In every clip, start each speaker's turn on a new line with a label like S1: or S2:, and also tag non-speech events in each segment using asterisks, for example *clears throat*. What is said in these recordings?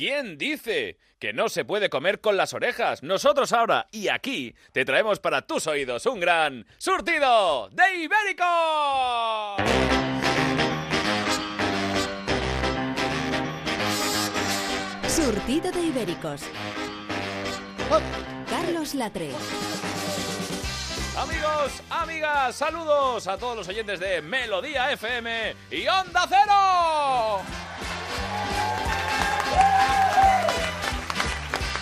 S1: ¿Quién dice que no se puede comer con las orejas? Nosotros ahora y aquí te traemos para tus oídos un gran surtido de ibérico.
S2: Surtido de Ibéricos. Carlos Latre.
S1: Amigos, amigas, saludos a todos los oyentes de Melodía FM y Onda Cero.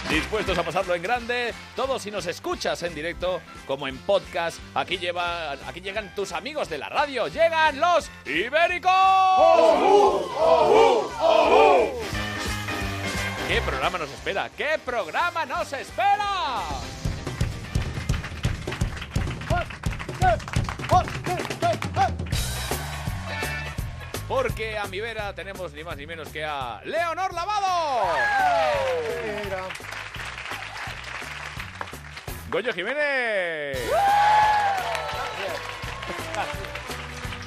S1: Dispuestos a pasarlo en grande, todos si nos escuchas en directo, como en podcast, aquí, llevan, aquí llegan tus amigos de la radio, llegan los ibéricos. ¿Qué programa nos espera? ¿Qué programa nos espera? Porque a mi vera tenemos ni más ni menos que a Leonor Lavado. Goyo Jiménez.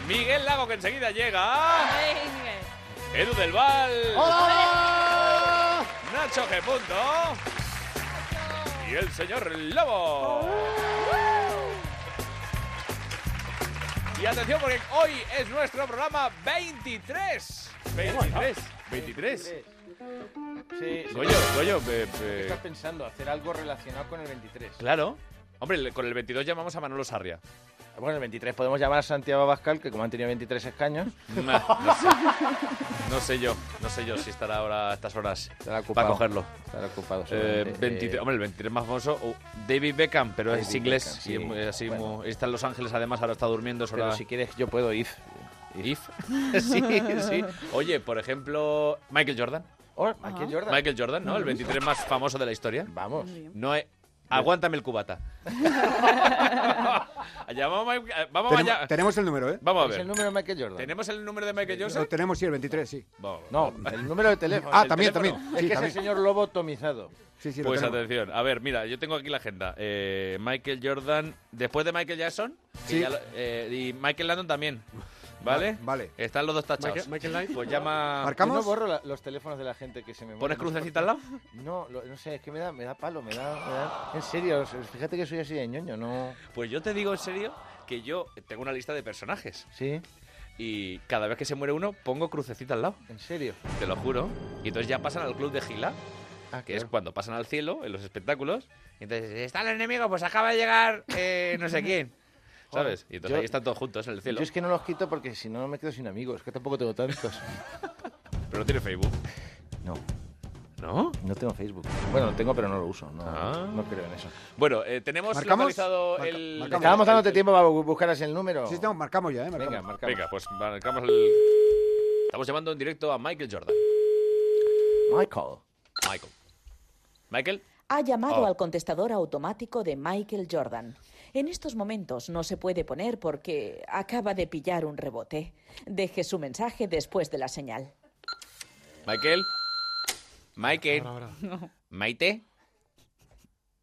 S1: Miguel Lago que enseguida llega. Edu del Val. Nacho G. Punto. Y el señor Lobo. Y atención porque hoy es nuestro programa 23. 23. 23.
S3: Sí, sí.
S1: Goyo, Goyo, eh,
S3: ¿Qué
S1: eh,
S3: estás pensando? Hacer algo relacionado con el 23.
S1: claro. Hombre, le- con el 22 llamamos a Manolo Sarria.
S3: Bueno, el 23 podemos llamar a Santiago Abascal, que como han tenido 23 escaños,
S1: Nah, *laughs* No sé. No sé yo, no sé yo si estará ahora a estas horas
S3: estará ocupado.
S1: para cogerlo.
S3: Estará ocupado.
S1: Eh,
S3: seguramente.
S1: 23,
S3: Eh,
S1: hombre, el 23 más famoso, oh, David Beckham, pero es
S3: David
S1: inglés.
S3: Beckham,
S1: sí,
S3: sí.
S1: muy- así
S3: Bueno.
S1: muy- está en Los Ángeles, además, ahora está durmiendo. Es
S3: pero
S1: hora-
S3: si quieres, yo puedo ir. *laughs* Ah.
S1: If. *laughs* sí, sí. Oye, por ejemplo, Michael Jordan.
S3: Oh,
S4: Ah.
S3: Michael Jordan. Mm.
S1: Michael Jordan, ¿no? El 23 más famoso de la historia.
S3: Vamos.
S1: No he- Aguántame el cubata. Llamamos a Mike- eh, Vamos a,
S4: Tenemos,
S1: llam-
S4: tenemos el número, ¿eh?
S1: vamos a
S3: ¿Es el
S1: ver.
S3: número de Michael Jordan?
S1: ¿Tenemos el número de Michael
S4: Lo
S1: Jordan?
S4: tenemos, sí, el 23, sí.
S1: Vamos.
S3: No, el número de teléfono.
S4: Ah,
S1: el
S4: también,
S1: teléfono.
S4: también.
S3: Es
S4: Sí,
S3: que es el
S4: también.
S3: señor Lobo atomizado.
S4: Sí, sí, lo
S1: Pues
S4: tenemos.
S1: atención, a ver, mira, yo tengo aquí la agenda. Eh, Michael Jordan, después de Michael Jackson, que
S4: Sí.
S1: ya lo- eh, y Michael Landon también. ¿Vale?
S4: Va- vale.
S1: Están los dos tachados.
S4: Michael- Michael Knight.
S1: pues llama.
S4: Marca-
S3: Yo no
S4: ¿Marcamos?
S3: borro la- los teléfonos de la gente que se me mueren.
S1: ¿Pones crucecita al lado?
S3: No, lo- no sé, es que me da, me da palo, me da, me da- En serio, fíjate que soy así de ñoño, ¿no?
S1: Pues yo te digo en serio que yo tengo una lista de personajes.
S3: Sí,
S1: Y cada vez que se muere uno, pongo crucecita al lado.
S3: en serio.
S1: Te lo juro. Y entonces ya pasan al club de Gila,
S3: Ah,
S1: que es
S3: claro.
S1: cuando pasan al cielo en los espectáculos. Y entonces, está el enemigo, pues acaba de llegar eh, no sé quién. ¿Sabes? Y entonces
S3: Yo-
S1: ahí están todos juntos en el cielo.
S3: Yo es que no los quito porque si no me quedo sin amigos, que tampoco tengo tantos.
S1: *laughs* Pero no tiene Facebook.
S3: No,
S1: ¿No?
S3: no tengo Facebook. Bueno, lo tengo, pero no lo uso. No,
S1: Ah.
S3: no creo en eso.
S1: Bueno, eh, tenemos
S4: ¿Marcamos?
S1: localizado
S4: Marca-
S1: el.
S4: marcamos.
S3: Estábamos
S1: el-
S3: dándote tiempo para bu- buscar así el número.
S4: Sí, estamos- marcamos ya, ¿eh? Marcamos.
S3: Venga, marcamos.
S1: Venga, pues marcamos el. Estamos llamando en directo a Michael Jordan.
S3: Michael.
S1: Michael. Michael,
S5: ha llamado
S1: Oh.
S5: al contestador automático de Michael Jordan. En estos momentos no se puede poner porque acaba de pillar un rebote. Deje su mensaje después de la señal.
S1: Michael. Michael. Maite.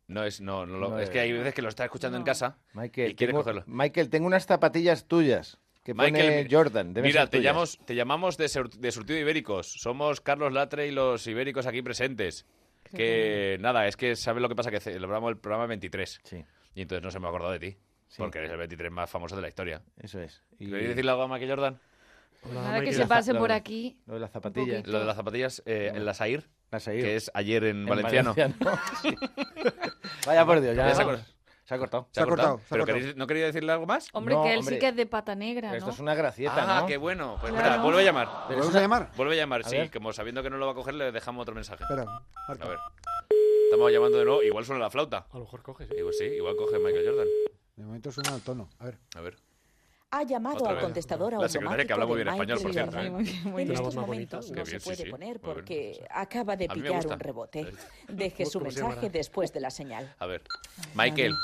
S1: No es, no, no, lo-
S3: No
S1: es
S3: es.
S1: que hay veces que lo está escuchando en casa
S3: Michael,
S1: y quiere
S3: tengo,
S1: cogerlo.
S3: Michael, tengo unas zapatillas tuyas que pone
S1: mi-
S3: Jordan. deben
S1: Mira,
S3: ser
S1: te,
S3: tuyas.
S1: llamamos, te llamamos de, sur- de Surtido Ibéricos. Somos Carlos Latre y los ibéricos aquí presentes. Que nada, es que sabes lo que pasa, que celebramos el programa 23.
S3: Sí,
S1: Y entonces no se me ha acordado de ti.
S3: Sí.
S1: Porque eres el 23 más famoso de la historia.
S3: eso es. Y
S1: ¿Queréis decirle algo a Michael Jordan?
S6: Nada que
S3: Michael.
S6: se pase
S3: Lo
S6: por
S3: de-
S6: aquí.
S3: lo de las zapatillas.
S1: Lo de las zapatillas, eh, en la Sair,
S3: Las he ido.
S1: que es ayer en,
S3: En
S1: valenciano. *laughs*
S3: valenciano, sí. Vaya por Dios, ya,
S1: Ya se ha
S3: no-
S1: cor-
S3: se ha cortado.
S1: ¿Se ha cortado?
S4: se ha
S1: ¿Pero
S4: cortado.
S1: queréis- no quería decirle algo más?
S6: Hombre,
S3: No,
S6: que él
S3: hombre.
S6: sí que es de pata negra,
S3: Pero
S6: ¿no?
S3: esto es una gracieta,
S1: ah,
S3: ¿no?
S1: qué bueno. Pues
S6: Claro.
S1: espera, vuelve a llamar.
S3: Pero es
S4: ¿Volvemos
S3: una-
S4: a llamar?
S1: Vuelve a llamar,
S3: A
S1: sí.
S3: ver.
S1: Como sabiendo que no lo va a coger, le dejamos otro mensaje.
S4: Espera,
S1: A
S4: marca.
S1: ver. Estamos llamando de nuevo. Igual suena la flauta.
S7: A lo mejor coges.
S1: Digo, sí, igual coge Michael Jordan.
S4: De momento suena al tono. A ver.
S1: A ver.
S5: Ha llamado
S1: Otra
S5: al
S1: vez.
S5: contestador
S1: La
S5: automático
S1: secretaria que habla muy
S5: de
S1: bien español, por
S5: Michael
S1: cierto,
S5: Jordan.
S1: ¿eh?
S6: Muy bien, muy
S5: En
S7: Tiene
S6: bien.
S7: una
S5: estos
S7: voz más
S5: momentos
S7: bonita.
S5: no
S1: Qué
S5: se
S1: bien, sí,
S5: puede
S1: sí.
S5: poner
S1: Muy bien.
S5: porque acaba de
S1: A mí me
S5: pillar
S1: gusta. *laughs*
S5: un rebote. Deje su
S7: ¿Cómo se
S5: mensaje
S7: llamará?
S5: después de la señal.
S1: A ver. Michael.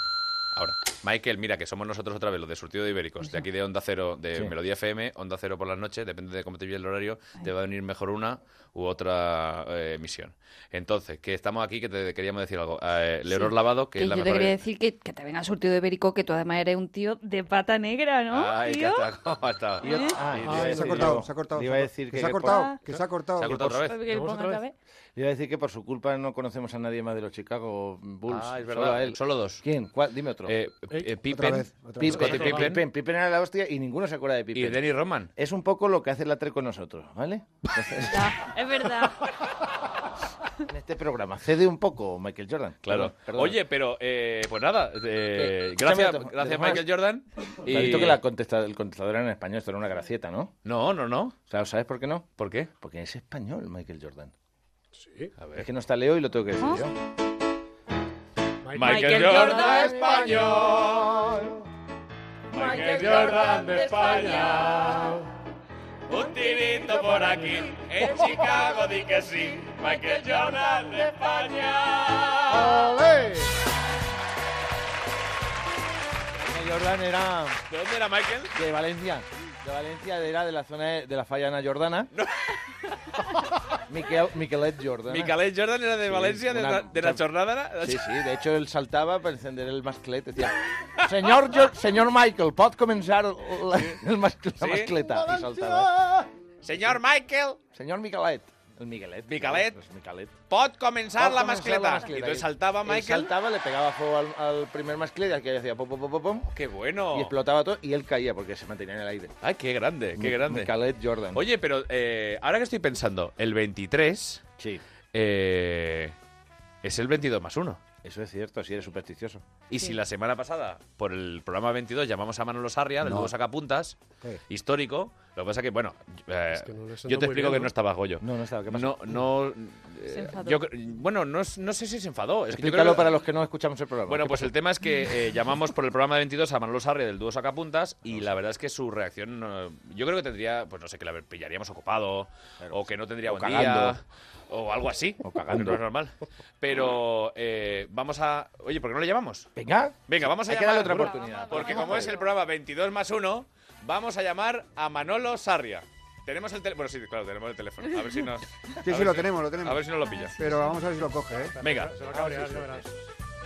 S1: Ahora. Michael, mira, que somos nosotros otra vez, los de Surtido de Ibéricos. De aquí de Onda Cero, de
S3: Sí.
S1: Melodía FM, Onda Cero por las noches, depende de cómo te pille el horario, te va a venir mejor una u otra eh, emisión. Entonces, que estamos aquí, que te queríamos decir algo. Eh, Leonor Lavado, que,
S6: Que
S1: es la
S6: yo te
S1: mejor...
S6: quería decir que, que te venga surtido de Berico, que tú además eres un tío de pata negra, ¿no?
S1: Ay,
S6: tío?
S1: Ah, que hasta- ¿cómo ha estado?
S3: Y yo- ah,
S1: Sí,
S3: te iba a
S4: Ay, se
S3: decir
S4: ha cortado,
S3: yo-
S4: se ha cortado.
S3: te iba a
S4: se ha
S3: decir
S4: cortado, Que se ha cortado,
S1: ¿Se ha
S4: que se ha cortado.
S1: cortado otra vez?
S6: Que le
S7: ¿Vamos
S6: ponga
S7: otra
S6: otra
S7: vez?
S6: vez.
S3: Le iba a decir que por su culpa no conocemos a nadie más de los Chicago Bulls.
S1: Ah, es
S3: Solo
S1: verdad.
S3: a él.
S1: Solo dos.
S3: ¿Quién? ¿Cuál? Dime otro.
S1: Eh, eh, Pippen,
S4: otra vez, otra
S3: Pippen,
S4: vez.
S1: Scottie
S3: Pippen,
S1: Pippen,
S3: Pippen, Pippen era la hostia y ninguno se acuerda de
S1: y
S3: Pippen.
S1: Denny Roman.
S3: Es un poco lo que hace la tres con nosotros, ¿vale? Entonces,
S6: Ya, es verdad.
S3: *laughs* en este programa. Cede un poco Michael Jordan.
S1: Claro.
S3: Perdón, perdón.
S1: Oye, pero eh, pues nada, eh,
S3: Eh,
S1: gracias,
S3: escúchame,
S1: gracias
S3: Tomás.
S1: Michael Jordan.
S3: ¿Te has visto que la contesta- el contestador era en español? Esto era una gracieta, ¿no?
S1: No, no, no.
S3: O sea, ¿sabes por qué no?
S1: ¿Por qué?
S3: Porque es español Michael Jordan.
S4: Sí.
S1: A
S3: Es
S1: ver.
S3: que no está Leo y lo tengo que decir yo.
S1: Michael,
S6: Michael
S1: Jordan,
S6: Jordan
S1: español. Michael Jordan de España. Un tirito por aquí, en Chicago di que sí. Michael Jordan de España.
S4: ¡Olé!
S3: Michael Jordan era
S1: ¿De dónde era Michael?
S3: de Valencia. De Valencia era de la zona de, de la falla Ana Jordana. *laughs* Miquel, Miquelet Jordana.
S1: Michael Jordan era de Valencia, de,
S3: una-
S1: la, de la
S3: o sea,
S1: chornada.
S3: Sí, sí, de hecho él saltaba para encender el masclet.
S1: *laughs*
S3: Decía, señor, Jo- señor Michael, ¿pot comenzar la, el mascl- la
S1: Sí.
S3: mascleta? Y saltaba.
S1: Señor Michael,
S3: Señor Miquelet. El Miquelet.
S1: Miquelet.
S3: Pues Miquelet.
S1: pod comenzar
S3: Pot
S1: la
S3: comenzar
S1: mascleta.
S3: mascleta.
S1: Y entonces saltaba
S3: Él
S1: Michael.
S3: saltaba, le pegaba fuego al, al primer masclet, al que hacía pop, pop, pop, pop, pop,
S1: Qué bueno.
S3: y explotaba todo, y él caía porque se mantenía en el aire.
S1: Ay, qué grande, qué
S3: Mi-
S1: grande.
S3: Miquelet Jordan.
S1: Oye, pero eh, ahora que estoy pensando, el 23
S3: Sí,
S1: eh, es el 22 más 1.
S3: eso es cierto, si eres supersticioso.
S1: Y si la semana pasada, por el programa 22, llamamos a Manolo Sarria, del
S4: No.
S1: nuevo sacapuntas,
S4: Sí.
S1: histórico, lo que pasa que, bueno, eh,
S2: Es que no le sentó
S1: yo te
S2: muy
S1: explico
S2: bien,
S1: que
S2: ¿no?
S1: no estaba Goyo.
S3: No, no estaba, ¿qué pasó?
S1: No, no,
S6: Se
S1: eh,
S6: enfadó.
S1: yo cre- bueno, no, es- no sé si se enfadó. Es que yo creo
S3: Explícalo
S1: que-
S3: para los que no escuchamos el programa.
S1: Bueno,
S3: ¿Qué
S1: pues
S3: pasó?
S1: el tema es que eh, llamamos por el programa 22 a Manolo Sarria del dúo Sacapuntas y la verdad es que su reacción, no- yo creo que tendría, pues no sé, que la pillaríamos ocupado o que no tendría
S3: O
S1: buen
S3: cagando.
S1: día o algo así.
S3: O cagando.
S1: que No es normal. Pero eh, vamos a... Oye, ¿por qué no le llamamos?
S3: Venga,
S1: Venga, vamos a
S3: Hay que
S1: llamar.
S3: darle otra
S1: Bueno,
S3: oportunidad.
S1: Porque
S6: Vamos
S1: como
S6: a
S1: es el programa 22 más 1, vamos a llamar a Manolo Sarria. Tenemos el teléfono. Bueno, sí, claro, tenemos el teléfono. A ver si nos. a
S4: Sí,
S1: ver
S4: sí, lo
S1: si-
S4: tenemos, lo tenemos.
S1: A ver si nos lo pilla.
S4: Pero vamos a ver si lo coge, ¿eh?
S1: Venga,
S2: Se va a cabrear, ya verás.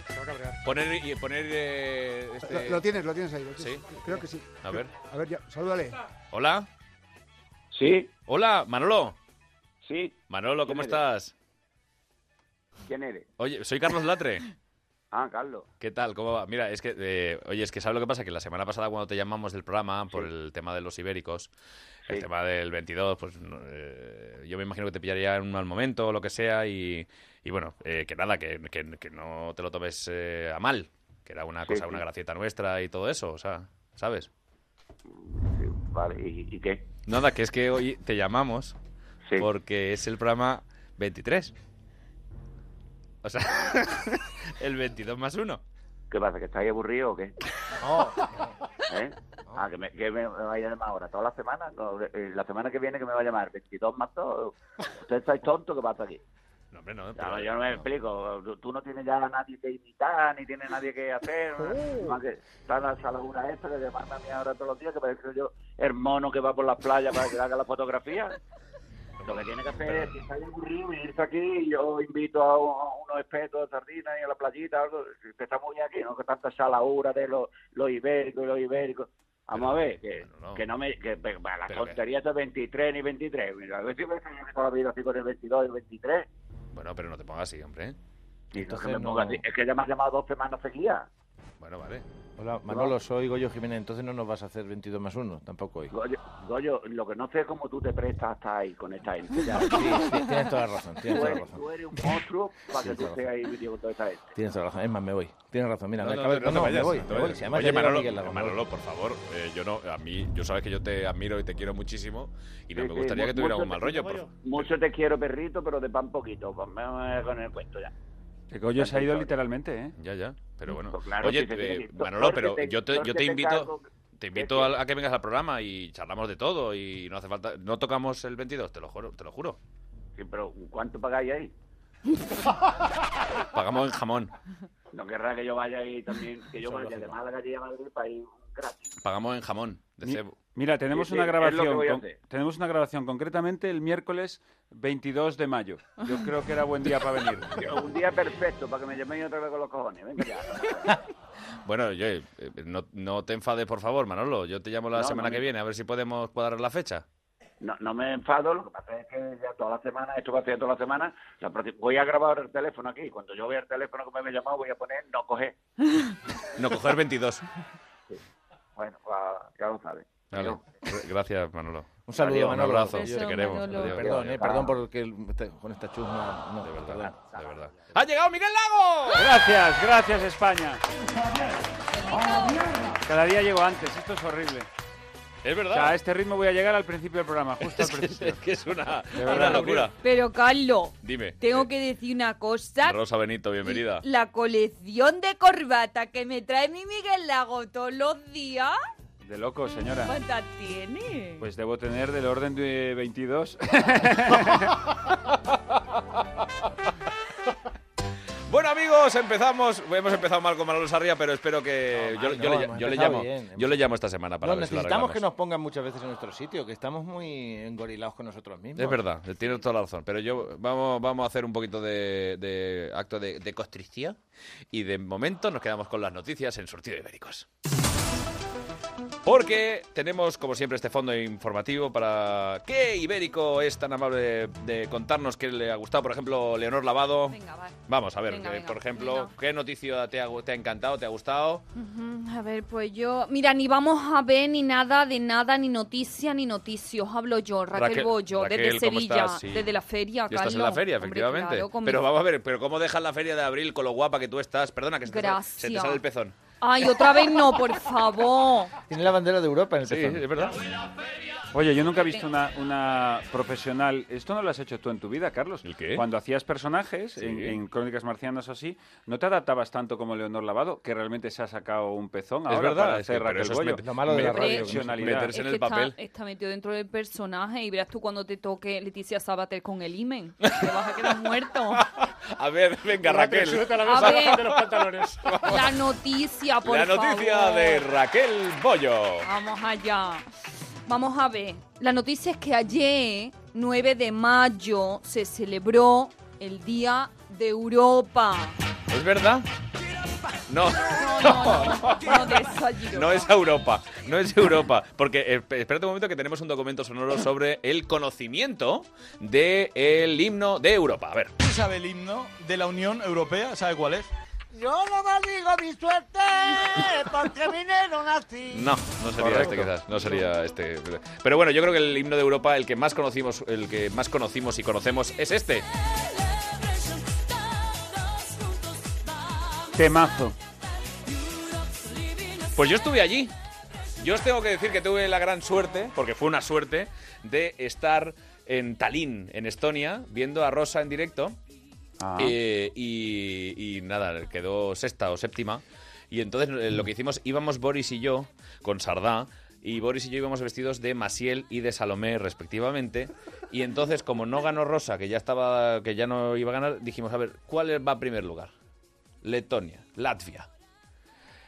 S2: Se va a cabrear.
S1: poner. y poner eh,
S4: Lo,
S1: este-
S4: lo tienes, lo tienes ahí. lo tienes.
S1: Sí.
S4: Creo que sí.
S1: A ver.
S4: A ver, ya, salúdale.
S1: Hola.
S7: Sí,
S1: Hola, Manolo.
S7: sí.
S1: Manolo, ¿cómo
S7: ¿Quién
S1: estás?
S7: ¿Quién eres?
S1: Oye, soy Carlos Latre.
S7: Ah, Carlos.
S1: ¿Qué tal? ¿Cómo va? Mira, es que, eh, oye, es que ¿sabes lo que pasa? Que la semana pasada cuando te llamamos del programa por
S7: Sí.
S1: el tema de los ibéricos, el
S7: Sí.
S1: tema del 22, pues no, eh, yo me imagino que te pillaría en un mal momento o lo que sea y, y bueno, eh, que nada, que, que- que no te lo tomes eh, a mal, que era una
S7: Sí,
S1: cosa,
S7: sí.
S1: una gracieta nuestra y todo eso, o sea, ¿sabes?
S7: Sí, Vale, ¿y, y qué?
S1: Nada, que es que hoy te llamamos
S7: Sí.
S1: porque es el programa 23. O sea, *laughs* el 22 más 1.
S7: ¿Qué pasa? ¿Que estáis aburrido o qué?
S3: No,
S7: ¿Eh? Ah, que me, que me va a llamar ahora, toda la semana, No, eh, la semana que viene que me va a llamar, 22 más 2. Usted estáis tonto, ¿qué pasa aquí?
S1: No, hombre,
S7: Ya,
S1: no. pero-
S7: yo no me explico, tú, tú no tienes ya a nadie que imitar, ni tienes nadie que hacer, más que están a la una esta que llamarme a mí ahora todos los días, que parece yo el mono que va por las playas para que haga la fotografía. Lo que tiene que hacer es, si está aburrido, irse aquí, y yo invito a, un- a unos espetos de sardinas y a la playita, algo, que está muy bien aquí, ¿no? Que tanta salaura de los los ibéricos y los ibéricos. Vamos a ver, que,
S1: bueno, Ah, no.
S7: que no me... Que, que- la
S1: Pero que-
S7: tontería es de 23 ni 23. Mira, a ver si me engañan toda la vida así con el 22 y el 23.
S1: Bueno, pero no te pongas así, hombre.
S7: Y entonces
S3: Entonces
S7: me pongo
S3: no-
S7: así. Es que ya me has llamado dos semanas seguidas.
S1: Bueno, vale.
S3: Hola, Manolo, soy Goyo Jiménez, entonces no nos vas a hacer 22 más 1, tampoco hoy.
S7: Goyo, Goyo, lo que no sé es cómo tú te prestas hasta ahí con esta gente. ya.
S3: Sí, sí, tienes toda la razón, tienes
S7: tú,
S3: toda la
S7: eres,
S3: razón.
S7: tú eres un
S3: *laughs*
S7: monstruo para
S3: Sí,
S7: que tú
S3: claro.
S7: estés ahí metido con toda esta gente.
S3: Tienes toda la razón, es más, me voy. Tienes razón, mira,
S1: No,
S3: me
S1: no,
S3: acaba-
S1: no, no te
S3: no, me
S1: vayas,
S3: voy,
S1: no te
S3: me voy.
S1: vayas.
S3: Si además
S1: Oye,
S3: ya llega
S1: Manolo,
S3: Miguel Lago, me voy.
S1: Manolo, por favor, eh, yo no, a mí, yo sabes que yo te admiro y te quiero muchísimo y no
S7: Sí,
S1: me
S7: sí,
S1: gustaría
S7: mu-
S1: que tuviera
S7: mucho
S1: un mal
S7: te
S1: rollo.
S2: quiero,
S1: por-
S2: Goyo.
S7: Mucho te quiero, perrito, pero de pan poquito. Ponme eh, con el cuento ya.
S8: Que Goyo se ha ido
S7: Antonio.
S8: literalmente, ¿eh?
S1: Ya, ya, pero bueno.
S7: Pues claro,
S1: Oye,
S7: si se tiene que
S1: eh,
S7: ir.
S1: Manolo,
S7: Jorge,
S1: pero yo te,
S7: Jorge,
S1: yo te invito,
S7: cargo-
S1: te
S7: es
S1: invito
S7: que-
S1: a, a que vengas al programa y charlamos de todo y no hace falta, no tocamos el 22, te lo juro, te lo juro.
S7: Sí, pero ¿cuánto pagáis ahí?
S1: Pagamos en jamón,
S7: No querrá que yo vaya ahí también, que yo vaya de Málaga allí a Madrid para ir gratis.
S1: pagamos en jamón de
S8: Mi-
S1: cebo.
S8: Mira, tenemos
S7: Sí, sí,
S8: una
S7: es lo que
S8: grabación.
S7: voy a
S8: con-
S7: hacer.
S8: tenemos una grabación concretamente el miércoles 22 de mayo. Yo creo que era buen día para
S7: *laughs*
S1: *laughs*
S8: venir.
S7: Un día perfecto para que me llaméis otra vez con los cojones. Venga ya.
S1: Bueno, yo, eh, no, no te enfades, por favor, Manolo. Yo te llamo la
S7: No,
S1: semana
S7: no,
S1: que
S7: no.
S1: viene a ver si podemos cuadrar la fecha.
S7: no, no me enfado, lo que pasa es que ya toda la semana, esto va a ser toda la semana, la próxima- voy a grabar el teléfono aquí, cuando yo vea el teléfono que me había llamado voy a poner no coger.
S1: *laughs* No, coger
S3: *laughs*
S1: 22.
S7: Bueno, pa- ya lo sabes.
S1: Vale. Gracias, Manolo.
S3: Un saludo,
S1: Adiós,
S3: Manolo.
S1: Un abrazo.
S6: Beso,
S1: Te queremos.
S6: Manolo.
S1: Adiós.
S3: Perdón, eh, perdón porque el- te- con esta chusma. No,
S1: De
S3: perdón.
S1: verdad, de verdad. ¡Ha llegado Miguel Lago!
S8: Gracias, gracias España. Cada día llego antes, esto es horrible.
S1: Es
S8: O sea, a
S1: verdad.
S8: este ritmo voy a llegar al principio del programa, justo al
S1: *laughs* Es que,
S8: principio.
S1: es que es una,
S8: De verdad,
S1: una locura.
S6: Pero, Carlos,
S1: Dime.
S6: tengo que decir una cosa.
S1: Rosa Benito, bienvenida.
S6: La colección de corbata que me trae mi Miguel Lago todos los días.
S8: De loco, señora.
S6: ¿Cuántas tiene?
S8: Pues debo tener del orden de 22.
S1: Bueno amigos, empezamos. Hemos empezado mal con Manolo Sarria, pero espero que
S3: No,
S1: yo,
S3: mal,
S1: yo
S3: no,
S1: le,
S3: hemos
S1: yo le
S3: empezado
S1: llamo.
S3: bien.
S1: Yo le llamo esta semana para
S3: No,
S1: ver si lo
S3: necesitamos que
S1: arreglamos.
S3: nos pongan muchas veces en nuestro sitio, que estamos muy engorilados con nosotros mismos.
S1: Es verdad, tienes toda la razón. Pero yo vamos, vamos a hacer un poquito de, de acto de, de constricción y de momento nos quedamos con las noticias en Surtido Ibéricos. Porque tenemos, como siempre, este fondo informativo para que Ibérico es tan amable de, de contarnos que le ha gustado, por ejemplo, Leonor Lavado.
S6: Venga, va.
S1: Vamos a ver,
S6: Venga,
S1: que,
S6: venga,
S1: por ejemplo,
S6: venga.
S1: ¿qué noticia te ha, gu- te ha encantado, te ha gustado?
S6: Mm, A ver, pues yo. Mira, ni vamos a ver ni nada de nada, ni noticia, ni noticias. Hablo yo, Raquel,
S1: Raquel-
S6: Bollo,
S1: Raquel,
S6: desde
S1: ¿cómo
S6: Sevilla,
S1: estás? Sí.
S6: desde la feria.
S1: Ya estás en
S6: Carlos.
S1: la feria,
S6: Hombre,
S1: efectivamente.
S6: claro, con mi-
S1: Pero vamos a ver, pero ¿cómo dejas la feria de abril con lo guapa que tú estás? Perdona, que se te, sale-
S6: Gracias.
S1: se te sale el pezón.
S6: Ay, otra vez no, por favor.
S3: *laughs* Tiene la bandera de Europa en el
S1: Sí,
S3: pezón.
S1: es verdad.
S8: Oye, yo nunca he visto una, una profesional. Esto no lo has hecho tú en tu vida, Carlos.
S1: ¿El qué?
S8: Cuando hacías personajes
S1: Sí.
S8: en, en Crónicas Marcianas o así, no te adaptabas tanto como Leonor Lavado, que realmente se ha sacado un pezón ahora
S1: verdad,
S8: para
S1: es que-
S8: hacer
S1: pero
S8: Raquel
S1: eso es
S8: Bollo.
S1: met-
S3: Lo malo de la
S1: met-
S6: radio, que no se
S8: Profesionalidad.
S1: meterse- en el
S6: está,
S1: papel.
S6: está metido dentro del personaje y verás tú cuando te toque Leticia Sabater con el imen. Te vas
S1: *laughs*
S6: a quedar muerto.
S1: A ver, *laughs* venga, Raquel.
S2: Súbete a la
S6: A
S2: mesa
S6: ver.
S2: de los pantalones.
S6: La noticia, por
S1: La
S6: favor.
S1: noticia de Raquel Bollo.
S6: Vamos allá. Vamos a ver. La noticia es que ayer, 9 de mayo, se celebró el Día
S1: *laughs*
S6: de Europa.
S1: ¿Es verdad? No,
S6: No, no, no. No de
S1: *laughs*
S6: esa Europa.
S1: no es Europa, no es Europa. Porque eh, espérate un momento que tenemos un documento sonoro sobre el conocimiento del himno de Europa. A ver.
S9: sabe el himno de la Unión Europea? ¿Sabe cuál es?
S3: Yo no maldigo mi suerte porque vinieron así.
S1: No, no sería este quizás, no sería este. Pero bueno, yo creo que el himno de Europa, el que más conocimos, el que más conocimos y conocemos es este.
S8: Temazo.
S1: Pues yo estuve allí. Yo os tengo que decir que tuve la gran suerte, porque fue una suerte, de estar en Tallinn, en Estonia, viendo a Rosa en directo.
S8: Ah.
S1: Eh, y, y nada, quedó sexta o séptima. Y entonces eh, lo que hicimos, íbamos Boris y yo con Sardá. Y Boris y yo íbamos vestidos de Masiel y de Salomé, respectivamente. Y entonces, como no ganó Rosa, que ya estaba, que ya no iba a ganar, dijimos, a ver, ¿cuál va a primer lugar? Letonia, Latvia.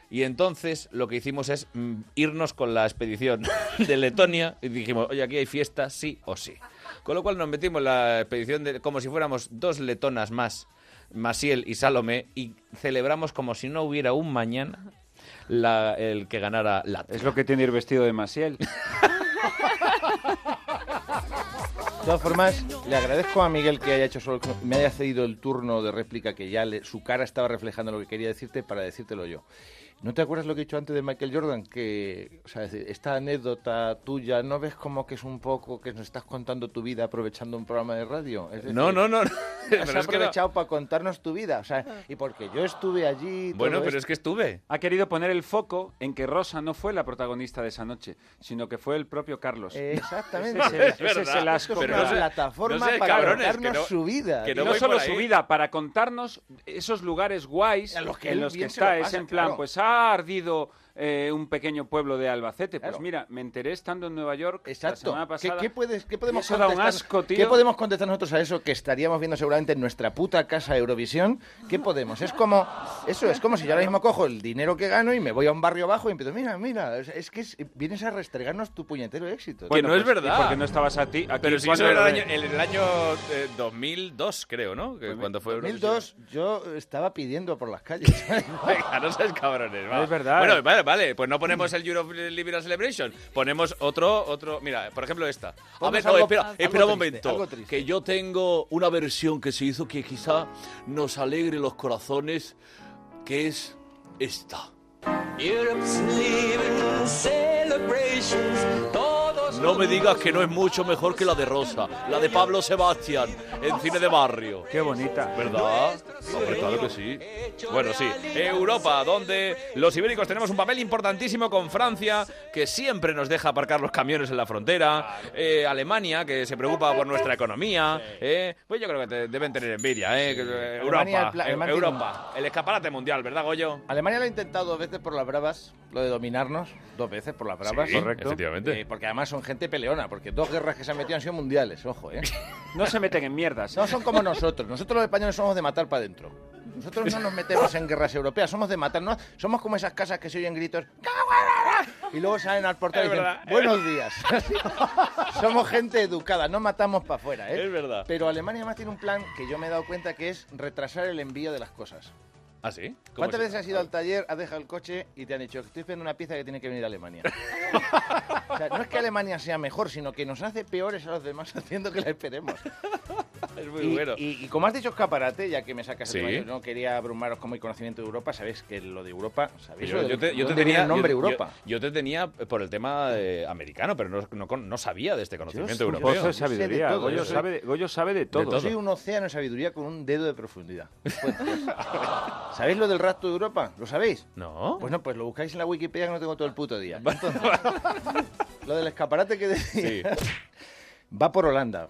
S1: Y entonces lo que hicimos es mm, irnos con la expedición *laughs* de Letonia y dijimos, oye, aquí hay fiesta, sí o sí. Con lo cual nos metimos en la expedición de, como si fuéramos dos letonas más, Masiel y Salomé, y celebramos como si no hubiera un mañana la- el que ganara la...
S8: Es lo que tiene ir vestido de
S1: *laughs*
S8: Maciel.
S3: De todas formas, le agradezco a Miguel que haya hecho solo, me haya cedido el turno de réplica que ya le- su cara estaba reflejando lo que quería decirte para decírtelo yo. ¿No te acuerdas lo que he dicho antes de Michael Jordan? Que, o sea, es decir, esta anécdota tuya, ¿no ves como que es un poco que nos estás contando tu vida aprovechando un programa de radio? Es decir,
S1: No, no, no. no.
S3: *laughs*
S1: Pero
S3: Has
S1: es que no.
S3: aprovechado para contarnos tu vida, o sea, y porque yo estuve allí. todo
S1: Bueno, pero
S3: esto.
S1: es que estuve.
S8: Ha querido poner el foco en que Rosa no fue la protagonista de esa noche, sino que fue el propio Carlos.
S3: Eh, Exactamente.
S8: Ese es el-
S1: *laughs* Es
S8: ese es el
S1: verdad,
S8: asco.
S1: pero
S8: que
S1: no
S8: da.
S1: sé-
S3: plataforma
S1: no sé,
S3: para
S1: cabrones,
S3: contarnos
S1: que no-
S3: su vida.
S1: que
S8: Y no
S1: voy
S8: solo
S1: por ahí.
S8: su vida, para contarnos esos lugares guays
S3: En
S8: en
S3: los
S8: los
S3: que
S8: que,
S3: él bien se lo
S8: está. es
S3: pasa,
S8: en plan,
S3: claro.
S8: pues ha ardido eh, un pequeño pueblo de Albacete. Pues
S3: Claro.
S8: mira, me enteré estando en Nueva York la
S3: Exacto.
S8: semana
S3: ¿Qué,
S8: pasada.
S3: qué puedes, qué podemos
S8: y eso da un
S3: contestar-
S8: asco, tío.
S3: ¿Qué podemos contestar nosotros a eso que estaríamos viendo seguramente en nuestra puta casa Eurovisión? ¿Qué podemos? Es como eso, es como si yo ahora mismo cojo el dinero que gano y me voy a un barrio abajo y empiezo, mira, mira, es, es que es- vienes a restregarnos tu puñetero éxito.
S1: Bueno, no es
S8: pues, ¿y
S1: verdad.
S8: Porque no estabas a ti. aquí
S1: Pero si
S8: cuando
S1: eso era
S8: lo
S1: el año,
S8: ves?
S1: en el año eh, 2002, creo, ¿no?
S8: Pues
S1: Que cuando fue
S3: en
S1: Eurovisión.
S8: *laughs*
S3: 2002 yo estaba pidiendo por las calles.
S1: *laughs* Venga, no seas cabrones, va.
S8: Es verdad.
S1: Bueno, vale, vale, pues no ponemos el Euro Liberal Celebration. Ponemos otro, otro. Mira, por ejemplo, esta. A
S3: Vamos
S1: ver,
S3: a algo-
S1: no, espera,
S3: algo
S1: espera un
S3: triste,
S1: momento.
S3: algo triste.
S1: Que yo tengo una versión que se hizo que quizá nos alegre los corazones, que es esta. No me digas que no es mucho mejor que la de Rosa, la de Pablo Sebastián, en cine de barrio.
S8: Qué bonita.
S1: ¿Verdad? Hombre, claro que sí. Bueno, sí. Europa, donde los ibéricos tenemos un papel importantísimo con Francia, que siempre nos deja aparcar los camiones en la frontera. Eh, Alemania, que se preocupa por nuestra economía. Eh, pues yo creo que te- deben tener envidia, ¿eh? Que, eh,
S3: Alemania,
S1: Europa,
S3: el pla-
S1: eh,
S3: Alemania
S1: Europa. El escaparate mundial, ¿verdad, Goyo?
S3: Alemania lo ha intentado dos veces por las bravas, lo de dominarnos, dos veces por las bravas.
S1: Sí, efectivamente.
S3: Eh, porque además son gente peleona, porque dos guerras que se han metido han sido mundiales, ojo, ¿eh?
S8: No se meten en mierdas.
S3: No son como nosotros. Nosotros los españoles somos de matar para adentro. Nosotros no nos metemos en guerras europeas, somos de matar. no- somos como esas casas que se oyen gritos "¡Caguarara!", y luego salen al portal y
S1: Es
S3: dicen
S1: verdad, es
S3: buenos días. *laughs* somos gente educada, no matamos para afuera. ¿eh?
S1: Es verdad.
S3: Pero Alemania además tiene un plan que yo me he dado cuenta que es retrasar el envío de las cosas.
S1: ¿Ah, sí? ¿Cómo
S3: ¿Cuántas
S1: es
S3: veces
S1: eso?
S3: has ido al taller, has dejado el coche y te han dicho que estoy esperando una pieza que tiene que venir a
S1: *laughs*
S3: Alemania? o sea, no es que Alemania sea mejor, sino que nos hace peores a los demás *laughs* haciendo que la esperemos.
S1: Es muy
S3: Y,
S1: bueno.
S3: y- y como has dicho escaparate, ya que me sacas
S1: Sí.
S3: el tema, yo no quería abrumaros con mi conocimiento de Europa, sabéis que lo de Europa, sabéis
S1: Yo,
S3: lo de-
S1: yo te, yo
S3: dónde viene
S1: te tenía
S3: el nombre
S1: yo- yo-
S3: Europa.
S1: Yo, te tenía por el tema eh, americano, pero no, no con- no sabía de este conocimiento
S3: soy-
S1: europeo.
S8: Goyo
S3: Yo
S8: es
S3: sé de
S8: sabiduría.
S3: todo,
S8: Goyo,
S3: yo soy-
S8: sabe de, Goyo sabe de todo.
S1: todo.
S3: Soy un océano de sabiduría con un dedo de profundidad. Bueno, pues, ¿Sabéis lo del rapto de Europa? ¿Lo sabéis?
S1: No.
S3: Bueno, pues lo buscáis en la Wikipedia que no tengo todo el puto día. Entonces, *laughs* lo del escaparate que decía.
S1: Sí.
S3: va por Holanda.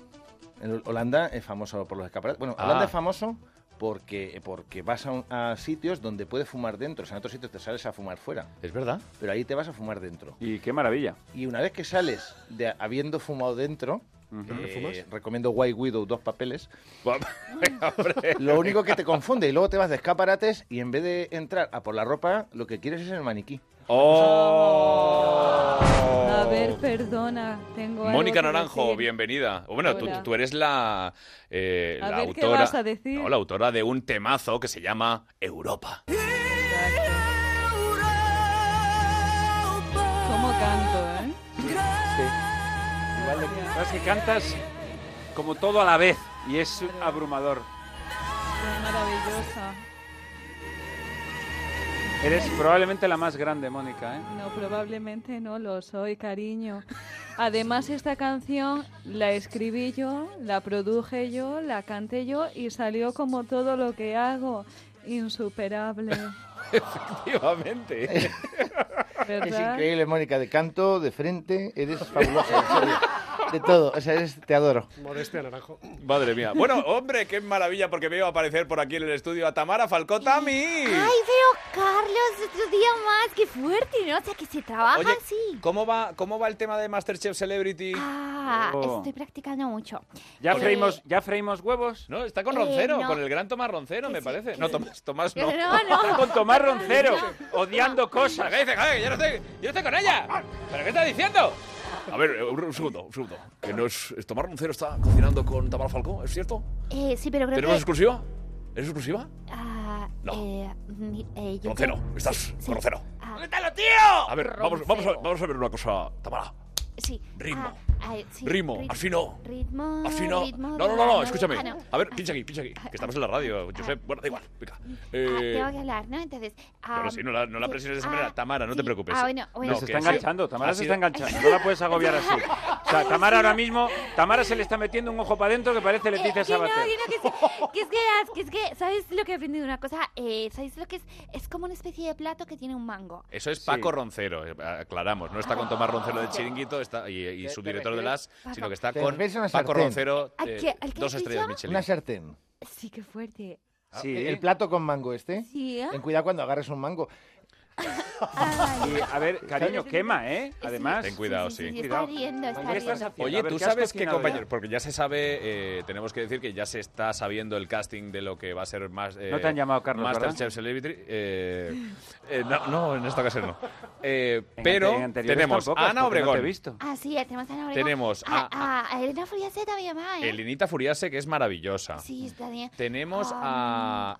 S3: El- Holanda es famoso por los escaparates. Bueno,
S1: Ah.
S3: Holanda es famoso porque, porque vas a, un- a sitios donde puedes fumar dentro. O sea, en otros sitios te sales a fumar fuera,
S1: Es verdad.
S3: pero ahí te vas a fumar dentro.
S8: Y qué maravilla.
S3: Y una vez que sales de habiendo fumado dentro, eh, recomiendo White Widow, dos papeles.
S1: *laughs* Hombre.
S3: Lo único que te confunde y luego te vas de escaparates y en vez de entrar a por la ropa, lo que quieres es el maniquí.
S1: ¡Oh!
S6: A ver, perdona, tengo algo
S1: Mónica
S6: que
S1: Naranjo,
S6: decir.
S1: bienvenida. O Bueno, tú,
S6: Hola.
S1: tú eres la, eh,
S6: A
S1: la
S6: ver, ¿qué
S1: autora.
S6: vas a decir?
S1: No, la autora de un temazo que se llama Europa.
S6: ¿Cómo canto, eh?
S8: Sabes que cantas como todo a la vez y es abrumador.
S6: Qué maravillosa.
S8: Eres probablemente la más grande, Mónica, ¿eh?
S6: No, probablemente no lo soy, cariño. Además, esta canción la escribí yo, la produje yo, la canté yo y salió como todo lo que hago. Insuperable,
S1: Efectivamente.
S3: Es
S6: ¿verdad?
S3: increíble, Mónica, de canto, de frente, eres fabulosa. en serio. De todo, o sea, eres- te adoro.
S2: Modestia este naranjo.
S1: Madre mía.
S2: *laughs*
S1: Bueno, hombre, qué maravilla porque veo aparecer por aquí en el estudio a Tamara Falcotami.
S10: Ay, pero Carlos, otro día más, qué fuerte, ¿no? O sea, que se trabaja
S1: Oye,
S10: así.
S1: ¿cómo va, ¿cómo va el tema de Masterchef Celebrity?
S10: Ah,
S8: Oh.
S10: estoy practicando mucho.
S8: ¿Ya,
S10: Eh,
S8: freímos, ¿Ya freímos huevos?
S1: No, está con
S10: Eh,
S1: Roncero,
S10: no.
S1: con el gran Tomás Roncero, me parece. No, Tomás, Tomás no.
S10: *laughs* No, no.
S8: Con Tomás Roncero, odiando
S1: ¿Pero
S8: cosas.
S1: qué dice? Joder, yo no estoy, yo no estoy con ella. ¿Pero qué está diciendo? A ver, eh, un un segundo, un segundo. Que no es, es Tomás Roncero está cocinando con Tamara Falcó, ¿es cierto?
S10: Eh, sí, pero creo
S1: ¿Tenemos
S10: que...
S1: exclusiva? ¿Es exclusiva?
S10: Ah,
S1: No.
S10: eh, mm, eh, yo
S1: Roncero,
S10: creo-
S1: estás
S10: sí, sí.
S1: con Roncero.
S10: Ah.
S1: ¡Cuéntalo, tío! A ver, vamos, vamos, a,
S10: Roncero.
S1: vamos a ver una cosa, Tamara.
S10: Sí.
S1: Ritmo.
S10: Ah, ah, sí,
S1: Ritmo,
S10: rit-
S1: así no.
S10: Ritmo.
S1: Así no.
S10: ritmo,
S1: No, no, no,
S10: ritmo.
S1: no, escúchame.
S10: Ah, no.
S1: A ver,
S10: Ah,
S1: pincha aquí, pincha aquí. Que estamos en la radio, Josep. Bueno, da igual, venga.
S10: ah,
S1: Eh,
S10: tengo que hablar, ¿no? Entonces. ah,
S1: Pero sí, no la, no la presiones de esa
S10: ah, *laughs*
S1: manera. Tamara, no te
S10: sí.
S1: preocupes.
S10: Ah, bueno, bueno.
S1: No,
S8: se
S1: que
S8: está
S1: ha sido-
S8: enganchando, Tamara
S1: ha
S8: se
S1: sido-
S8: está
S10: *laughs*
S8: enganchando, no la puedes agobiar así. O sea, Tamara ahora mismo, Tamara se le está metiendo un ojo para adentro que parece
S10: Eh, que
S8: Leticia
S10: no, que
S8: Sabater.
S10: no, que
S1: *laughs*
S10: sí. Que es que, ah, que es que, ¿sabes lo que he aprendido? Una cosa, eh, ¿sabes lo que es? Es como una especie de plato que tiene un mango.
S1: Eso es Paco Roncero, eh, aclaramos. No está con Tomás Roncero
S10: Ah.
S1: del Chiringuito está, y, y
S3: ¿Te-
S1: su
S3: te
S1: director de las,
S10: Paco.
S1: sino que está
S3: Te
S1: con
S3: refieres a una
S1: Paco
S3: sartén.
S1: Roncero,
S10: ¿Al
S1: eh,
S10: que- al que
S1: dos
S10: has dicho?
S1: estrellas Michelin.
S3: Una sartén. Ah,
S10: Sí, qué fuerte.
S8: Sí.
S3: El plato con mango este.
S10: Sí, ¿eh?
S3: Ten cuidado cuando agarres un mango.
S10: Ay,
S8: Y, a ver, cariño, quema, ¿eh? Además.
S1: Ten cuidado, sí.
S10: Está
S8: Cuidado.
S10: riendo, está
S8: ¿Qué estás
S10: riendo.
S8: haciendo? A
S1: Oye,
S8: ver,
S1: tú
S8: ¿qué has
S1: sabes que,
S8: cocinado ya?
S1: compañero, porque ya se sabe, eh, tenemos que decir que ya se está sabiendo el casting de lo que va a ser más. eh,
S8: No te han llamado, Carlos,
S1: Masterchef Celebrity. eh, eh, no, no, en esta
S8: *laughs*
S1: ocasión no. Eh,
S8: En
S1: pero
S8: ante- en anteriores
S1: tenemos
S8: tampoco,
S1: a Ana
S8: porque no te he
S1: Obregón,
S8: visto.
S10: Ah, sí, tenemos a Ana Obregón.
S1: Tenemos
S10: a,
S1: a-
S10: Ah, a, a Elena Furiase también va, ¿eh?
S1: Elinita Furiase, que es maravillosa.
S10: Sí, está bien.
S1: Tenemos
S10: Ah,
S1: a.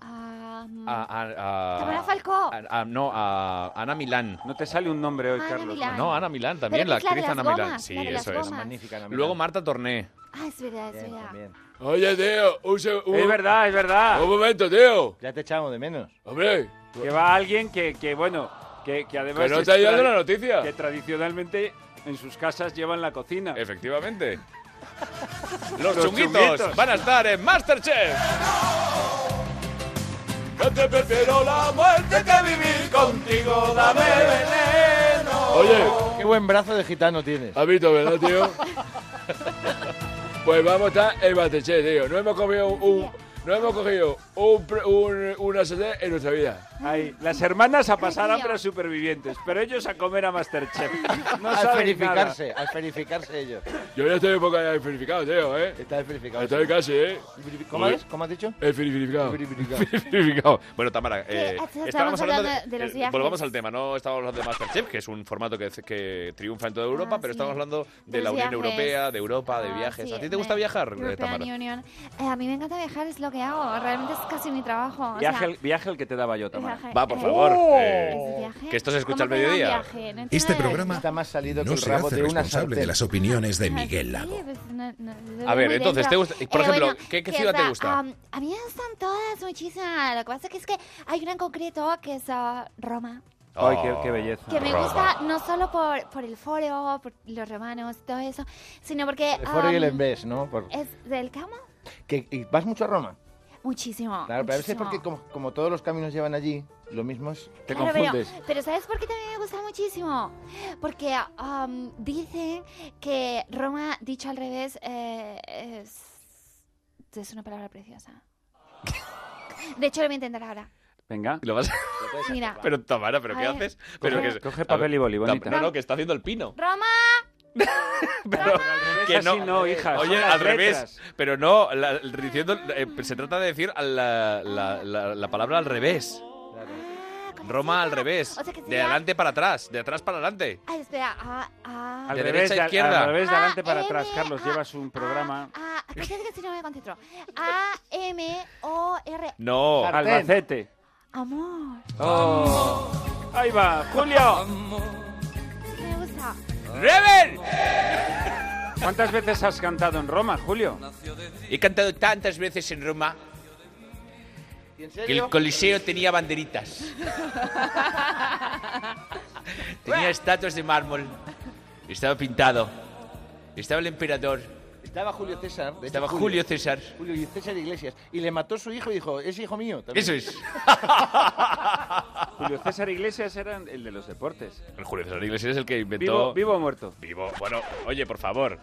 S10: Ah, mm.
S1: A, a- a-
S10: Tamara Falcó.
S1: a- a- Ah, no, a Ana Milán.
S8: No te sale un nombre hoy,
S10: Ana Carlos. Milán.
S1: No, Ana Milán también,
S10: Pero
S1: la
S10: que es la de
S1: actriz
S10: las
S1: Ana
S10: gomas,
S1: Milán.
S10: la
S1: Sí,
S10: de las
S1: eso es.
S10: gomas.
S1: Luego Marta Torné.
S10: Ah, es verdad, es verdad.
S11: Oye, tío, un se- un-
S8: Es verdad, es verdad.
S11: Un momento, tío.
S3: Ya te echamos de menos.
S11: Hombre.
S8: Que va alguien que, que, bueno, que, que además...
S11: Que no
S8: es
S11: te ha llegado
S8: tra-
S11: la noticia.
S8: Que tradicionalmente en sus casas llevan la cocina. *laughs*
S1: Efectivamente. Los, chunguitos, van a estar en Masterchef.
S11: Yo te prefiero la muerte que vivir contigo, dame veneno. Oye,
S3: Qué buen brazo de gitano tienes.
S11: has visto, ¿verdad,
S3: *laughs*
S11: tío? Pues vamos a estar en Bateche, tío. No hemos comido un... No hemos cogido un, pre- un, una sede en nuestra vida.
S8: Ahí, las hermanas a pasar hambre a supervivientes, pero ellos a comer a
S10: *laughs*
S8: Masterchef. No
S3: al
S8: saben nada.
S3: verificarse, al verificarse ellos.
S11: Yo ya estoy un poco verificado, tío, ¿eh?
S3: Estás verificado.
S11: Estoy casi, ¿eh?
S3: ¿Cómo
S11: Joder.
S3: es? ¿Cómo has dicho?
S11: Eh, verificado.
S1: *laughs* Verificado. Bueno, Tamara, eh,
S10: Estábamos
S1: estábamos hablando de,
S10: hablando de los
S1: eh,
S10: viajes.
S1: Volvamos al tema, no estábamos hablando de Masterchef, que es un formato que, que triunfa en toda Europa,
S10: Ah,
S1: pero
S10: sí.
S1: estábamos hablando de,
S10: De
S1: la
S10: los
S1: Unión
S10: viajes. Ah,
S1: Europea, de Europa, Ah, de viajes.
S10: Sí,
S1: ¿A ti te
S10: me-
S1: gusta viajar, eh,
S10: European
S1: Tamara?
S10: Union. Eh, a mí me encanta viajar, es lo que hago. Realmente es casi mi trabajo. o
S8: Viaje, ¡Oh!
S10: sea,
S8: el- viaje el que te daba yo, Tamara.
S10: viaje-
S1: Va, por
S10: eh,
S1: favor.
S10: ¿es
S1: eh,
S10: viaje?
S1: que esto se escucha al
S10: ¿Cómo que no
S1: mediodía.
S10: viaje? No
S12: Este
S10: entiendo.
S12: programa
S3: Está más salido que
S12: no
S3: el
S12: se
S3: rabo
S12: hace
S3: de una
S12: responsable
S3: sartén.
S12: de las opiniones de Miguel
S10: Sí,
S12: Lago.
S10: pues, no- no-
S1: A ver,
S10: muy
S1: entonces,
S10: dentro.
S1: ¿te gusta- por ejemplo, ¿qué- qué
S10: que
S1: ciudad te
S10: va,
S1: gusta?
S10: am, a mí me gustan todas muchísimas. Lo que pasa que es que hay una en concreto que es ah, Roma.
S8: Ay, qué, qué belleza.
S10: Que me gusta no solo por, por el foro, por los romanos, todo eso, sino porque...
S3: El foro y el
S10: am,
S3: envés, ¿no? Por-
S10: um, ¿Es del camo?
S3: que, y vas mucho a Roma.
S10: Muchísimo.
S3: Claro, pero a veces
S10: muchísimo.
S3: porque como, como todos los caminos llevan allí, lo mismo es... Te
S10: Claro, pero- Pero, ¿sabes por qué también me gusta muchísimo? Porque am, dicen que Roma, dicho al revés, eh, es, es una palabra preciosa. *laughs* De hecho, lo voy a intentar ahora.
S8: Venga.
S1: Lo vas-
S10: Mira.
S1: Pero Tamara, ¿pero
S10: A
S1: qué
S10: ver.
S1: haces?
S10: Coge-
S1: Pero
S8: coge papel y boli,
S1: Tam-
S8: bonita.
S1: No, no, que está haciendo el pino.
S10: ¡Roma!
S8: Que no, no, hija.
S1: eh, Oye, al revés. Pero no, la- diciendo, eh, se trata de decir a la, la- la- la palabra al revés. Roma al revés.
S10: O sea que
S1: de
S10: sería-
S1: adelante para atrás, de atrás para adelante.
S10: Ay, espera. Ah, ah,
S8: Al
S1: De
S8: revés,
S1: derecha a
S8: de-
S1: izquierda.
S8: Al revés, de adelante para
S10: A,
S8: atrás.
S10: M,
S8: Carlos,
S10: A,
S8: llevas un programa.
S10: eh, ah, ¿Qué es que si no me concentro? A-M-O-R.
S1: No.
S8: Albacete. Oh.
S10: Amor.
S8: Ahí va, Julio.
S10: ¿Qué me gusta?
S1: ¡Rebel!
S8: ¿Cuántas veces has cantado en Roma, Julio?
S1: He cantado tantas veces en Roma que el *laughs* Coliseo tenía banderitas. Tenía estatuas de mármol. Estaba pintado. Estaba el emperador.
S8: Este
S3: Estaba Julio César. de hecho,
S1: Estaba Julio César.
S3: Julio y César Iglesias. Y le mató su hijo y dijo, es hijo mío. también".
S1: Eso es.
S8: Julio César Iglesias era el de los deportes.
S1: El Julio César Iglesias es el que inventó.
S8: ¿Vivo, vivo o muerto?
S1: Vivo. Bueno, oye, por favor.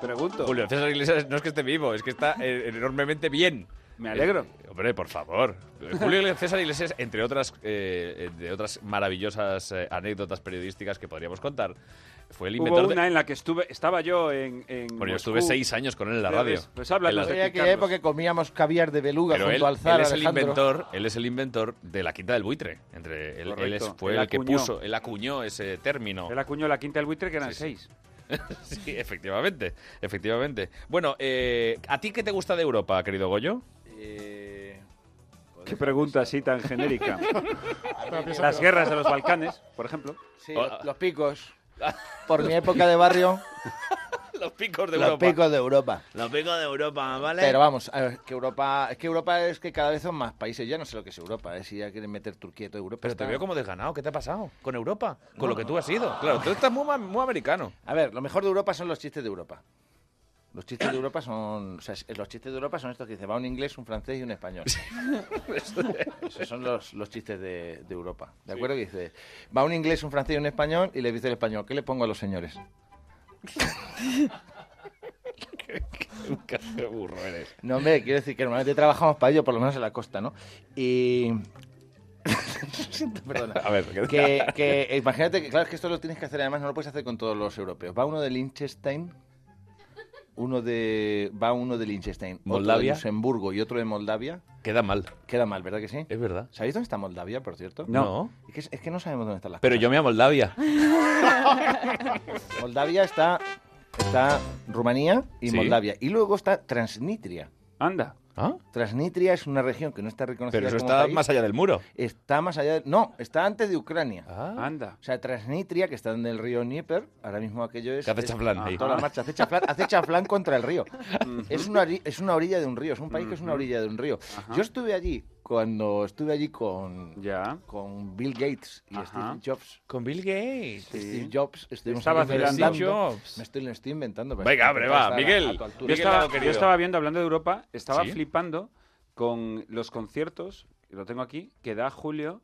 S8: Pregunto.
S1: Julio César Iglesias no es que esté vivo, es que está eh, enormemente bien.
S8: Me alegro.
S1: Eh, hombre, por favor. Julio César Iglesias, entre otras, eh, de otras maravillosas eh, anécdotas periodísticas que podríamos contar, fue el
S8: Hubo
S1: inventor de...
S8: una en la que estuve, estaba yo en. en
S1: Bueno, yo
S8: Moscú.
S1: estuve seis años con él en la
S8: Ya
S1: radio.
S8: ves, Pues háblanos
S1: En la-
S3: Era aquella época que comíamos caviar de beluga
S1: Pero
S3: junto
S1: él,
S3: al Zara
S1: él es el
S3: Alejandro.
S1: inventor, él es el inventor de la quinta del buitre. Entre él, él
S8: Correcto.
S1: es- fue
S8: Él
S1: el que
S8: acuñó.
S1: puso, él acuñó ese término.
S8: Él acuñó la quinta del buitre, que eran seis.
S1: *laughs* Sí, efectivamente, efectivamente. Bueno, eh, ¿a ti qué te gusta de Europa, querido Goyo?
S3: Eh, pues
S8: Qué pregunta así tan
S3: *laughs*
S8: genérica.
S3: pienso
S8: Las
S3: que-
S8: guerras de los Balcanes, por ejemplo.
S3: Sí,
S1: Oh.
S3: los, los picos. Por mi época de barrio,
S1: *laughs* Los picos de
S3: los
S1: Europa.
S3: picos de Europa.
S1: Los picos de Europa, ¿vale?
S3: Pero vamos, a ver, que Europa, es que Europa es que cada vez son más países. Ya no sé lo que es Europa, eh, si ya quieren meter Turquía y toda Europa.
S1: Pero te
S3: está-
S1: veo como desganado. ¿Qué te ha pasado con Europa? Con lo que tú has ido. Claro, tú estás muy, ma- muy americano.
S3: A ver, lo mejor de Europa son los chistes de Europa. Los chistes de Europa son, o sea, es- los chistes de Europa son estos que dice va un inglés, un francés y un español. *laughs* Esos son los, los chistes de, de Europa. ¿De acuerdo? Que dice, va un inglés, un francés y un español y le dice el español, ¿qué le pongo a los señores?
S1: Qué burro eres.
S3: No, hombre, quiero decir que normalmente trabajamos para ello, por lo menos en la costa, ¿no? Y... *laughs* Siento, perdona.
S1: A ver, ¿qué-
S3: Que, que imagínate que, claro, es que esto lo tienes que hacer, además no lo puedes hacer con todos los europeos. Va uno de Liechtenstein, uno de, va uno de Liechtenstein, otro de
S1: Moldavia.
S3: Luxemburgo y otro de Moldavia.
S1: queda mal.
S3: Queda mal, ¿verdad que sí?
S1: Es verdad.
S3: ¿Sabéis dónde está Moldavia, por cierto?
S1: No.
S3: Es que, es que no sabemos dónde están las
S1: Pero yo me amo Moldavia.
S3: cosas. Moldavia está, está Rumanía y
S1: Sí.
S3: Moldavia. Y luego está Transnistria.
S8: Anda.
S3: Transnistria es una región que no está reconocida.
S1: Ah. Pero eso
S3: como
S1: está
S3: país.
S1: más allá del muro. Ah.
S3: Está más allá. de- no, está antes de Ucrania.
S8: Anda.
S3: O sea, Transnistria, que está en el río Dnieper, ahora mismo aquello es.
S1: Que hace
S3: es-
S1: chaflán ahí.
S3: Toda la marcha. Hace chaflán, hace chaflán contra el
S8: *laughs*
S3: río. es, una, ori- es una orilla de un río. Es un país que es una
S8: Ujú.
S3: orilla de un río.
S8: Ajá.
S3: Yo estuve allí cuando estuve allí con, con Bill Gates
S1: Ah.
S3: y Steve Jobs.
S1: Con Bill Gates.
S3: Steve Jobs. pues, estuvimos
S8: Estaba
S3: hablando-
S8: vacilando.
S3: Steve
S8: Jobs.
S3: Me estoy, lo estoy inventando. pero
S1: Venga,
S3: es que
S1: hombre,
S3: no
S1: va,
S3: está a la-
S1: Miguel.
S3: a tu altura.
S1: Tú,
S8: Yo
S1: Miguel,
S8: estaba,
S1: lado querido.
S8: yo estaba viendo, hablando de Europa, estaba
S1: ¿Sí?
S8: flipando con los conciertos, y lo tengo aquí, que da Julio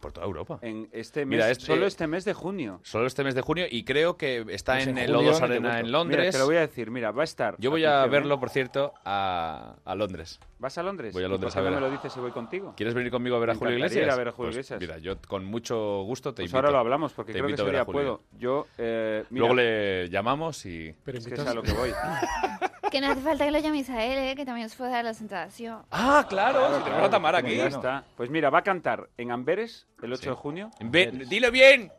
S1: Por toda Europa.
S8: en este mes,
S1: Mira, este-
S8: solo este mes de junio.
S1: Solo este mes de junio y creo que está
S8: Pues en
S1: en, el
S8: julio ni
S1: Lodos
S8: te
S1: Arena
S8: cuento.
S1: en Londres.
S8: Mira, te lo voy a decir, mira, va a estar.
S1: Yo voy a
S8: Atención, ¿eh?
S1: verlo, por cierto, a, a Londres.
S8: ¿Vas a Londres?
S1: Voy a
S8: ¿Y
S1: Londres
S8: por
S1: a
S8: qué no
S1: ver.
S8: me lo dices si voy contigo?
S1: ¿Quieres venir conmigo a ver a
S8: Me
S1: Julio
S8: encantaría
S1: Iglesias?
S8: ir a ver a Julio
S1: Pues
S8: Iglesias.
S1: Mira, yo con mucho gusto te
S8: Pues
S1: invito.
S8: ahora lo hablamos, porque
S1: Te
S8: creo que
S1: invito a ver
S8: sería
S1: a Julio.
S8: puedo. Yo, eh, mira,
S1: Luego le llamamos y.
S8: Pero Es que es a lo que *laughs* voy.
S6: Que no hace falta que lo llames a él, ¿eh? que también os puede dar la tentación.
S1: Ah, claro, si tenemos a Tamara aquí.
S8: Ya está. Pues mira, va a cantar en Amberes el 8 de junio.
S1: Ve- dilo bien.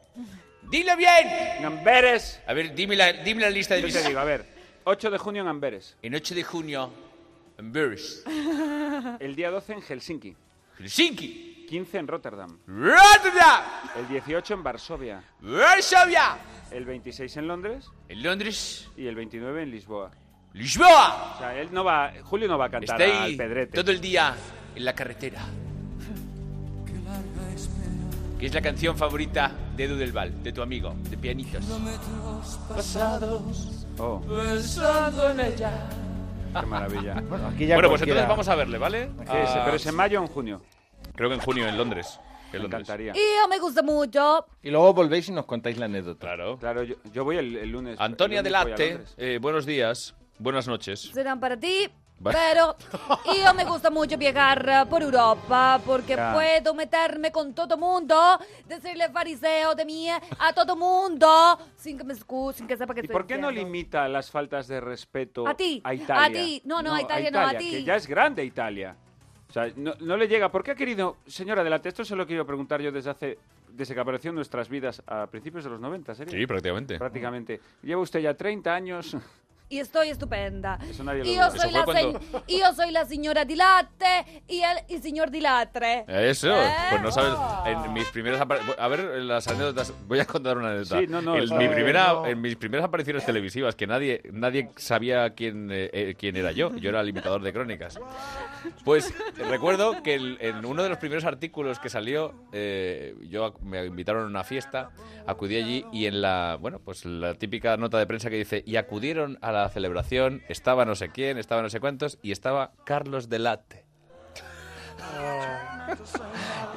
S1: Dilo bien.
S8: En Amberes.
S1: A ver, dime la, dime la lista de
S8: Yo
S1: mis-
S8: te digo, a ver, 8 de junio en Amberes.
S1: En 8 de junio, Amberes.
S8: El día 12 en Helsinki.
S1: Helsinki.
S8: 15 en Rotterdam.
S1: ¡Rotterdam!
S8: El 18 en Varsovia.
S1: ¡Varsovia!
S8: El 26 en Londres.
S1: En Londres.
S8: Y el 29 en Lisboa.
S1: ¡Lisboa!
S8: O sea, él no va, Julio no va a cantar
S1: Estoy
S8: al pedrete.
S1: todo el día en la carretera. Que es la canción favorita de Dudelval, de tu amigo, de Pianitos.
S13: Kilómetros pasados
S8: Oh,
S13: pensando en ella.
S8: qué maravilla. bueno,
S3: aquí
S1: ya *laughs* Bueno, pues cualquiera- entonces vamos a verle, ¿vale? Ah,
S8: Eh, pero es en mayo o en junio.
S1: Creo que en junio en Londres. En Londres.
S8: encantaría.
S6: Y me gusta mucho.
S3: Y luego volvéis y nos contáis la anécdota.
S1: Claro.
S8: Claro, yo, yo voy el, el lunes.
S1: Antonia
S8: el lunes voy a
S1: Delate,
S8: Londres.
S1: eh, buenos días, buenas noches.
S6: Serán para ti.
S1: Va-
S6: Pero yo me gusta mucho viajar eh, por Europa porque
S1: Ya.
S6: puedo meterme con todo mundo, decirle fariseo de mí a todo mundo sin que me escuche, sin que sepa que
S8: ¿Y
S6: estoy
S8: por qué no
S6: diciendo.
S8: limita las faltas de respeto
S6: A ti,
S8: a Italia?
S6: a ti. No, no, a Italia no, a ti.
S8: Que ya es grande Italia. O sea, no, no le llega. ¿Por qué ha querido, señora Delate, esto se lo quiero preguntar yo desde hace, desde que apareció en nuestras vidas a principios de los 90, ¿sería?
S1: Sí, prácticamente.
S8: Prácticamente. Lleva usted ya 30 años. *laughs*
S6: Y estoy estupenda.
S8: Eso nadie lo
S6: Y
S8: duda.
S6: yo, soy la se- y yo soy la señora Dilate y el y señor Dilatre.
S1: Eso,
S6: ¿Eh?
S1: pues no sabes. En mis primeras apar- a ver las anécdotas, voy a contar una anécdota.
S8: Sí, no, no,
S1: en,
S8: está
S1: mi
S8: bien,
S1: primera,
S8: no.
S1: en mis primeras apariciones televisivas, que nadie, nadie sabía quién, eh, eh, quién era yo, yo era el imitador de crónicas. Pues recuerdo que el- en uno de los primeros artículos que salió, eh, yo ac- me invitaron a una fiesta, acudí allí y en la, bueno, pues la típica nota de prensa que dice, y acudieron a la celebración, estaba no sé quién, estaba no sé cuántos, y estaba Carlos Delate.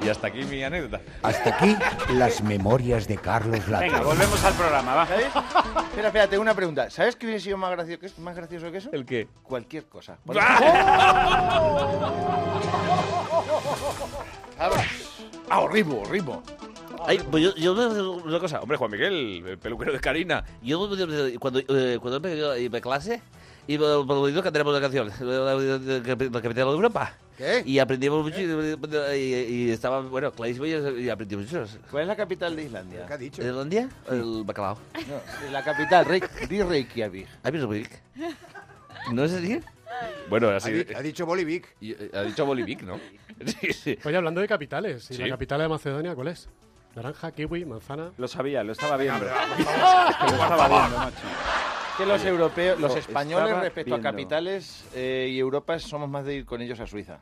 S1: Y hasta aquí mi anécdota.
S14: Hasta aquí las memorias de Carlos Latre.
S8: Venga, volvemos al programa, va.
S3: ¿Sabes? Espera, espérate, una pregunta. ¿Sabes qué hubiera sido más gracioso que eso? ¿Más gracioso que eso?
S1: ¿El qué?
S3: Cualquier
S8: *laughs*
S3: cosa. Por
S1: ¡Ah, ritmo, ritmo! Ay, pues yo, yo una cosa, hombre, Juan Miguel, el peluquero de Karina.
S15: Yo cuando, eh, cuando empecé a clase, y por por lo menos cantaremos la canción, *laughs* la la- la capital de Europa.
S3: ¿Qué?
S15: Y aprendimos mucho, y, y- y estaba, bueno, clarísimo, y, y aprendí mucho.
S3: ¿Cuál
S8: ¡Ah!
S3: es la capital de Islandia? ¿Qué ha dicho?
S15: ¿De Islandia? El bacalao.
S3: No, la capital, Reik- di Reykjavik.
S15: ¿Has visto Reykjavik? ¿No es así?
S1: Bueno,
S16: Ha, di- ha dicho Bolivic.
S1: eh, Ha dicho Bolivic, ¿no?
S2: Oye, hablando de capitales, ¿y
S8: Sí.
S2: la capital de Macedonia cuál es? Naranja, kiwi, manzana.
S8: Lo sabía, lo estaba viendo. *laughs*
S2: favor.
S8: lo estaba viendo, macho.
S3: Que los
S8: Oye,
S3: europeos, los
S8: lo
S3: españoles
S8: estaba
S3: respecto
S8: viendo.
S3: a capitales eh, y Europa somos más de ir con ellos a
S1: *laughs*
S3: Suiza.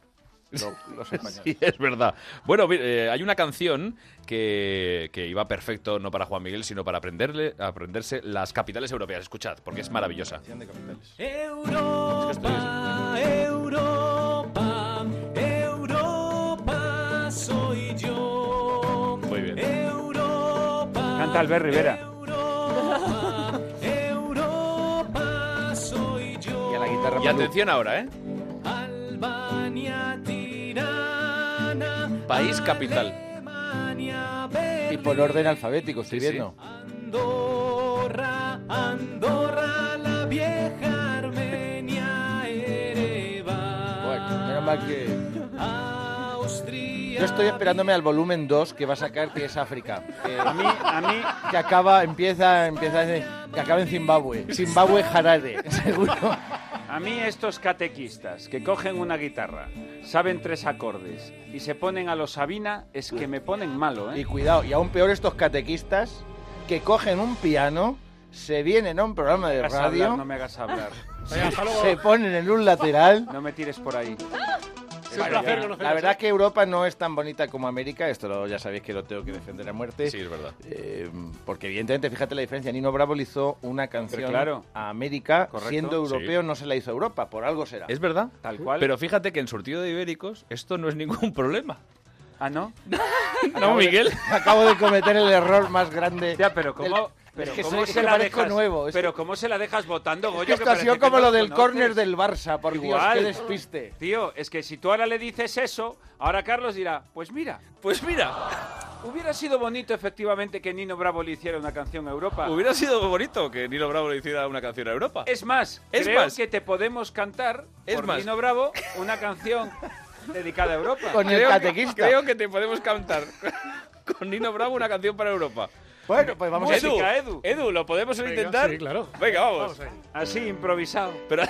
S3: Lo-
S8: *laughs*
S3: los españoles.
S1: Sí, es verdad. Bueno, mi- eh, hay una canción que, que iba perfecto no para Juan Miguel, sino para aprenderle, aprenderse las capitales europeas. Escuchad, porque es maravillosa.
S13: Europa, Europa, Europa soy yo.
S1: Muy bien.
S13: Europa,
S8: Canta Albert Rivera.
S13: Europa, Europa soy yo.
S8: Y a la guitarra
S1: Y atención ahora, ¿eh?
S13: Albania tirana,
S8: Ah.
S1: País capital.
S13: Alemania Berlín,
S3: Y por orden alfabético, estoy
S1: Sí, sí.
S3: viendo.
S13: Andorra, Andorra la vieja Armenia Ereba,
S3: Bueno, menos mal que...
S13: Austria.
S3: Yo estoy esperándome al volumen 2 que va a sacar, que es África. Que,
S8: Eh, a mí, a mí...
S3: Que acaba, empieza, empieza, que acaba en Zimbabue. Zimbabue Harare, seguro.
S8: A A mí estos catequistas que cogen una guitarra, saben tres acordes y se ponen a los Sabina es que me ponen malo, ¿eh?
S3: Y cuidado, y aún peor estos catequistas que cogen un piano, se vienen a un programa de
S8: hagas
S3: radio,
S8: hablar, no me hagas hablar.
S3: se- se ponen en un lateral.
S8: No me tires por ahí.
S3: Bueno, la
S8: eh.
S3: verdad que Europa no es tan bonita como América, esto lo- ya sabéis que lo tengo que defender a muerte.
S17: Sí, es verdad.
S3: Eh, porque evidentemente, fíjate la diferencia, Nino Bravo le hizo una canción
S8: claro.
S3: a América,
S8: Correcto.
S3: siendo europeo no se la hizo a Europa, por algo será.
S17: Es verdad.
S8: Tal Pues cual.
S17: Pero fíjate que en surtido de ibéricos esto no
S1: *laughs*
S17: es ningún problema.
S8: Ah, ¿no?
S17: no,
S3: de-
S17: Miguel.
S3: *laughs* acabo de cometer el error más grande.
S8: Ya, pero
S3: del-
S8: ¿cómo, pero
S3: es que
S8: cómo
S3: soy-
S8: se
S3: que
S8: la
S3: parezco
S8: dejas?
S3: nuevo. es
S8: Pero ¿cómo se la dejas votando, Goyo?
S3: que esto ha
S8: parece
S3: sido
S8: que
S3: como
S8: no
S3: lo del
S8: conoces?
S3: córner del Barça, por Dios, qué despiste.
S8: Tío, es que si tú ahora le dices eso, ahora Carlos dirá, pues mira.
S17: Pues mira.
S8: Hubiera sido bonito efectivamente que Nino Bravo le hiciera una canción a Europa.
S17: Hubiera sido bonito que Nilo Bravo le hiciera una canción a Europa.
S8: Es más,
S17: Es
S8: creo
S17: más.
S8: que te podemos cantar
S17: Es
S8: por
S17: más.
S8: Nino Bravo una canción dedicada a Europa.
S17: Creo que- creo que te podemos cantar con Nino Bravo una canción para Europa.
S3: Bueno, pues
S8: vamos a-
S17: Edu,
S8: Música,
S17: Edu. Edu, ¿lo podemos
S8: Venga,
S17: intentar?
S8: sí, claro.
S17: Venga, vamos.
S8: Vamos ahí. Así, improvisado.
S17: Pero,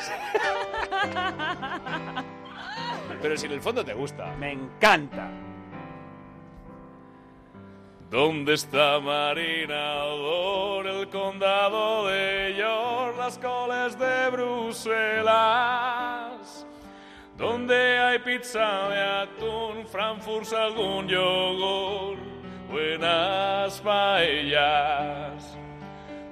S17: pero si en el fondo te gusta.
S8: Me encanta.
S17: ¿Dónde está Marinador, el condado de York, las coles de Bruselas? ¿Dónde hay pizza de atún, Frankfurt, algún yogur, buenas paellas?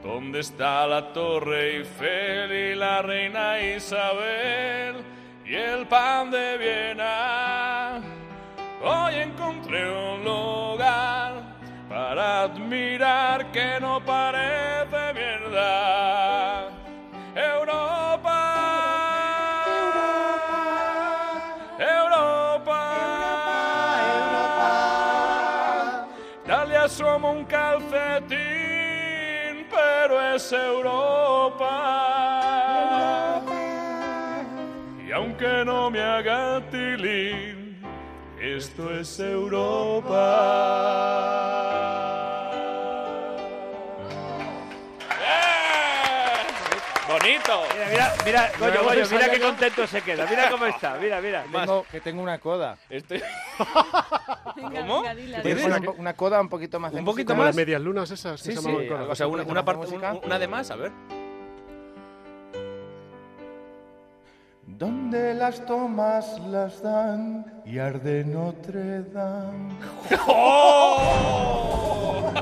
S17: ¿Dónde está la Torre Eiffel y la Reina Isabel y el pan de Viena? Hoy encontré un lugar para admirar que no parece mierda. Europa, Europa, Europa, Italia somos un calcetín, pero es Europa. Y aunque no me haga tilín, esto es Europa. Bonito.
S8: Mira, mira, mira, Goyo,
S3: Luego
S8: Goyo,
S3: se
S8: mira
S3: sale
S8: qué
S3: yo.
S8: contento se queda. Mira cómo está, mira, mira.
S3: Que tengo, que tengo una coda.
S17: Estoy...
S8: ¿Cómo?
S3: Que
S8: dila,
S3: tengo
S8: dila.
S3: una, co- una coda un poquito más de
S17: Un poquito
S3: música.
S17: más.
S1: Las medias lunas esas que
S17: Sí,
S1: se
S17: sí.
S1: llamaban codas.
S17: O sea, una,
S1: Un poquito
S17: una
S1: más de
S17: parte,
S1: música.
S17: un- una de más, a ver.
S18: Donde las tomas
S8: *laughs*
S18: las dan y arde Notre Dame.
S8: ¡Oh!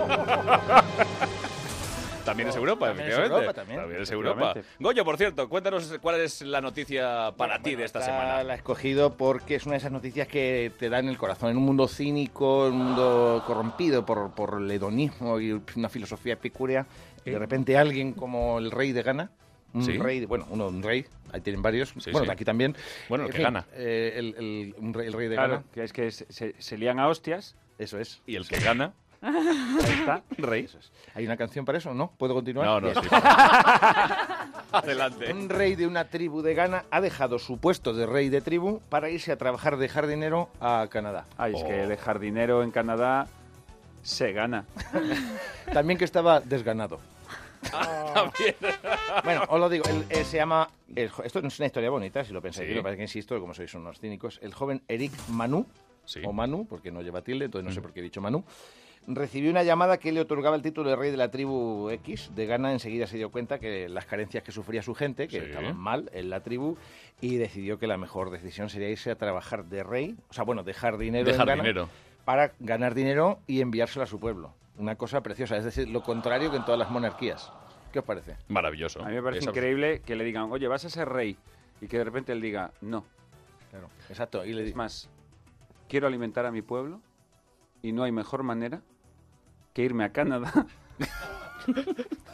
S17: También es Europa,
S3: También es
S17: efectivamente.
S3: Europa, también.
S17: es Europa. Goyo, por cierto, cuéntanos cuál es la noticia para ti de esta semana.
S3: La he escogido porque es una de esas noticias que te dan el corazón. En un mundo cínico, en un mundo corrompido por, por el hedonismo y una filosofía epicúrea, de repente alguien como el rey de Ghana, un
S17: Eh. Sí.
S3: rey, de- bueno, uno, un rey, ahí tienen varios, bueno,
S17: sí.
S3: de aquí también.
S17: Bueno, el
S3: En
S17: que
S3: fin,
S17: gana.
S3: eh, el, el- un rey, el rey de
S8: Claro,
S3: Ghana.
S8: que es que se, se- se lían a hostias.
S3: Eso es.
S17: Y el que gana.
S8: Ahí está.
S17: Rey.
S3: ¿Hay una canción para eso? ¿No? ¿Puedo continuar?
S17: No, no,
S3: Bien. *laughs*
S17: sí. Adelante.
S3: Un rey de una tribu de Ghana ha dejado su puesto de rey de tribu para irse a trabajar de jardinero a Canadá.
S8: Ay, es
S3: Oh.
S8: que de jardinero en Canadá se gana.
S3: *laughs* También que estaba desganado.
S8: Ah,
S6: *laughs*
S17: También.
S3: Bueno, os lo digo, él, eh, se llama... el jo- esto no es una historia bonita, si lo pensáis,
S17: Sí.
S3: lo que pasa es que insisto, como sois unos cínicos, el joven Eric Manu, o Manu, porque no lleva tilde, entonces
S17: Mm.
S3: no sé por qué he dicho Manu, recibió una llamada que le otorgaba el título de rey de la tribu X de Ghana, enseguida se dio cuenta que las carencias que sufría su gente, que
S17: Sí.
S3: estaban mal en la tribu, y decidió que la mejor decisión sería irse a trabajar de rey, o sea, bueno, dejar dinero
S17: Dejar
S3: en Ghana
S17: dinero.
S3: para ganar dinero y enviárselo a su pueblo. Una cosa preciosa, es decir, lo contrario que en todas las monarquías. ¿Qué os parece?
S17: Maravilloso.
S8: A mí me parece
S3: Esa-
S8: increíble que le digan, oye, vas a ser rey. Y que de repente él diga, no.
S3: Claro, exacto. Y le
S8: es más, quiero alimentar a mi pueblo y no hay mejor manera que irme a Canadá *laughs*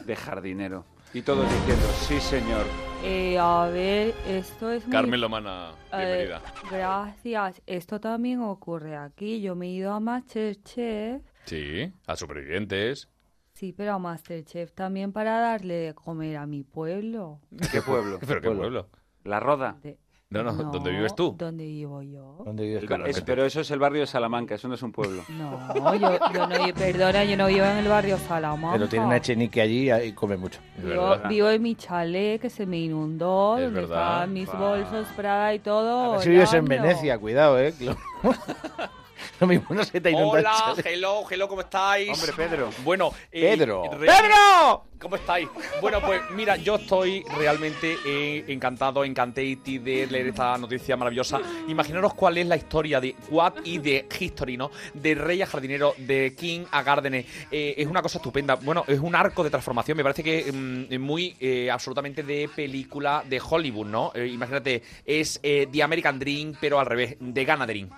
S8: de jardinero. Y todos diciendo, sí, señor.
S6: Eh, a ver, esto es muy-
S17: Carmen Lomana,
S6: Eh,
S17: bienvenida.
S6: gracias. Esto también ocurre aquí. Yo me he ido a Masterchef,
S17: Sí, a supervivientes.
S6: sí, pero a Masterchef también para darle de comer a mi pueblo.
S8: ¿Qué pueblo?
S17: ¿Pero qué pueblo?
S8: La Roda.
S6: De-
S1: No, no,
S6: No,
S1: ¿dónde vives tú?
S6: ¿Dónde vivo yo?
S3: vives,
S1: Claro,
S8: Es-
S1: gente.
S8: pero eso es el barrio de Salamanca, eso no es un pueblo.
S6: No, yo, yo no vivo, perdona, yo no vivo en el barrio Salamanca.
S3: Pero tiene una chenique allí y come mucho.
S6: Yo vivo en mi chalet que se me inundó,
S3: Es
S6: donde
S3: verdad.
S6: estaban mis
S3: Va.
S6: bolsos Prada y todo.
S3: Si vives en
S6: olando.
S3: Venecia, cuidado, eh. Lo, *laughs* Lo mismo no se te inunda el
S1: Hola,
S3: chale.
S1: hello, hello, ¿cómo estáis?
S3: Hombre,
S1: Pedro. Bueno,
S3: Pedro.
S1: ¡Pedro! ¿Cómo estáis? Bueno, pues mira, yo estoy realmente eh, encantado, encantated de leer esta noticia maravillosa. Imaginaros cuál es la historia de What y de History, ¿no? De Rey a Jardinero, de King a Gardener. Eh, es una cosa estupenda. Bueno, es un arco de transformación. Me parece que mm, muy eh, absolutamente de película de Hollywood, ¿no? Eh, imagínate, es eh, The American Dream, pero al revés, de Eh, Ganaderín.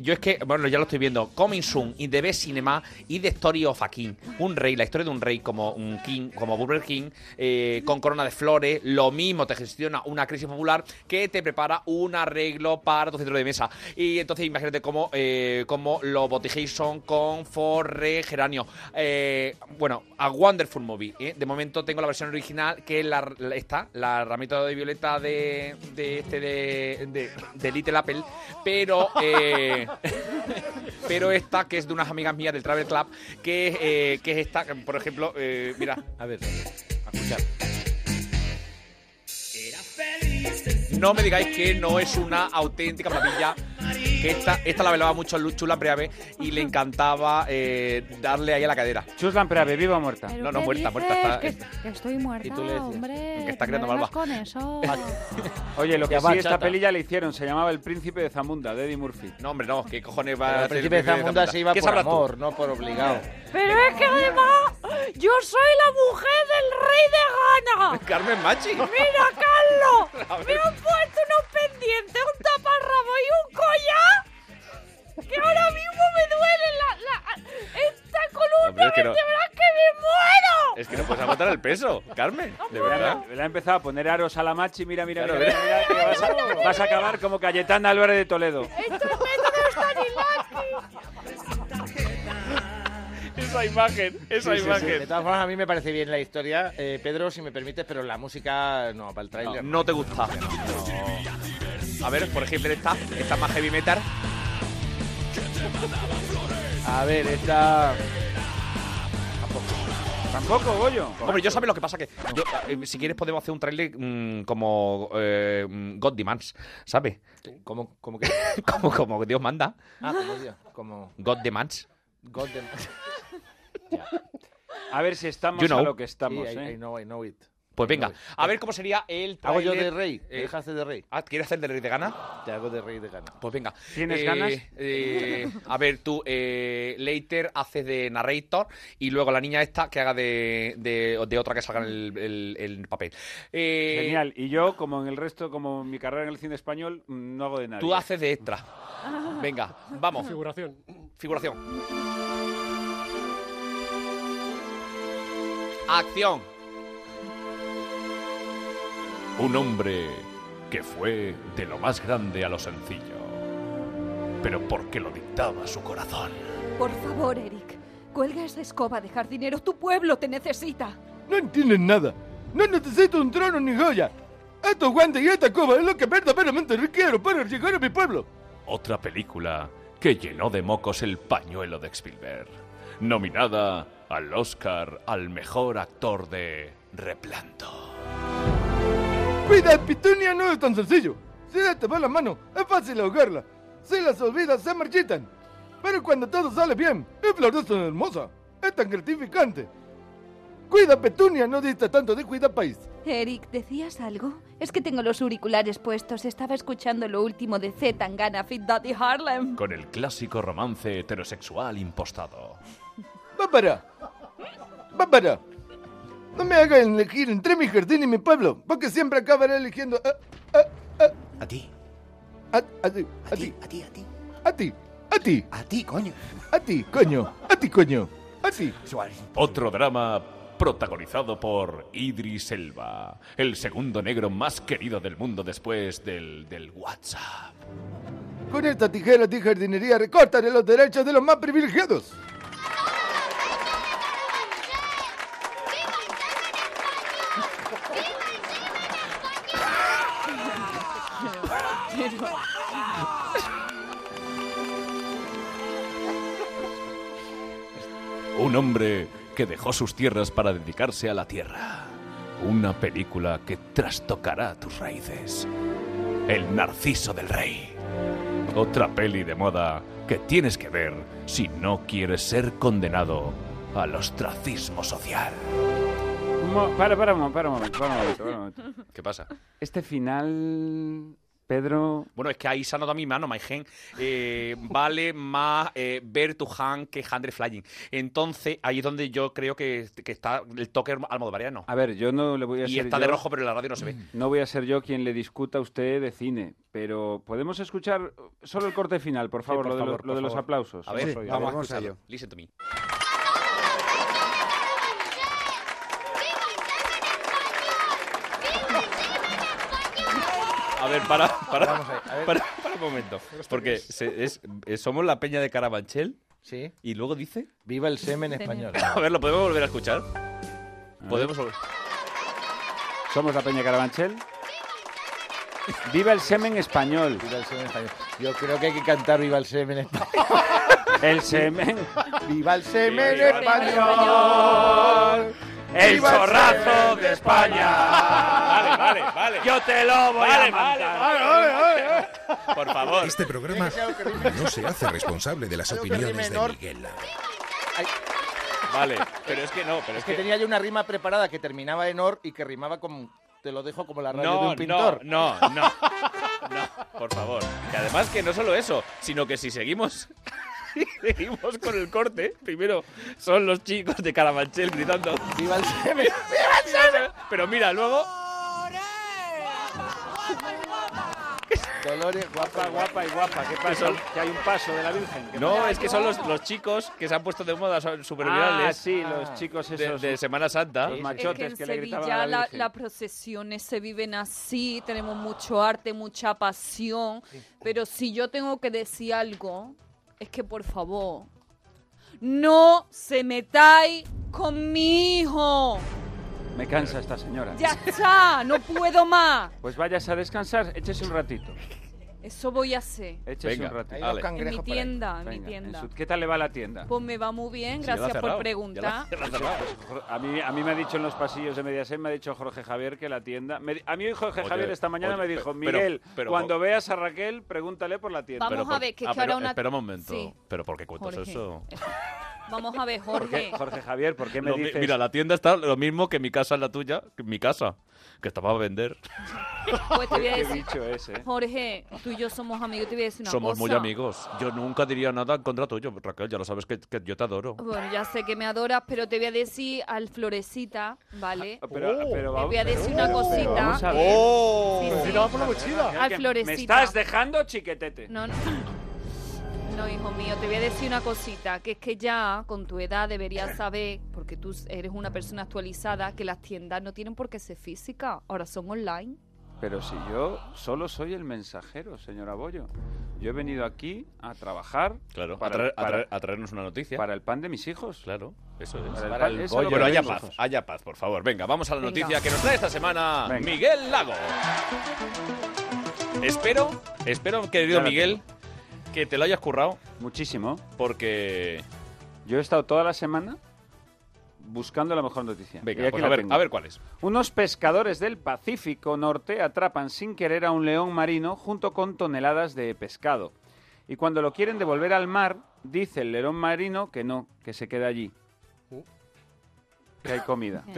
S1: yo es que, bueno, ya lo estoy viendo. Coming Soon, In the Best Cinema y The Story of a King. Un rey, la historia de un rey como un king, como Burger King, eh, con corona de flores. Lo mismo, te gestiona una crisis popular que te prepara un arreglo para tu centro de mesa. Y entonces imagínate cómo, eh, cómo los botijín son con Forre Geranio. Eh, bueno, a Wonderful Movie. ¿eh? De momento tengo la versión original que es la, la- esta, la ramita de violeta de, de este de, de, de Little Apple, pero eh, *laughs* pero esta que es de unas amigas mías del Travel Club, que es, eh, que es esta, por ejemplo, eh, mira, a ver, a escuchar. No me digáis que no es una auténtica maravilla. Que esta, esta la velaba mucho Luz Chula Preave y le encantaba eh, darle ahí a la cadera.
S8: Chuslan Preave, viva o muerta.
S6: ¿Pero
S1: No, no,
S6: qué
S1: muerta, muerta.
S6: dices?
S1: Está,
S6: Que, que estoy muerta,
S1: Y tú le decías,
S6: hombre.
S1: que está
S6: no
S1: creando Malva.
S6: vengas con
S19: oh.
S6: eso.
S1: *laughs*
S8: Oye, lo que
S1: Ya
S8: sí,
S1: va,
S8: esta
S1: chata.
S8: peli ya la hicieron, se llamaba El Príncipe de Zamunda, de Eddie Murphy.
S1: No, hombre, no, ¿qué cojones
S3: Pero
S1: va a
S3: el
S1: hacer
S3: príncipe de Zamunda se iba
S1: ¿Qué
S3: por
S1: sabrás tú?
S3: amor, no por obligado.
S6: Pero es que además, yo soy la mujer del rey de Ghana.
S1: Carmen Machi.
S6: Mira,
S1: *laughs*
S6: Carlos, me han puesto unos pendientes, un taparrabo y un collar. Que ahora mismo me duele la, la- esta columna
S1: Hombre, es que no-
S6: vertebral que me muero.
S1: Es que no puedes aguantar el peso, Carmen, de verdad.
S8: Le ha empezado a poner aros a la machi, mira, mira,
S1: Claro,
S8: mira, mira, que vas, a, vas a acabar como Cayetana Álvarez de
S1: *laughs*
S8: Toledo.
S6: Esto es método Stanislavski.
S1: Esa imagen,
S3: Sí, sí, sí. De todas formas, a mí me parece bien la historia, eh, Pedro, si me permites, pero la música no, para el tráiler.
S1: No, te gusta. A ver, por ejemplo, esta, esta más heavy metal.
S3: A ver, esta.
S8: Tampoco, Goyo.
S1: Hombre, yo sabes lo que pasa que yo, eh, si quieres podemos hacer un tráiler mm, como eh, mm, God demands, ¿sabes?
S3: Como como que
S1: *laughs* como como Dios manda.
S3: Ah, como Dios, como
S1: God demands.
S3: God
S1: *laughs*
S3: damn-
S8: A ver si estamos
S1: You know.
S8: a lo que estamos,
S3: Sí, I-
S8: ¿eh?
S3: I know, I know it.
S1: Pues venga, a ver cómo sería el
S3: Hago
S1: tráiler.
S3: yo de rey, ¿me
S1: Eh,
S3: dejas hacer de rey?
S1: ah, ¿quieres hacer de rey de gana?
S3: Te hago de rey de gana.
S1: Pues venga.
S3: ¿Tienes
S1: Eh,
S3: ganas?
S1: eh, a ver, tú, eh, Later haces de narrator y luego la niña esta que haga de, de, de otra que salga en el, el- el papel. Eh,
S8: Genial. Y yo, como en el resto, como en mi carrera en el cine español, mm, no hago de nadie.
S1: Tú haces de extra. Venga, vamos.
S2: Figuración.
S1: Figuración. Acción.
S20: Un hombre que fue de lo más grande a lo sencillo, pero porque lo dictaba su corazón.
S19: Por favor, Eric, cuelga esa escoba de jardinero. Tu pueblo te necesita.
S18: No entienden nada. No necesito un trono ni joya. Estos guantes y esta coba es lo que verdaderamente requiero para llegar a mi pueblo.
S20: Otra película que llenó de mocos el pañuelo de Spielberg, nominada al Oscar al mejor actor de Replanto.
S18: Vida Pitunia no es tan sencillo. Si se te va la mano, es fácil ahogarla. Si las olvidas, se marchitan. Pero cuando todo sale bien, es flor tan hermosa. Es tan gratificante. Cuida Petunia, no dista tanto de cuida país.
S19: Eric, ¿decías algo? Es que tengo los auriculares puestos. Estaba escuchando lo último de Z Tangana Fit Daddy Harlem.
S20: Con el clásico romance heterosexual impostado.
S18: Bárbara. Bárbara. No me hagas elegir entre mi jardín y mi pueblo, porque siempre acabaré eligiendo a,
S21: A ti.
S18: a, a ti, a ti, a ti, a ti, a ti, a ti,
S21: a ti, coño,
S18: a ti, coño, a ti, coño, a ti.
S20: Otro drama protagonizado por Idris Elba, el segundo negro más querido del mundo después del, del WhatsApp.
S18: Con esta tijera de jardinería recortaré los derechos de los más privilegiados.
S22: Un hombre que dejó sus tierras para dedicarse a la tierra. Una película que trastocará tus raíces. El Narciso del Rey. Otra peli de moda que tienes que ver si no quieres ser condenado al ostracismo social.
S8: Mo- para, para, un mo- para un momento, para un momento, para un momento.
S1: ¿Qué pasa?
S8: Este final, Pedro...
S1: Bueno, es que ahí se ha notado mi mano, my hand.
S8: *laughs*
S1: Eh, vale más eh, ver tu hand que hand flying. Entonces, ahí es donde yo creo que, que está el toque almodovariano.
S8: A ver, yo no le voy a
S1: Y
S8: ser
S1: está de
S8: yo-
S1: rojo, pero en la radio no se ve.
S8: No voy a ser yo quien le discuta a usted de cine, pero podemos escuchar solo el corte final, por favor,
S1: por
S8: lo de, los-
S1: favor,
S8: lo
S1: por
S8: de los
S1: favor.
S8: aplausos.
S1: A ver,
S8: Vamos
S1: vamos
S8: oír.
S1: a escucharlo. Listen to me. A ver, para, para,
S3: Vamos a ver, a ver.
S1: para, para un momento. Porque se- es- eh, somos la peña de Carabanchel.
S3: Sí.
S1: Y luego dice.
S3: Viva el semen español.
S1: *laughs* A ver, ¿lo podemos volver a escuchar? Podemos.
S8: Somos la Peña Carabanchel. Viva el semen español.
S3: Viva el semen español. Yo creo que hay que cantar Viva el semen
S1: *laughs*
S3: español.
S8: El semen.
S3: Viva el semen
S13: Viva el
S3: español.
S13: El
S3: Viva
S13: chorrazo
S3: semen
S13: de
S3: *laughs*
S13: España.
S1: Vale, vale, vale. Yo te lo voy a mandar. Por favor.
S14: Este programa no se hace responsable de las
S3: Creo que rime
S14: opiniones de
S3: menor.
S14: Miguel Lara.
S1: Vale, pero es que no, pero
S3: Es que tenía yo una rima preparada que terminaba en or y que rimaba con... Te lo dejo como la radio de un pintor.
S1: No, no, no, no, por favor. Que además que no solo eso, sino que si seguimos, *laughs* si seguimos con el corte, primero son los chicos de Carabanchel gritando
S3: ¡Viva el semen!
S1: ¡Viva el semen! Pero mira, luego...
S3: *laughs* Dolores, guapa,
S8: guapa y guapa. ¿Qué
S1: Que
S8: pasa?
S1: son-
S8: Que hay un paso de la Virgen. ¿Qué
S1: No,
S8: pasa?
S1: es que son los, los chicos que se han puesto de moda, son supervirales.
S8: Ah, sí, los chicos
S1: de-
S8: esos.
S1: De, Semana Santa.
S8: Los
S6: Es que en Sevilla la- las procesiones se viven así, tenemos mucho arte, mucha pasión, pero si yo tengo que decir algo, es que por favor, no se metáis con mi hijo.
S8: Me cansa esta señora.
S6: Ya está, no puedo más.
S8: Pues vayas a descansar, échese un ratito.
S6: Eso voy a hacer.
S8: Échese
S1: Venga,
S8: un ratito.
S1: Hay unos Ale.
S6: En mi tienda, en mi
S8: Venga,
S6: tienda.
S8: su- ¿Qué tal le va la tienda?
S6: Pues me va muy bien,
S8: Sí, ya *laughs* la ha
S6: gracias
S8: cerrado,
S6: por preguntar.
S8: Pues, pues, A mí, a mí me ha dicho en los pasillos de Mediaset, me ha dicho Jorge Javier que la tienda... me di- a mí Jorge
S1: Oye,
S8: Javier esta mañana
S1: oye,
S8: me dijo,
S1: pero-
S8: Miguel,
S1: pero- pero-
S8: cuando veas a Raquel, pregúntale por la tienda.
S6: Vamos Pero a por- ver, que- ah, que ahora pero- una-
S1: Espera un momento.
S6: Sí.
S1: ¿Pero por qué cuentas
S6: Jorge.
S1: eso?
S6: Vamos a ver, Jorge.
S8: Jorge, Jorge Javier, ¿por qué me
S1: Lo mi-
S8: dices...?
S1: Mira, la tienda está lo mismo que mi casa es la tuya, que mi casa, que estaba a vender.
S6: Pues te voy a
S8: Qué
S6: decir,
S8: bicho es, ¿eh?
S6: Jorge, tú y yo somos amigos, te voy a decir una
S1: Somos
S6: cosa.
S1: muy amigos. Yo nunca diría nada en contra tuyo, Raquel. Ya lo sabes que, que yo te adoro.
S6: Bueno, ya sé que me adoras, pero te voy a decir al Florecita, ¿vale?
S8: Ah, Pero, pero
S6: Te
S8: vamos-
S6: voy a decir una
S8: pero
S6: cosita.
S8: vamos a ver. Oh.
S6: Sí, sí. Al Florecita.
S8: Me estás dejando chiquetete.
S6: No, no. No, hijo mío, te voy a decir una cosita, que es que ya con tu edad deberías saber, porque tú eres una persona actualizada, que las tiendas no tienen por qué ser físicas, ahora son online.
S8: Pero si yo solo soy el mensajero, señora Bollo. Yo he venido aquí a trabajar.
S1: Claro,
S8: para-
S1: a, traer- a
S8: para-
S1: traer- a traernos una noticia.
S8: Para el pan de mis hijos.
S1: Claro, eso es.
S8: Para el pan- eso es lo
S1: Bueno,
S8: que
S1: haya
S8: tengo.
S1: paz, haya paz, por favor. Venga, vamos a la
S8: Venga.
S1: noticia que nos trae esta semana
S8: Venga.
S1: Miguel Lago. *laughs* Espero, espero, querido
S8: Ya la
S1: Miguel, que te lo hayas currado.
S8: Muchísimo.
S1: Porque.
S8: Yo he estado toda la semana buscando la mejor noticia.
S1: Venga,
S8: Y aquí
S1: pues
S8: la
S1: a ver,
S8: tengo.
S1: a ver cuál es.
S8: Unos pescadores del Pacífico Norte atrapan sin querer a un león marino junto con toneladas de pescado. Y cuando lo quieren devolver al mar, dice el león marino que no, que se queda allí. Que hay comida.
S3: *laughs*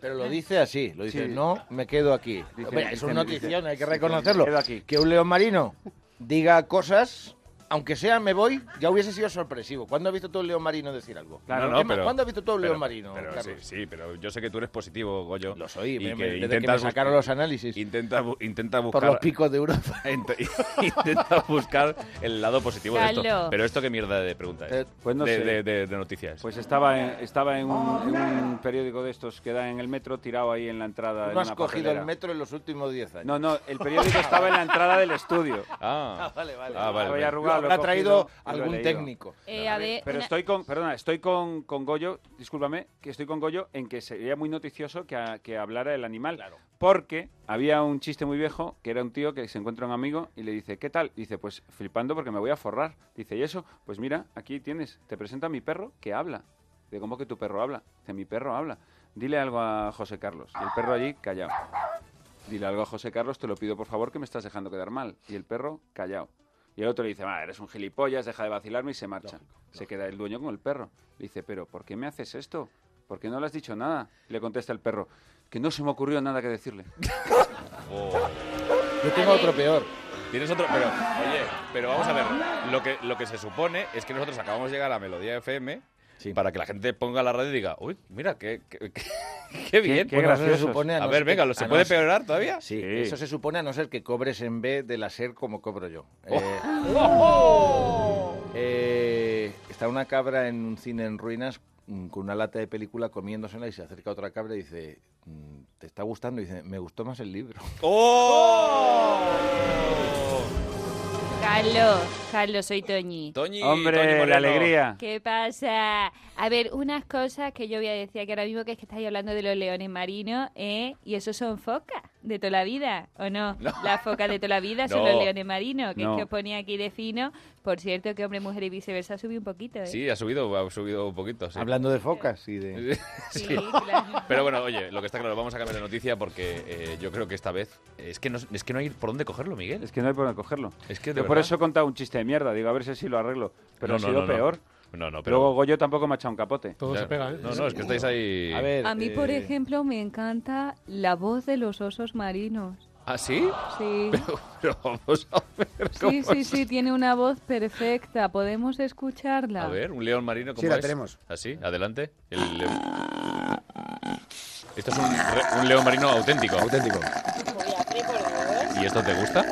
S3: Pero, lo dice así, lo dice,
S8: Sí.
S3: no, me quedo aquí.
S8: Dice-
S3: Hombre, es
S8: dice-
S3: una notición, hay que
S8: dice-
S3: reconocerlo.
S8: me quedo aquí.
S3: Que un león marino diga cosas, aunque sea me voy, ya hubiese sido sorpresivo. ¿Cuándo has visto tú un león marino decir algo?
S1: No,
S3: Es
S1: no,
S3: más,
S1: pero-
S3: ¿Cuándo has visto tú un
S1: pero-
S3: león marino,
S1: pero
S3: Carlos?
S1: sí, sí, pero yo sé que tú eres positivo, Goyo. Lo soy,
S3: me- me- desde que me sacaron los análisis.
S1: Intenta, bu- intenta buscar.
S3: Por los picos de Europa.
S1: *laughs* Int- Intenta buscar el lado positivo de
S8: Carlos.
S1: esto. Pero esto qué mierda de pregunta es.
S8: Eh, pues no
S1: de,
S8: sé.
S1: de- de- de noticias.
S8: Pues estaba en, estaba en, un, en un periódico de estos que da en el metro tirado ahí en la entrada. en
S3: No has
S8: una
S3: cogido el
S8: papelera.
S3: metro en los últimos 10 años.
S8: No, no, el periódico estaba en la entrada del estudio.
S1: Ah,
S3: vale, vale.
S8: Ah, vale, vale.
S3: Lo habrá traído algún técnico.
S6: Eh, a ver,
S8: Pero
S6: una-
S8: estoy con, perdona, estoy con, con Goyo, discúlpame, que estoy con Goyo en que sería muy noticioso que, a- que hablara el animal. Porque había un chiste muy viejo que era un tío que se encuentra un amigo y le dice, ¿qué tal? Dice, pues flipando porque me voy a forrar. Dice, ¿y eso? Pues mira, aquí tienes, te presento a mi perro que habla. Digo, ¿cómo que tu perro habla? Dice, mi perro habla. Dile algo a José Carlos. Y el perro allí, callado. Dile algo a José Carlos, te lo pido por favor, que me estás dejando quedar mal. Y el perro, callado. Y el otro le dice, va, eres un gilipollas, deja de vacilarme y se marcha. Se queda el dueño con el perro. Le dice, pero ¿por qué me haces esto? ¿Por qué no le has dicho nada? Le contesta el perro, que no se me ocurrió nada que
S1: *laughs*
S8: decirle.
S1: Oh.
S3: Yo tengo otro peor.
S1: Tienes otro, pero oye, pero vamos a ver. Lo que, lo que se supone es que nosotros acabamos de llegar a la melodía FM para que la gente ponga la radio y diga, uy, mira, qué, qué, *laughs* qué- qué bien.
S3: Bueno, eso se supone
S1: a
S3: no
S1: ver,
S3: ser
S1: venga,
S3: que-
S1: ¿lo se
S3: a
S1: puede
S3: no ser-
S1: peorar todavía?
S3: Sí, eso se supone a no ser que cobres en vez de la SER como cobro
S1: *laughs*
S3: yo. Eh,
S1: ¡Oh!
S3: eh, está una cabra en un cine en ruinas mm, con una lata de película comiéndosela y se acerca otra cabra y dice, mm, ¿te está gustando? Y dice, me gustó más el libro.
S1: ¡Oh!
S23: Carlos, Carlos, soy Toñi.
S1: Toñi,
S8: Hombre, Toñi Moreno. la alegría.
S23: ¿Qué pasa? A ver, unas cosas que yo voy a decir aquí ahora mismo que es que estáis hablando de los leones marinos, ¿eh? Y esos son focas de toda la vida, ¿o no? Las focas de toda la vida son
S1: *laughs* No.
S23: los leones marinos, que
S1: No.
S23: es que os ponía aquí de fino. Por cierto, que hombre, mujer y viceversa subí un poquito, ¿eh?
S1: Sí, ha subido, ha subido un poquito. sí.
S3: Hablando de focas y de...
S1: Sí. *laughs*
S23: Sí, claro.
S1: Pero bueno, oye, lo que está claro, vamos a cambiar de noticia porque eh, yo creo que esta vez es que no, es que no hay por dónde cogerlo, Miguel.
S8: Es que no hay por dónde cogerlo.
S1: Es que de
S8: Yo por
S1: verdad.
S8: eso he contado un chiste de mierda, digo, a ver si así lo arreglo. Pero
S1: No,
S8: ha
S1: no,
S8: sido
S1: no, no.
S8: peor.
S1: No, no, pero-
S8: Luego Goyo tampoco me ha echado un capote.
S1: Todo Ya. se pega, ¿eh? No, no, es que estáis ahí- A ver,
S6: A mí, por
S1: eh,
S6: ejemplo, me encanta la voz de los osos marinos.
S1: ¿Ah, sí?
S6: Sí.
S1: *laughs* Pero, pero vamos a ver.
S6: Sí,
S1: cómo
S6: sí,
S1: es.
S6: sí, tiene una voz perfecta. Podemos escucharla.
S1: A ver, un león marino, ¿cómo
S6: Sí, la
S1: es?
S6: tenemos.
S1: Así, adelante. El león. Esto es un, re- un león marino auténtico. Auténtico. ¿Y esto te gusta?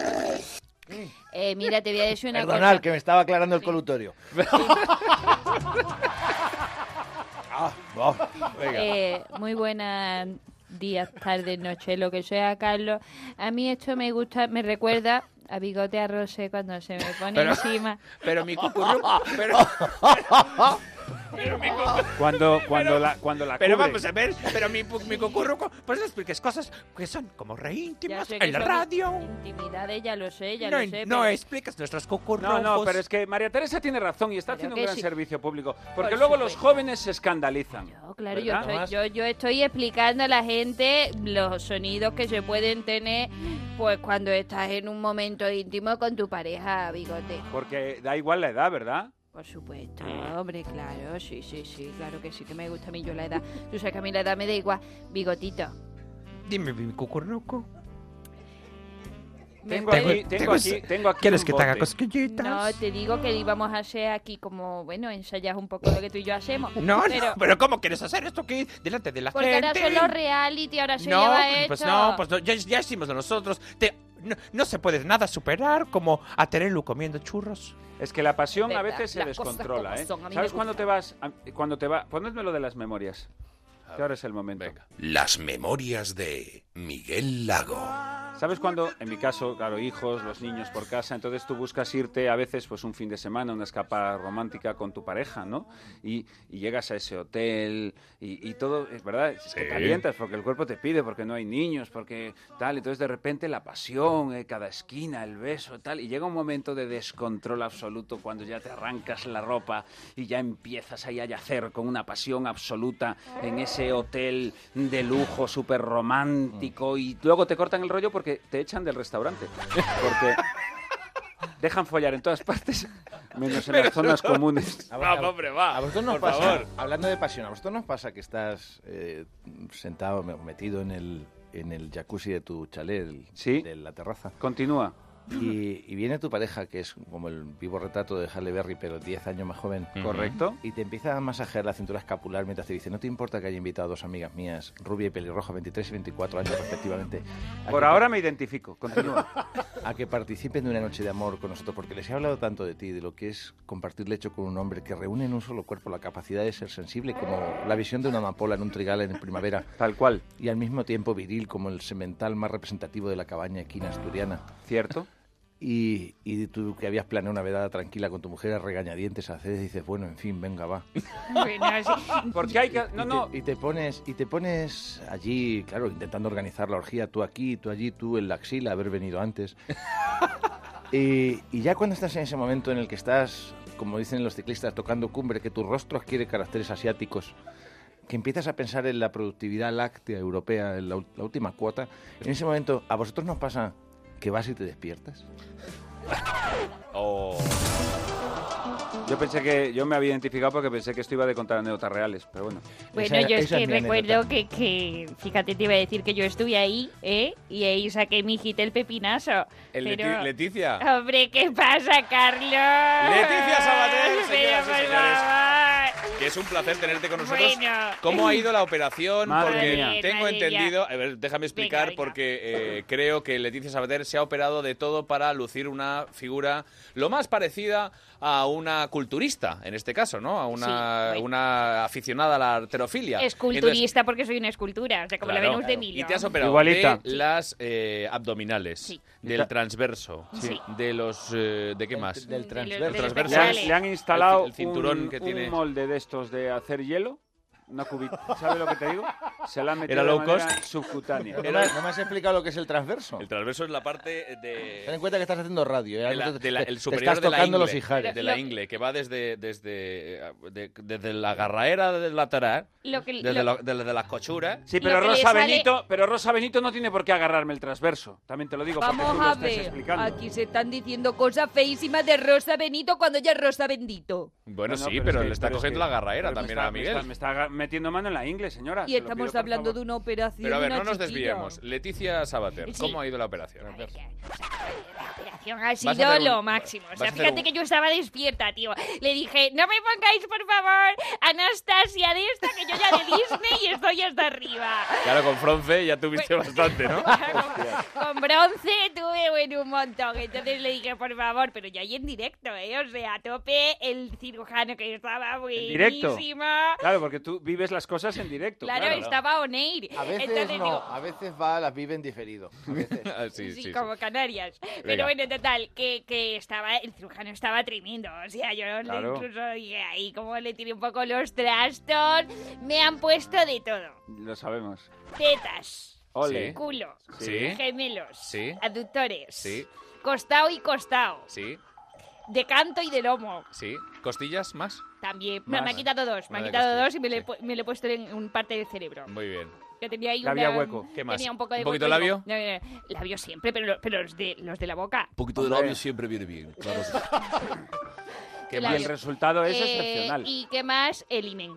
S23: Eh, mira, te voy a decir una
S3: Perdonad,
S23: cosa.
S3: que me estaba aclarando el
S1: *laughs*
S3: colutorio. Ah, vamos, venga.
S23: Eh, muy buenas días, tardes, noches, lo que sea, Carlos. A mí esto me gusta, me recuerda a Bigote a Rosé cuando se me pone
S8: Pero-
S23: encima.
S1: Pero mi cucurru... Pero...
S8: Cuando, cuando la, cuando la
S24: Pero
S8: cubre.
S24: vamos a ver, pero mi, pu- mi cucurruco, pues no expliques cosas que son como re íntimas
S23: sé que
S24: en la
S23: son
S24: radio.
S23: Intimidades, ya lo sé, ya
S24: No,
S23: lo sé.
S24: no
S23: pero-
S24: expliques nuestros cucurrucos.
S8: No, no, pero es que María Teresa tiene razón y está haciendo un
S23: que
S8: gran
S23: sí.
S8: servicio público. Porque
S23: Por
S8: luego los jóvenes se escandalizan.
S23: No, Claro, yo
S8: ¿verdad?
S23: estoy, yo, yo estoy explicando a la gente los sonidos que se pueden tener pues cuando estás en un momento íntimo con tu pareja, bigote.
S8: Porque da igual la edad, ¿verdad?
S23: Por supuesto, hombre, claro, sí, sí, sí, claro que sí que me gusta a mí yo la edad. Tú sabes que a mí la edad me da igual. Bigotito,
S24: Dime, mi cucurruco.
S8: Tengo aquí, tengo aquí, tengo aquí
S24: ¿Quieres
S8: un
S24: que te haga
S8: bote.
S24: cosquillitas?
S23: no te digo que íbamos a hacer aquí como, bueno, ensayar un poco lo que tú y yo hacemos.
S24: No,
S23: pero,
S24: no, pero ¿cómo quieres hacer esto aquí delante de la
S23: porque
S24: gente?
S23: ahora son los reality, ahora se
S24: no,
S23: lleva esto.
S24: pues no, pues no, ya, ya hicimos lo nosotros. Te- no, no se puede nada superar como a Terelu comiendo churros.
S8: Es que la pasión a
S24: Verdad,
S8: veces se
S24: las cosas
S8: descontrola,
S24: como
S8: ¿eh?
S24: son, a mí
S8: ¿Sabes
S24: me
S8: cuándo te vas? A- Cuando te va, ponedmelo de las memorias. Que ahora es el momento.
S25: Las memorias de Miguel Lago.
S8: ¿Sabes cuando, en mi caso, claro, hijos, los niños por casa, entonces tú buscas irte a veces pues un fin de semana, una escapada romántica con tu pareja, ¿no? Y, y llegas a ese hotel y, y todo, es verdad, es que
S20: Sí.
S8: te calientas porque el cuerpo te pide, porque no hay niños, porque tal, entonces de repente la pasión, eh, cada esquina, el beso, tal, y llega un momento de descontrol absoluto cuando ya te arrancas la ropa y ya empiezas ahí a yacer con una pasión absoluta en ese hotel de lujo súper romántico y luego te cortan el rollo porque te echan del restaurante. Porque dejan follar en todas partes, menos en las zonas comunes. Ah,
S3: A vos- a- A vosotros nos
S8: Por
S3: pasa,
S8: favor.
S3: hablando de pasión, a vosotros nos pasa que estás eh, sentado, me- metido en el, en el jacuzzi de tu chalet, el- de la terraza.
S8: Continúa.
S3: Y, y viene tu pareja, que es como el vivo retrato de Halle Berry, pero 10 años más joven.
S8: Ujú. Correcto.
S3: Y te empieza a masajear la cintura escapular mientras te dice, no te importa que haya invitado a dos amigas mías, rubia y pelirroja, 23 y 24 años respectivamente. a
S8: Por
S3: que-
S8: ahora me identifico, continúa.
S3: a que participen de una noche de amor con nosotros, porque les he hablado tanto de ti, de lo que es compartir lecho con un hombre que reúne en un solo cuerpo la capacidad de ser sensible, como la visión de una amapola en un trigal en primavera.
S8: Tal cual.
S3: Y al mismo tiempo viril, como el semental más representativo de la cabaña equina asturiana.
S8: Cierto.
S3: Y, y tú que habías planeado una vedada tranquila con tu mujer a regañadientes, haces y dices, bueno, en fin, venga, va.
S8: Porque hay que... No,
S3: Y te-
S8: no,
S3: Y te pones, y te pones allí,
S8: *laughs*
S3: claro, intentando organizar la orgía, tú aquí, tú allí, tú en la axila, haber venido antes. Eh, y ya cuando estás en ese momento en el que estás, como dicen los ciclistas, tocando cumbre, que tu rostro adquiere caracteres asiáticos, que empiezas a pensar en la productividad láctea europea, en la, ul- la última cuota, en ese momento, ¿a vosotros nos pasa que vas y te despiertas?
S8: Yo pensé que yo me había identificado porque pensé que esto iba de contar anécdotas reales, pero bueno.
S1: pues,
S23: Bueno, yo es que recuerdo que, que, fíjate, te iba a decir que yo estuve ahí, ¿eh? Y ahí saqué mi hijita el pepinazo.
S1: El
S23: pero...
S1: Leti- Leticia.
S23: Hombre, ¿qué pasa, Carlos? Leticia
S1: Sabater,
S23: Pero
S1: señoras y
S23: por
S1: señores.
S23: favor.
S1: Que es un placer tenerte con nosotros.
S23: Bueno.
S1: ¿Cómo ha ido la operación?
S23: Madre
S1: porque
S23: mía.
S1: tengo
S23: Madre mía.
S1: entendido. A ver, déjame explicar, porque eh, creo que Leticia Sabater se ha operado de todo para lucir una figura lo más parecida a una culturista, en este caso, ¿no? A una,
S23: Sí, bueno.
S1: una aficionada a la arterofilia. Entonces,
S23: Esculturista porque soy una escultura, o sea, como la
S1: Claro.
S23: Venus de Milo.
S1: Y te has operado
S8: Igualita.
S1: de las eh, abdominales, del transverso,
S23: Sí.
S1: de los... eh, ¿De qué más?
S3: Del
S1: El transverso
S8: Le han,
S1: es
S8: le han instalado
S1: el, el cinturón
S8: un,
S1: que
S8: un
S1: tiene...
S8: molde de estos de hacer hielo. Una cubita. ¿Sabes lo que te digo? Se la han metido
S1: Era low
S8: de manera
S1: cost.
S8: subcutánea.
S3: No me, no me has explicado lo que es el transverso.
S1: El transverso es la parte eh, de...
S3: Ten en cuenta que estás haciendo radio. ¿eh?
S1: de la-
S3: Te-
S1: de la-
S3: te
S1: el superior
S3: estás
S1: de la
S3: tocando
S1: ingle,
S3: los ijares.
S1: de la ingle que va desde desde eh, de- desde la garraera del lateral
S23: Lo que-
S1: desde,
S23: lo-
S1: la- desde, las cochuras
S8: Sí, pero Rosa, Benito, pero Rosa Benito no tiene por qué agarrarme el transverso. También te lo digo porque tú
S26: Vamos
S8: lo
S26: a
S8: estás
S26: ver.
S8: explicando.
S26: Aquí se están diciendo cosas feísimas de Rosa Benito cuando ella es Rosa Bendito.
S1: bueno,
S8: No, no,
S1: sí pero,
S8: es que-
S1: le está
S8: pero es
S1: cogiendo
S8: que-
S1: la garraera
S8: pero me
S1: también
S8: está-
S1: a Miguel
S8: Me está, me está metiendo mano en la ingle, señora.
S26: Y
S8: Ah, se lo pido,
S26: estamos
S8: por
S26: hablando
S8: favor.
S26: de una operación.
S1: pero a ver
S26: de
S1: no
S26: una
S1: nos
S26: chiquilla.
S1: desviemos Leticia Sabater
S23: Sí.
S1: cómo ha ido la operación
S23: operación ha
S1: a
S23: sido
S1: hacer un-
S23: lo máximo. O
S1: vas a
S23: sea,
S1: hacer
S23: fíjate
S1: un-
S23: que yo estaba despierta, tío. Le dije, no me pongáis, por favor, Anastasia de esta, que yo ya de Disney y estoy hasta arriba.
S1: claro con Fronce ya tuviste
S23: Pues,
S1: bastante
S23: *laughs*
S1: no
S23: Con bronce tuve bueno, un montón. Entonces le dije, por favor, pero yo ahí en directo, ¿eh? O sea, a tope el cirujano que estaba
S8: En directo.
S23: buenísimo.
S8: Claro, porque tú vives las cosas en directo.
S23: Claro, estaba on air.
S3: A veces
S23: Entonces
S3: no,
S23: digo,
S3: a veces va, las viven diferido. A veces.
S1: sí,
S23: Sí, como Canarias. Pero bueno, total, que, que estaba, el cirujano estaba tremendo. O sea, yo le
S3: Claro.
S23: incluso dije ahí como le tiré un poco los trastos. Me han puesto de todo.
S8: Lo sabemos.
S23: Tetas.
S8: Ole. Sí.
S23: Culo.
S8: Sí.
S23: Gemelos.
S8: Sí.
S23: Aductores.
S1: sí
S23: Costado y costado.
S1: sí
S23: De canto y de lomo.
S1: sí costillas más
S23: También.
S1: Más.
S23: Me, me ha quitado dos. Me
S1: Una
S23: ha
S1: de
S23: quitado
S1: costilla,
S23: dos y me, le, he pu- me le he puesto en un parte del cerebro.
S1: muy bien
S23: Que tenía ahí
S1: Que había
S23: una-
S1: hueco. ¿Qué más?
S23: Tenía un poco de
S1: ¿Un poquito
S23: hueco y
S1: labio?
S23: digo, no, no, no, labio siempre, pero, lo- pero los, de, los de la boca.
S5: Un poquito de
S8: Hombre.
S5: labio siempre viene bien,
S1: *laughs*
S5: claro.
S8: Y
S23: Claro.
S8: el resultado es
S23: Eh,
S8: excepcional.
S23: ¿Y qué más? El imen.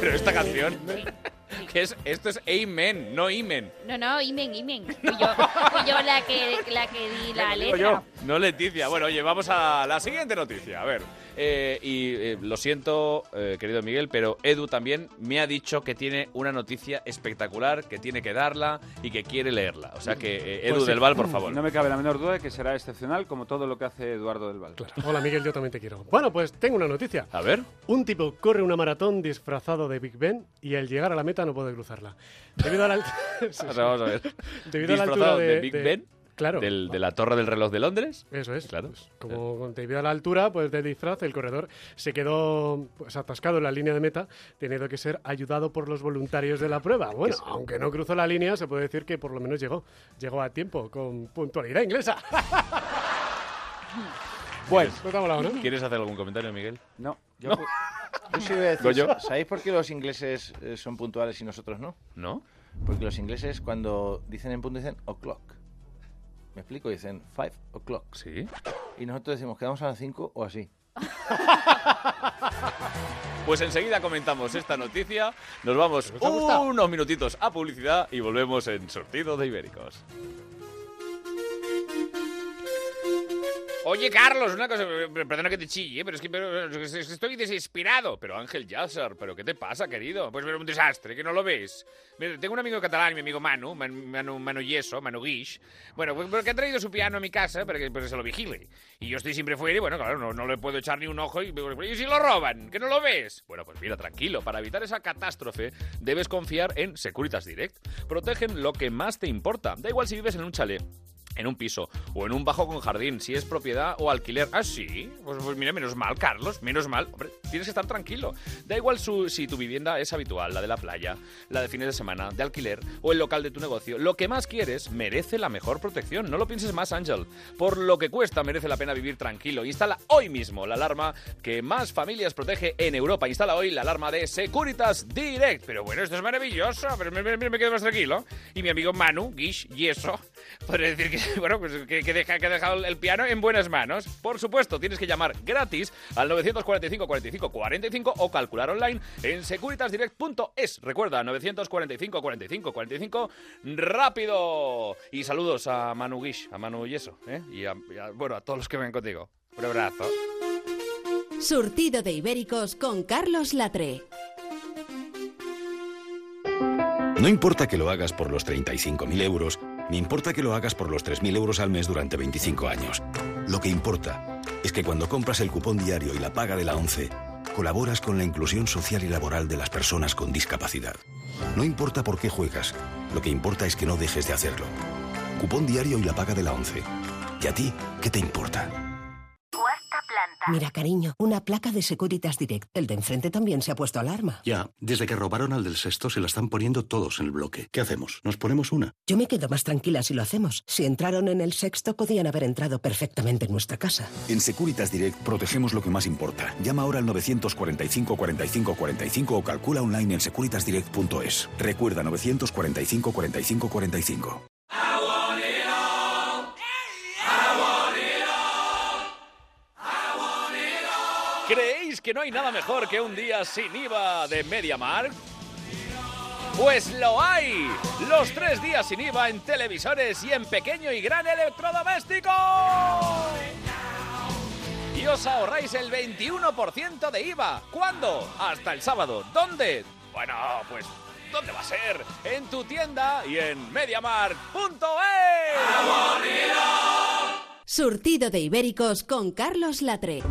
S1: pero esta canción *laughs* que es esto es Amen no Imen
S23: No, no, imen,
S1: *laughs*
S23: imen. Fui yo, fui yo la, que, la que di la letra.
S1: No, Leticia. Bueno, oye, vamos a la siguiente noticia. A ver. Eh, y eh, lo siento, eh, querido Miguel, pero Edu también me ha dicho que tiene una noticia espectacular, que tiene que darla y que quiere leerla. O sea que, eh, Edu
S8: Pues sí.
S1: del Val, por favor.
S8: No me cabe la menor duda de que será excepcional como todo lo que hace Eduardo del Val.
S2: Hola Miguel, yo también te quiero. Bueno, pues tengo una noticia.
S1: A ver.
S2: Un tipo corre una maratón disfrazado de Big Ben y al llegar a la meta no puede cruzarla. Debido a *laughs* la, alt- Sí, sí.
S1: O sea, *laughs* vamos a ver.
S2: *laughs* Debido a la
S1: Disfrazado
S2: altura de,
S1: de Big
S2: de-
S1: Ben,
S2: Claro.
S1: del- de la Torre del Reloj de Londres.
S2: Eso es.
S1: Claro.
S2: Como debido a la altura pues, del disfraz, el corredor se quedó pues, atascado en la línea de meta, teniendo que ser ayudado por los voluntarios de la prueba. Bueno,
S1: es-
S2: aunque no cruzó la línea, se puede decir que por lo menos llegó. Llegó a tiempo, con puntualidad inglesa. *laughs*
S3: Bueno.
S2: No te ha molado, ¿no?
S1: Pues ¿Quieres hacer algún comentario, Miguel?
S8: No.
S3: Yo, yo sí voy a decir,
S1: Goyo.
S3: ¿sabéis por qué los ingleses eh, son puntuales y nosotros no?
S1: ¿No?
S3: Porque los ingleses cuando dicen en punto dicen o'clock. ¿Me explico? Dicen five o'clock.
S1: Sí.
S3: Y nosotros decimos, ¿quedamos a las cinco o así?
S1: Pues enseguida comentamos esta noticia. Nos vamos
S3: ha gustado?
S1: unos minutitos a publicidad y volvemos en Sortido de Ibéricos. Oye, Carlos, una cosa, eh, perdona que te chille, eh, pero es que pero, eh, es- es- estoy desesperado. Pero Ángel Yasser, ¿pero qué te pasa, querido? Pues pero un desastre, que no lo ves. Mira, Tengo un amigo catalán, mi amigo Manu, Man- Manu, Manu Yeso, Manu Guish. Bueno, pues, porque ha traído su piano a mi casa para que pues, se lo vigile. Y yo estoy siempre fuera y bueno, claro, no, no le puedo echar ni un ojo. Y, pero, ¿y si lo roban? ¿Que no lo ves? Bueno, pues mira, tranquilo, para evitar esa catástrofe debes confiar en Securitas Direct. Protegen lo que más te importa. Da igual si vives en un chalet en un piso o en un bajo con jardín, si es propiedad o alquiler. Ah, sí, pues, pues mira, menos mal, Carlos, menos mal. Hombre, tienes que estar tranquilo. Da igual su- si tu vivienda es habitual, la de la playa, la de fines de semana, de alquiler o el local de tu negocio. Lo que más quieres merece la mejor protección. No lo pienses más, Ángel. Por lo que cuesta, merece la pena vivir tranquilo. Instala hoy mismo la alarma que más familias protege en Europa. Instala hoy la alarma de Securitas Direct. Pero bueno, esto es maravilloso. Pero me, me- me quedo más tranquilo. Y mi amigo Manu, Guish, y eso, *laughs* podría decir que, *laughs* bueno, pues que, que deja, que ha dejado el piano en buenas manos. Por supuesto, tienes que llamar gratis al 945 45 45 o calcular online en securitasdirect.es. Recuerda, 945 45 45. ¡Rápido! Y saludos a Manu Guish, a Manu Yeso, ¿eh? y, a- y a- bueno, a todos los que ven contigo. Un abrazo.
S5: Surtido de Ibéricos con Carlos Latre.
S7: No importa que lo hagas por los 35.000 euros, ni importa que lo hagas por los 3.000 euros al mes durante 25 años. Lo que importa es que cuando compras el cupón diario y la paga de la 11, colaboras con la inclusión social y laboral de las personas con discapacidad. No importa por qué juegas, lo que importa es que no dejes de hacerlo. Cupón diario y la paga de la 11. ¿Y a ti qué te importa?
S27: Mira, cariño, una placa de Securitas Direct. El de enfrente también se ha puesto alarma.
S14: Ya, desde que robaron al del sexto se la están poniendo todos en el bloque. ¿Qué hacemos? ¿Nos ponemos una?
S27: Yo me quedo más tranquila si lo hacemos. Si entraron en el sexto, podían haber entrado perfectamente en nuestra casa.
S7: En Securitas Direct protegemos lo que más importa. Llama ahora al 945 45 45 o calcula online en securitasdirect.es. Recuerda 945 45 45.
S1: ¿Creéis que no hay nada mejor que un día sin IVA de MediaMarkt? Pues lo hay. Los tres días sin IVA en televisores y en pequeño y gran electrodoméstico. Y os ahorráis el 21% de IVA. ¿Cuándo? Hasta el sábado. ¿Dónde? Bueno, pues ¿dónde va a ser? En tu tienda y en mediamar.es.
S5: Surtido de Ibéricos con Carlos Latre.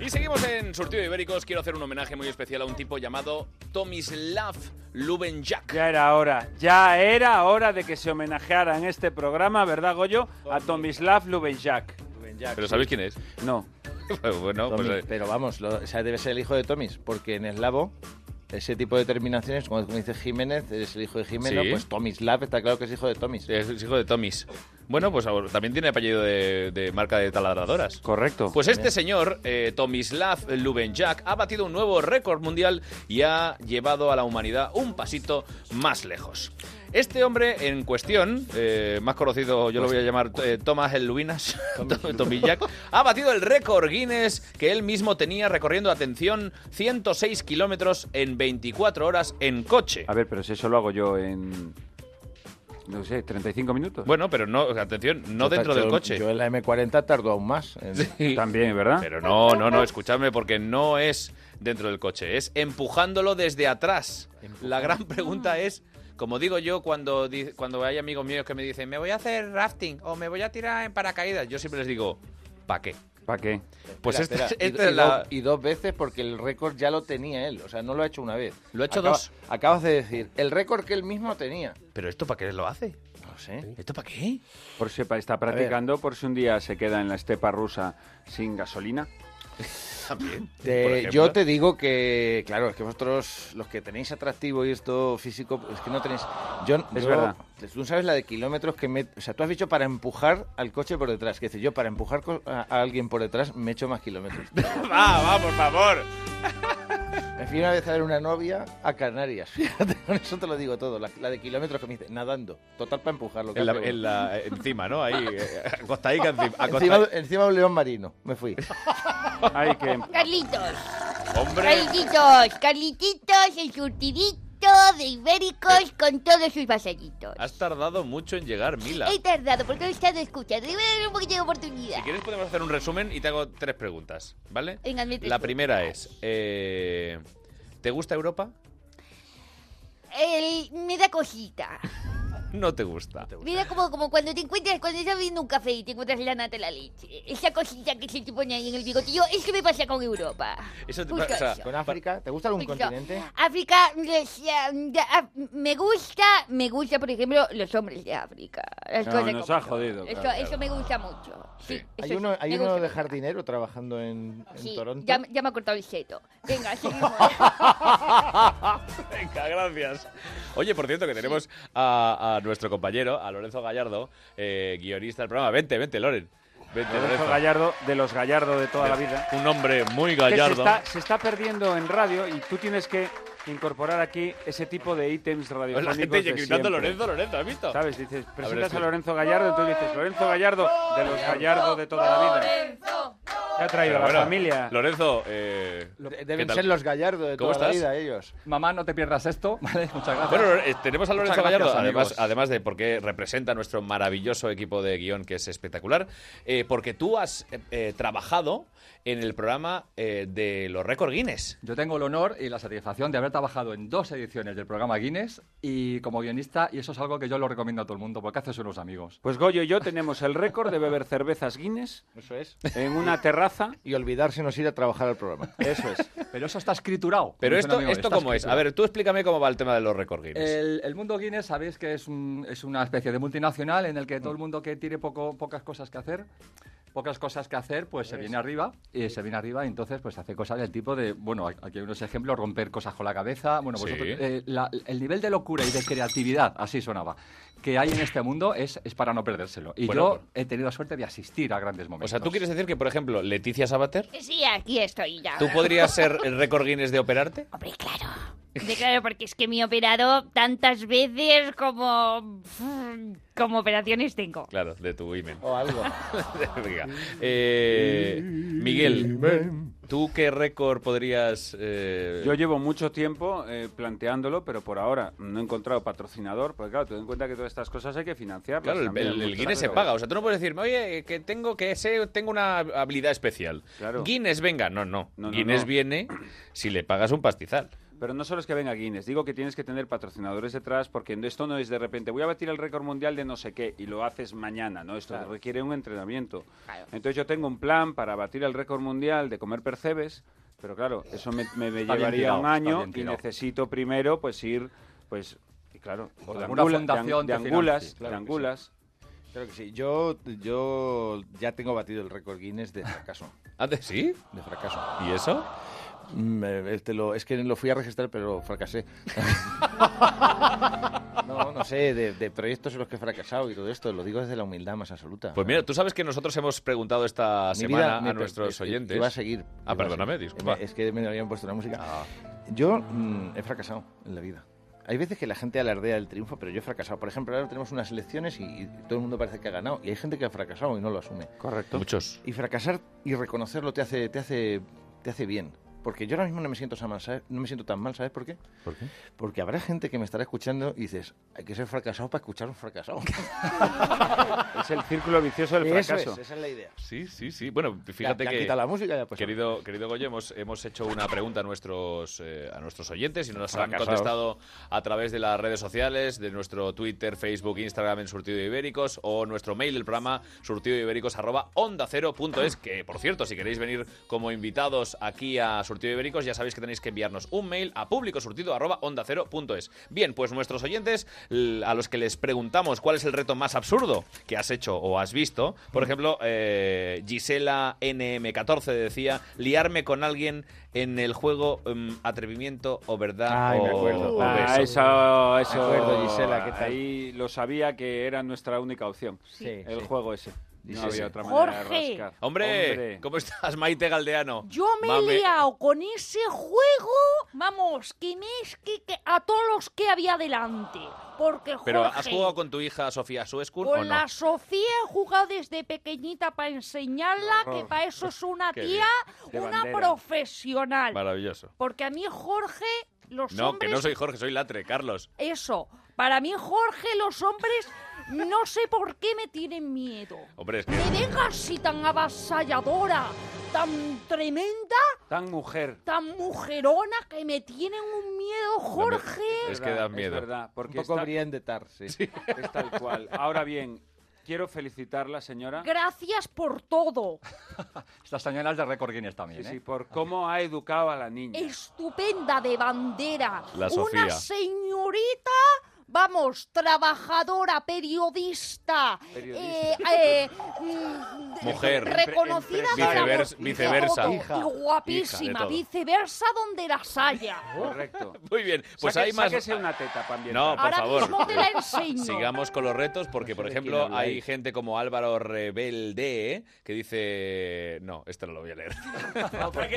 S1: Y seguimos en Surtido de Ibéricos. Quiero hacer un homenaje muy especial a un tipo llamado Tomislav Lubenjak.
S8: Ya era hora, ya era hora de que se homenajeara en este programa, ¿verdad, Goyo? A Tomislav Lubenjak.
S1: ¿Pero sabéis quién es?
S8: No.
S1: bueno,
S3: Tomis,
S1: *laughs* pues, eh,
S3: Pero vamos, lo- o sea, debe ser el hijo de Tomis, porque en eslavo ese tipo de terminaciones, como como dice Jiménez, es el hijo de Jiménez,
S1: Sí.
S3: pues Tomislav está claro que es hijo de Tomis.
S1: es hijo de Tomis. Bueno, pues ahora también tiene apellido de, de marca de taladradoras.
S8: Correcto.
S1: Pues este señor, eh, Tomislav Lubenjak, ha batido un nuevo récord mundial y ha llevado a la humanidad un pasito más lejos. Este hombre en cuestión, eh, más conocido, yo lo voy a llamar eh, Thomas el Luinas, *laughs* Tomillak, ha batido el récord Guinness que él mismo tenía recorriendo, atención, 106 kilómetros en 24 horas en coche.
S8: A ver, pero si eso lo hago yo en. No sé, 35 minutos.
S1: Bueno, pero no, atención, no
S3: Yo ta-
S1: dentro del
S3: yo-
S1: coche.
S3: Yo en la M40 tardo aún más. en-
S8: *laughs* También, ¿verdad?
S1: Pero no, no, no, escuchadme, porque no es dentro del coche, es empujándolo desde atrás. La gran pregunta es, como digo yo cuando, di- cuando hay amigos míos que me dicen, me voy a hacer rafting o me voy a tirar en paracaídas, yo siempre les digo, ¿para qué?
S8: ¿Para qué?
S1: Pues
S3: Espera,
S1: esta,
S3: espera. Y-
S1: esta
S3: y
S1: es la...
S3: dos- y dos veces porque el récord ya lo tenía él, o sea, no lo ha hecho una vez.
S1: Lo ha hecho dos.
S3: Acabas de decir, el récord que él mismo tenía.
S1: ¿Pero esto para qué lo hace?
S3: No sé.
S1: ¿Esto para qué?
S8: Por si pa- está practicando, por si un día se queda en la estepa rusa sin gasolina.
S1: *laughs* También.
S3: Eh, yo te digo que, claro, es que vosotros, los que tenéis atractivo y esto físico, es que no tenéis... Yo,
S8: Es
S3: yo-
S8: verdad.
S3: Tú sabes la de kilómetros que me... O sea, tú has dicho para empujar al coche por detrás. Que dice, yo para empujar co- a, a alguien por detrás me echo más
S1: *laughs*
S3: kilómetros.
S1: Ah, Va, va, por favor.
S3: me fui una vez a ver una novia a Canarias. *laughs* Fíjate, con eso te lo digo todo. La, la de kilómetros que me dice, nadando. Total para empujarlo.
S1: En la- en la- encima, ¿no? Ahí, eh, acostadica
S18: *laughs*
S1: encima.
S3: *laughs* Encima,
S1: acosta-
S3: encima de un león marino, me fui.
S8: Ay, que...
S17: Carlitos.
S1: Hombre,
S17: Carlitos, Carlititos, el surtidito de
S1: Eh.
S17: ibéricos con todos sus vasallitos.
S1: has tardado mucho en llegar, Mila.
S17: He tardado porque he estado escuchando. Y voy a dar un poquito de oportunidad.
S1: Si quieres podemos hacer un resumen y te hago tres preguntas, ¿vale?
S17: Venga, hazme tres
S1: La primera es, eh, ¿te gusta Europa?
S17: El- me da cosita.
S1: No te gusta.
S17: Mira como, como cuando te encuentras, cuando estás bebiendo un café y te encuentras la nata de la leche. Esa cosita que se te pone ahí en el bigotillo, eso me pasa con Europa.
S1: Eso te
S17: Justo
S1: pasa.
S17: eso.
S3: ¿Con África? ¿Te gusta algún
S17: Justo.
S3: continente?
S17: África, les- ya, ya, af- me gusta, me gusta, por ejemplo, los hombres de África. Las
S3: No,
S17: cosas
S3: nos
S17: como
S3: ha
S17: son.
S3: jodido,
S17: Eso,
S3: claro,
S17: eso me gusta mucho. Sí, eso
S3: Hay
S17: sí,
S3: uno, hay
S17: me
S3: uno
S17: gusta.
S3: de jardinero trabajando en, en
S17: Sí,
S3: Toronto.
S17: ya, ya me ha cortado el seto.
S3: *laughs*
S17: Venga, seguimos.
S1: Venga, gracias. Oye, por cierto, que tenemos a, a nuestro compañero, a Lorenzo Gallardo, eh, guionista del programa. Vente, vente, Loren. Vente,
S8: Lorenzo Gallardo, de los Gallardo de toda la vida.
S1: Un hombre muy
S8: Que se,
S1: gallardo.
S8: está, se está perdiendo en radio y tú tienes que incorporar aquí ese tipo de ítems radiofónicos
S1: La gente
S8: de
S1: gritando
S8: siempre.
S1: Lorenzo, Lorenzo, ¿has visto?
S8: ¿Sabes? Dices, presentas
S1: escucha.
S8: a Lorenzo Gallardo y tú dices, Lorenzo Gallardo, de los Gallardo de toda la vida. Te ha traído a la
S1: Pero bueno,
S8: familia.
S1: Lorenzo, eh, ¿qué
S3: Deben
S1: tal?
S3: ser los gallardos de
S1: ¿Cómo
S3: toda la
S1: estás?
S3: vida ¿eh? ellos.
S4: Mamá, no te pierdas esto, *laughs* ¿vale? Muchas gracias.
S1: Bueno, eh, tenemos a Lorenzo
S4: Muchas gracias,
S1: Gallardo, además,
S4: amigos.
S1: además de porque representa nuestro maravilloso equipo de guión que es espectacular, eh, porque tú has eh, eh, trabajado en el programa eh, de los récords Guinness.
S4: Yo tengo el honor y la satisfacción de haber trabajado en dos ediciones del programa Guinness y como guionista, y eso es algo que yo lo recomiendo a todo el mundo porque haces unos amigos.
S8: Pues Goyo y yo tenemos el récord de beber cervezas Guinness
S3: Eso es.
S8: en una terraza.
S3: Y olvidarse nos ir a trabajar al programa.
S8: Eso es.
S4: Pero eso está escriturado.
S1: Pero
S4: Como dice un
S1: esto,
S4: amigo,
S1: esto
S4: está
S1: cómo es. A
S4: escriturado.
S1: ver, tú explícame cómo va el tema de los récords Guinness.
S4: El, el mundo Guinness, sabéis que es, un- es una especie de multinacional en el que todo
S1: Mm.
S4: el mundo que tiene poco, pocas cosas que hacer, pocas cosas que hacer, pues se
S9: Es.
S4: viene arriba y se viene arriba y entonces pues hace cosas del tipo de, bueno, aquí hay unos ejemplos, romper cosas con la cabeza, bueno,
S9: Sí.
S4: vosotros, eh, la- el nivel de locura y de creatividad, así sonaba, que hay en este mundo es, es para no perdérselo. Y
S1: Bueno,
S4: yo
S1: bueno.
S4: he tenido la suerte de asistir a grandes
S1: o
S4: momentos.
S1: sea, tú quieres decir que, por ejemplo, Leticia Sabater,
S17: Sí, aquí estoy
S23: *laughs*
S17: ya.
S1: ¿tú podrías ser el récord Guinness de operarte?
S17: De claro, porque es que me he operado tantas veces como. como operaciones tengo.
S1: Claro, de tu imen.
S3: O algo.
S1: *laughs* Venga. Eh, Miguel, ¿tú qué récord podrías...? eh,
S8: Yo llevo mucho tiempo eh, planteándolo, pero por ahora no he encontrado patrocinador, porque claro, ten en cuenta que todas estas cosas hay que financiarlas.
S1: Claro, el,
S8: pues, también,
S1: el- el
S8: muchas
S1: Guinness se
S8: veces.
S1: paga. O sea, tú no puedes decirme, oye, eh, que tengo que sé, tengo una habilidad especial. Guinness, venga. No, no.
S8: No, no,
S1: Guinness
S8: no. *clears throat*
S1: viene si le pagas un pastizal.
S8: Pero no solo es que venga Guinness, digo que tienes que tener patrocinadores detrás porque esto no es de repente voy a batir el récord mundial de no sé qué y lo haces mañana, ¿no? Esto requiere un entrenamiento. Entonces yo tengo un plan para batir el récord mundial de comer percebes, pero claro, eso me, me- me
S4: Está bien
S8: llevaría
S4: tirado,
S8: un
S4: está
S8: año
S4: bien
S8: y
S4: tirado.
S8: necesito primero pues ir, pues, y claro,
S4: Por
S8: de
S4: alguna
S8: angula- de
S4: fundación
S8: ang- de
S4: te
S8: angulas,
S4: financie, claro
S8: de
S4: que sí.
S8: angulas.
S3: Claro que sí. Yo, yo ya tengo batido el récord Guinness de fracaso.
S1: ¿Antes Ah, sí?
S3: De fracaso.
S1: ¿Y eso?
S3: Mm, eh, este lo- es que lo fui a registrar, pero
S1: *laughs*
S3: fracasé. no, no sé, de, de proyectos en los que he fracasado y todo esto. Lo digo desde la humildad más absoluta.
S1: Pues mira, tú sabes que nosotros hemos preguntado esta
S3: Mi
S1: semana
S3: vida- mi-
S1: a nuestros
S3: i- i-
S1: oyentes.
S3: Iba a seguir.
S1: Ah,
S3: Iba a
S1: perdóname,
S3: seguir.
S1: disculpa. Ah.
S3: Es que me habían puesto una música. Yo mm, he fracasado en la vida. Hay veces que la gente alardea el triunfo, pero yo he fracasado. Por ejemplo, ahora tenemos unas elecciones y, y todo el mundo parece que ha ganado. Y hay gente que ha fracasado y no lo asume.
S8: Correcto.
S1: Muchos.
S3: Y fracasar y reconocerlo te hace, te hace, te hace bien. Porque yo ahora mismo no me siento tan mal, ¿sabes? No me siento tan mal, ¿sabes por qué?
S1: ¿Por qué?
S3: Porque habrá gente que me estará escuchando y dices, hay que ser fracasado para escuchar un
S1: *laughs*
S3: fracasado.
S8: Es el círculo vicioso del
S3: Eso
S8: fracaso.
S3: es, esa es la idea.
S1: Sí, sí, sí. Bueno, fíjate
S3: ya han
S1: que.
S3: quitado la música, ya, pues,
S1: querido, querido Goyo, hemos, hemos hecho una pregunta a nuestros, eh, a nuestros oyentes y nos han
S3: Fracasados.
S1: contestado a través de las redes sociales, de nuestro Twitter, Facebook, Instagram en Surtido de Ibéricos o nuestro mail del programa surtidoibéricos arroba onda cero punto es, Que por cierto, si queréis venir como invitados aquí a Surtido de Ibéricos, ya sabéis que tenéis que enviarnos un mail a público surtido arroba onda cero punto es. Bien, pues nuestros oyentes, l- a los que les preguntamos cuál es el reto más absurdo que has hecho o has visto, por ejemplo, eh, Gisela NM14 decía liarme con alguien en el juego mm, Atrevimiento o Verdad
S8: Ay,
S1: o,
S8: me acuerdo.
S1: o
S8: Ah,
S1: Beso.
S8: eso, eso.
S3: Me acuerdo, Gisela, ¿qué tal?
S8: Ahí lo sabía que era nuestra única opción.
S3: Sí.
S8: el
S3: Sí.
S8: juego ese. No
S3: Sí, sí.
S8: había otra manera
S26: Jorge.
S8: de rascar.
S1: Hombre, ¿cómo estás, Maite Galdeano?
S26: Yo me
S1: Mame-
S26: he liado con ese juego, vamos, que me es que, que a todos los que había delante. Porque Jorge,
S1: ¿Pero has jugado con tu hija Sofía Suescur o
S26: con
S1: no?
S26: la Sofía he jugado desde pequeñita para enseñarla,
S1: Qué
S26: que
S1: horror.
S26: para eso es una
S1: Qué
S26: tía,
S1: bien. De
S26: una
S1: bandera.
S26: profesional.
S1: Maravilloso.
S26: Porque a mí Jorge, los
S1: No,
S26: hombres... *laughs*
S1: que no soy Jorge, soy Latre, Carlos.
S26: Eso, para mí Jorge, los hombres No sé por qué me tienen miedo.
S1: Hombre, es que...
S26: Me ven así tan avasalladora, tan tremenda,
S8: Tan mujer.
S26: tan mujerona que me tienen un miedo, Jorge.
S1: Es que da miedo.
S8: Es verdad, porque
S3: Un poco
S8: está-
S3: Brienne de Tarsi.
S8: Es tal cual. Ahora bien, quiero felicitarla, señora.
S26: Gracias por todo.
S4: Estas señoras de récord Guinness también,
S8: Sí,
S4: ¿eh?
S8: sí, por cómo ha educado a la niña.
S26: Estupenda de bandera.
S8: La Sofía.
S26: Una señorita, vamos, trabajadora, periodista.
S8: Periodista. *laughs*
S26: eh, eh, mm,
S1: Mujer.
S26: Reconocida
S1: Empre-
S26: para
S1: viceversa-
S26: todo,
S1: viceversa.
S26: todo,
S1: Hija.
S26: Y
S1: Hija de
S26: mm, guapísima,
S1: todo.
S26: viceversa donde las haya.
S8: Correcto.
S1: *laughs* Muy bien, pues
S8: Saque-
S1: hay más.
S8: sáquese una teta para ambientar.
S1: No, por
S26: Ahora
S1: favor.
S26: mismo te la enseño.
S1: Sigamos con los retos porque, por
S8: de quién
S1: ejemplo, hay
S8: habláis.
S1: gente como Álvaro Rebelde que dice... No, este no lo voy a
S8: *laughs*
S1: leer.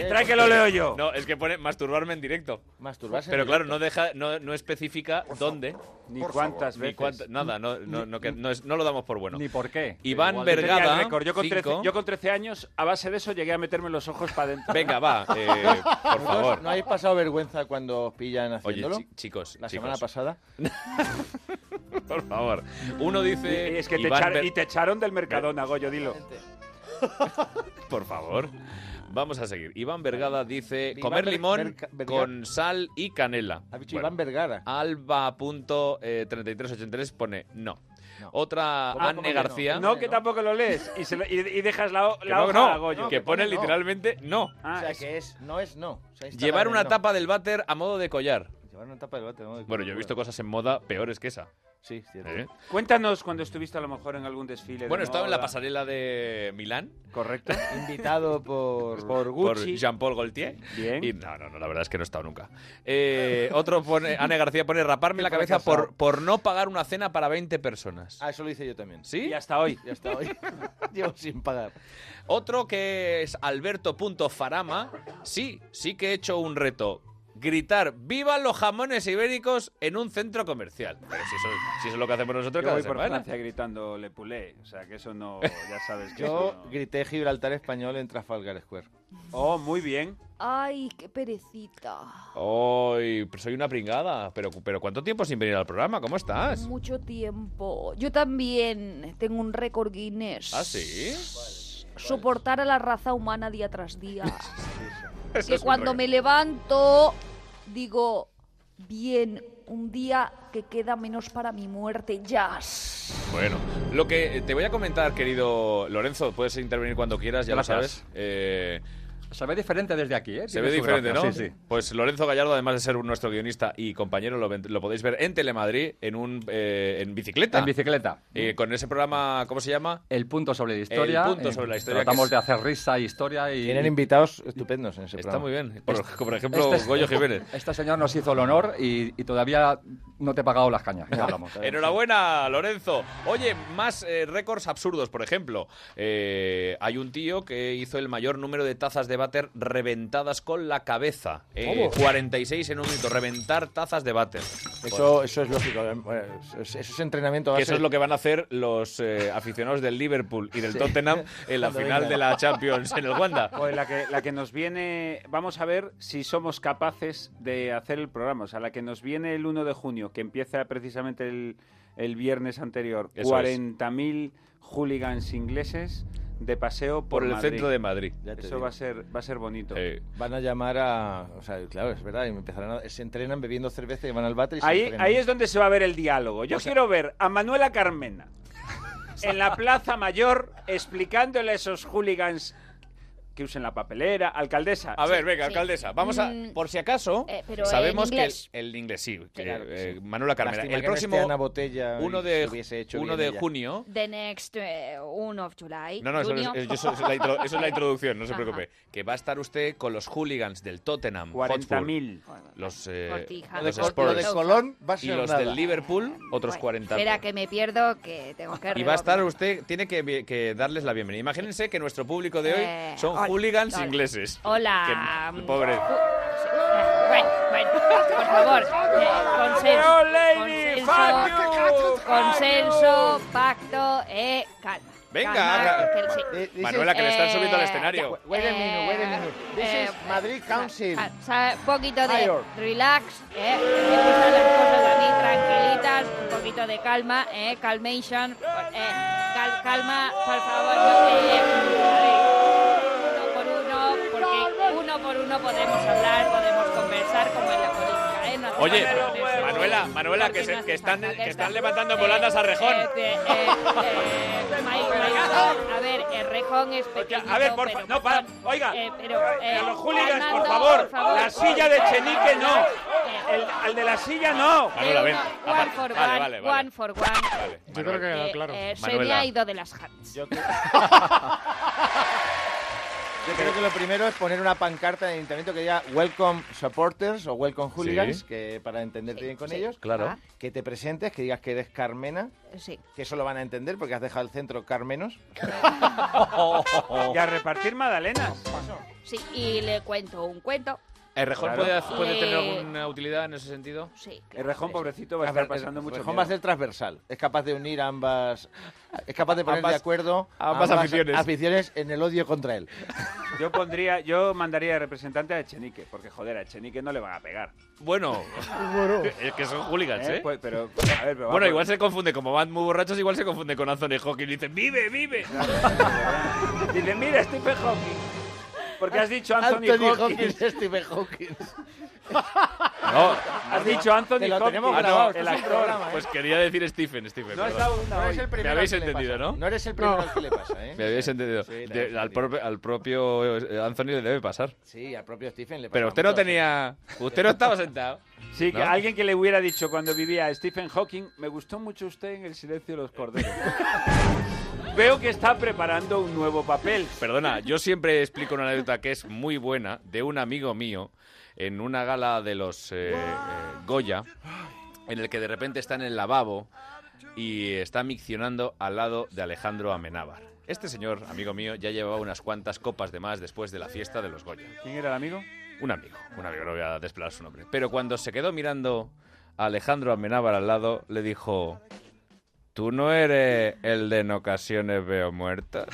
S8: Trae que lo leo yo.
S1: No, es que pone masturbarme en directo.
S3: Masturbarse en
S1: Pero claro,
S3: directo.
S1: no deja, no, no especifica dónde.
S8: Ni por cuántas
S1: ni
S8: veces.
S1: cuánta- nada, no, no, no, que- no es- no lo damos por bueno.
S4: Ni por qué.
S1: Iván
S8: Igual yo tenía el
S1: Vergada,
S8: récord. Yo, con 13,
S1: cinco.
S8: yo con 13 años, a base de eso, llegué a meterme los ojos para adentro.
S1: Venga, va, eh, por
S3: ¿Vosotros
S1: favor.
S3: ¿No habéis pasado vergüenza cuando os pillan
S1: Oye,
S3: haciéndolo?
S1: chi- chicos,
S3: La
S1: chicos,
S3: semana pasada.
S1: *laughs* Por favor. Uno dice...
S8: Y, *laughs* es que te
S1: Iván
S8: echar-
S1: Ver-
S8: y te echaron del Mercadona, Goyo, dilo.
S1: Por favor. Vamos a seguir. Iván Vergada dice
S3: Iván
S1: comer
S3: Ver-
S1: limón
S3: Verga- Verga-
S1: con sal y canela.
S3: Ha dicho Iván Vergara.
S1: eh, Alba.3383 pone no. Otra
S8: ¿Cómo,
S1: Anne
S8: cómo que no?
S1: García.
S8: No, que tampoco lo lees. Y, se lo- y- y dejas la, ho-
S1: que
S8: la
S1: no,
S8: hoja
S1: no,
S8: a Goyo.
S1: que pone
S3: no.
S1: literalmente no.
S8: Ah,
S3: o sea,
S8: es-
S3: que es, no es no. O sea, instalar
S1: Llevar
S3: el
S1: una
S3: no.
S1: tapa del váter a modo de collar.
S3: Llevar una tapa del bate, ¿no?
S1: Bueno, yo he visto cosas en moda peores que esa.
S3: Sí, cierto.
S1: ¿Eh?
S8: Cuéntanos cuando estuviste a lo mejor en algún desfile.
S1: Bueno,
S8: de
S1: estaba en la
S8: moda.
S1: pasarela de Milán. *laughs*
S8: Correcto.
S3: Invitado por,
S8: Por Gucci.
S1: Por Jean-Paul Gaultier.
S8: Bien.
S1: Y no, no, no, la verdad es que no he estado nunca. Eh, otro pone, Ana García pone raparme la cabeza por, por no pagar una cena para 20 personas.
S3: Ah, eso lo hice yo también.
S1: ¿Sí?
S8: Y hasta hoy.
S3: Ya está
S1: *laughs*
S3: hoy. Llevo sin pagar.
S1: Otro que es Alberto.farama. Sí, sí que he hecho un reto. Gritar ¡Viva los jamones ibéricos! en un centro comercial. Pero si eso, si eso es lo que hacemos nosotros
S8: Yo
S1: cada
S8: voy por
S1: semana.
S8: Francia gritando Le Poulet. O sea, que eso no. Ya sabes que. eso
S3: Yo
S8: no-
S3: grité Gibraltar español en Trafalgar Square.
S8: Oh, muy bien.
S26: Ay, qué perecita.
S1: Ay, pues soy una pringada. Pero, pero ¿cuánto tiempo sin venir al programa? ¿Cómo estás?
S26: Mucho tiempo. Yo también tengo un récord Guinness.
S1: ¿Ah, sí?
S26: Soportar a la raza humana día tras
S6: *laughs*
S26: día.
S1: Eso
S26: que
S1: es un
S26: cuando
S1: regalo.
S26: me levanto digo, bien, un día que queda menos para mi muerte, jazz.
S1: Bueno, lo que te voy a comentar, querido Lorenzo, puedes intervenir cuando quieras, ya lo
S4: Gracias.
S1: sabes. Eh,
S4: Se ve diferente desde aquí, ¿eh?
S1: se
S4: Tiene
S1: ve
S4: su
S1: diferente,
S4: gracia,
S1: ¿no?
S4: Sí, sí.
S1: Pues Lorenzo Gallardo, además de ser nuestro guionista y compañero, lo, ven- lo podéis ver en Telemadrid en un eh, en bicicleta.
S4: En bicicleta.
S1: Eh, con ese programa, ¿cómo se llama?
S4: El punto sobre la historia. eh,
S1: El punto sobre la historia,
S4: Tratamos
S1: que
S4: de hacer risa, historia y.
S3: Tienen invitados estupendos en ese
S1: Está
S3: programa.
S1: muy bien. Por, por ejemplo,
S4: este-
S1: Goyo Jiménez.
S4: Este señor nos hizo el honor y, y todavía no te he pagado las cañas. Ya hablamos.
S1: Enhorabuena, Lorenzo. Oye, más eh, récords absurdos, por ejemplo. Eh, hay un tío que hizo el mayor número de tazas de váter reventadas con la cabeza. Eh, 46 en un minuto. Reventar tazas de váter.
S3: Eso, eso es lógico. Bueno, Eso es, eso es entrenamiento. a
S1: Que
S3: base
S1: eso es lo que van a hacer los eh, aficionados del Liverpool y
S3: *laughs*
S1: del Tottenham en la
S3: Cuando
S1: final
S3: vengan.
S1: de la Champions en el
S8: *laughs*
S3: *laughs*
S1: Wanda.
S8: Pues la que, la que nos viene, vamos a ver si somos capaces de hacer el programa. O sea, la que nos viene el 1 de junio, que empieza precisamente el, el viernes anterior.
S1: Eso es.
S8: 40.000 hooligans ingleses de paseo por,
S1: Por el
S8: Madrid.
S1: centro de Madrid.
S3: Ya te
S8: Eso
S3: digo.
S8: va a ser va a ser bonito.
S1: Eh,
S3: Van a llamar a. O sea, claro, es verdad. y empezarán a- se entrenan bebiendo cerveza y van al váter y se
S8: Ahí,
S3: entrenan.
S8: ahí es donde se va a ver el diálogo. Yo
S3: O sea-
S8: quiero ver a Manuela Carmena en la Plaza Mayor explicándole a esos hooligans que usen la papelera. Alcaldesa.
S1: A ver, venga,
S8: Sí.
S1: alcaldesa, vamos a...
S8: Mm,
S1: Por si acaso,
S8: eh, pero
S1: sabemos
S8: en
S1: que el,
S8: inglés.
S1: el inglés, sí. que,
S3: Claro que
S1: eh,
S3: sí.
S1: Manuela Carmena.
S3: Lástima
S1: el
S3: que no
S1: próximo...
S3: esté Ana Botella y
S1: 1
S3: se
S1: de,
S3: hubiese hecho
S1: 1
S3: bien
S1: de
S3: ella.
S1: junio
S26: The next
S17: eh,
S26: 1 of July.
S1: No, no, eso, es- eso- eso es la intro- eso
S8: *laughs*
S1: es la introducción, no se preocupe. Que va a estar usted con los hooligans del Tottenham.
S8: 40.000.
S1: Hotspur, Los, eh,
S19: Cortija.
S3: Lo
S1: los
S3: de Col-
S1: Spurs.
S3: lo de Colón va a
S1: Y
S3: ser
S1: los
S3: nada.
S1: del Liverpool, otros 40.
S19: Espera que me pierdo, que tengo que
S1: Y va a estar
S19: rebobinar.
S1: usted, tiene que, que darles la bienvenida. Imagínense que nuestro público de
S19: Eh,
S1: hoy son
S19: hola,
S1: hooligans
S19: hola.
S1: ingleses.
S19: Hola.
S1: Que- pobre.
S19: Bueno, bueno, por favor, eh, consenso.
S8: Pero, ladies,
S19: consenso.
S23: consenso, consenso, pacto, eh, calma.
S1: Venga,
S23: calma,
S1: ra-
S23: que- sí.
S1: Eh, Manuela, que le están subiendo al
S19: Eh,
S1: escenario.
S23: ya,
S3: Wait a minute, wait a minute. This
S23: eh,
S3: is Madrid Council.
S23: Ah, ¿sabes? Un poquito de
S3: Mayor.
S23: relax, ¿eh? Me gustan las cosas a mí tranquilitas, un poquito de calma, ¿eh? Calmation, eh, cal- calma, por favor. No, eh, eh, uno por uno, porque uno por uno podemos hablar, podemos conversar como en la política, ¿eh? No hace
S1: Oye,
S23: falta reunirse.
S1: Manuela, Manuela, que, se- que están, que están levantando volandas a Rejón.
S23: Eh, eh, eh, eh, Mike, Mike, a ver, el Rejón es pequeñito,
S24: a ver, por
S23: pero-
S24: fa- no, para, oiga,
S23: eh, pero, eh,
S24: a los hooligans, por
S23: Fernando,
S24: favor,
S23: por favor.
S24: la silla de Chenique no, Ah, el, al de la silla no.
S1: Manuela, ven.
S23: One
S1: Apa-
S23: for
S1: vale,
S23: one,
S1: vale, vale.
S23: one for one.
S1: Vale,
S23: Yo
S1: Manuela.
S23: Eh, eh, se me
S1: Manuela.
S23: ha ido de las hands.
S3: Yo creo que lo primero es poner una pancarta en el ayuntamiento que diga Welcome Supporters o Welcome Hooligans,
S1: Sí.
S3: que para entenderte bien con
S23: sí.
S3: ellos.
S1: Claro. Ah.
S3: Que te presentes, que digas que eres Carmena,
S23: Sí.
S3: que eso lo van a entender porque has dejado el centro Carmenos.
S8: *laughs*
S3: *laughs*
S8: Y a repartir magdalenas.
S23: Sí, y le cuento un cuento.
S1: ¿El Rejón
S3: Claro.
S1: puede, puede tener
S23: Eh,
S1: alguna utilidad en ese sentido?
S23: Sí.
S8: El rejón, pobrecito, va a
S3: A ver,
S8: estar pasando mucho
S3: Rejón
S8: miedo.
S3: va a ser transversal. Es capaz de unir ambas. Es
S8: *laughs*
S3: capaz de poner
S8: Ambas-
S3: de acuerdo
S8: ambas aficiones.
S3: aficiones en el odio contra él.
S8: Yo pondría, yo mandaría de representante a Echenique, porque joder, a Echenique no le van a pegar.
S1: Bueno,
S8: *laughs*
S1: *laughs* es que son hooligans, ¿eh?
S8: Pues, pero, a ver, pero va
S1: Bueno,
S8: por-
S1: igual se confunde, como van muy borrachos, igual se confunde con Anthony Hawking y dicen, ¡vive, vive! *laughs*
S8: Dice, mira, Stephen Hawking. Porque has dicho Anthony,
S3: Anthony
S8: Hopkins.
S1: *laughs*
S3: Hopkins, Stephen Hawkins.
S1: No,
S8: Has dicho Anthony
S3: Te lo
S8: Hopkins.
S3: tenemos
S8: Ah, no,
S3: grabado, esto
S8: el
S3: es un
S8: actor.
S3: programa, ¿eh?
S1: Pues quería decir Stephen,
S8: *laughs*
S1: Stephen.
S8: No
S1: perdón.
S8: está una hoy.
S1: Me habéis entendido, ¿no?
S3: No eres el primero al que le pasa, ¿eh?
S1: Me habéis entendido.
S3: Sí, la
S1: De-
S3: habéis
S1: al, pro- al propio eh, Anthony le debe pasar.
S3: Sí, al propio Stephen le pasa.
S1: Pero usted no
S3: mucho.
S1: tenía. Usted no estaba sentado.
S8: Sí, que
S1: ¿No?
S8: alguien que le hubiera dicho cuando vivía a Stephen Hawking, me gustó mucho usted en El silencio de los corderos.
S28: *laughs*
S8: Veo que está preparando un nuevo papel.
S1: Perdona, yo siempre explico una anécdota que es muy buena de un amigo mío en una gala de los eh, eh, Goya, en el que de repente está en el lavabo y está miccionando al lado de Alejandro Amenábar. Este señor, amigo mío, ya llevaba unas cuantas copas de más después de la fiesta de los Goya.
S8: ¿Quién era el amigo?
S1: Un amigo, un amigo, no voy a desvelar su nombre. Pero cuando se quedó mirando a Alejandro Amenábar al lado, le dijo... ¿Tú no eres el de en ocasiones veo muertas?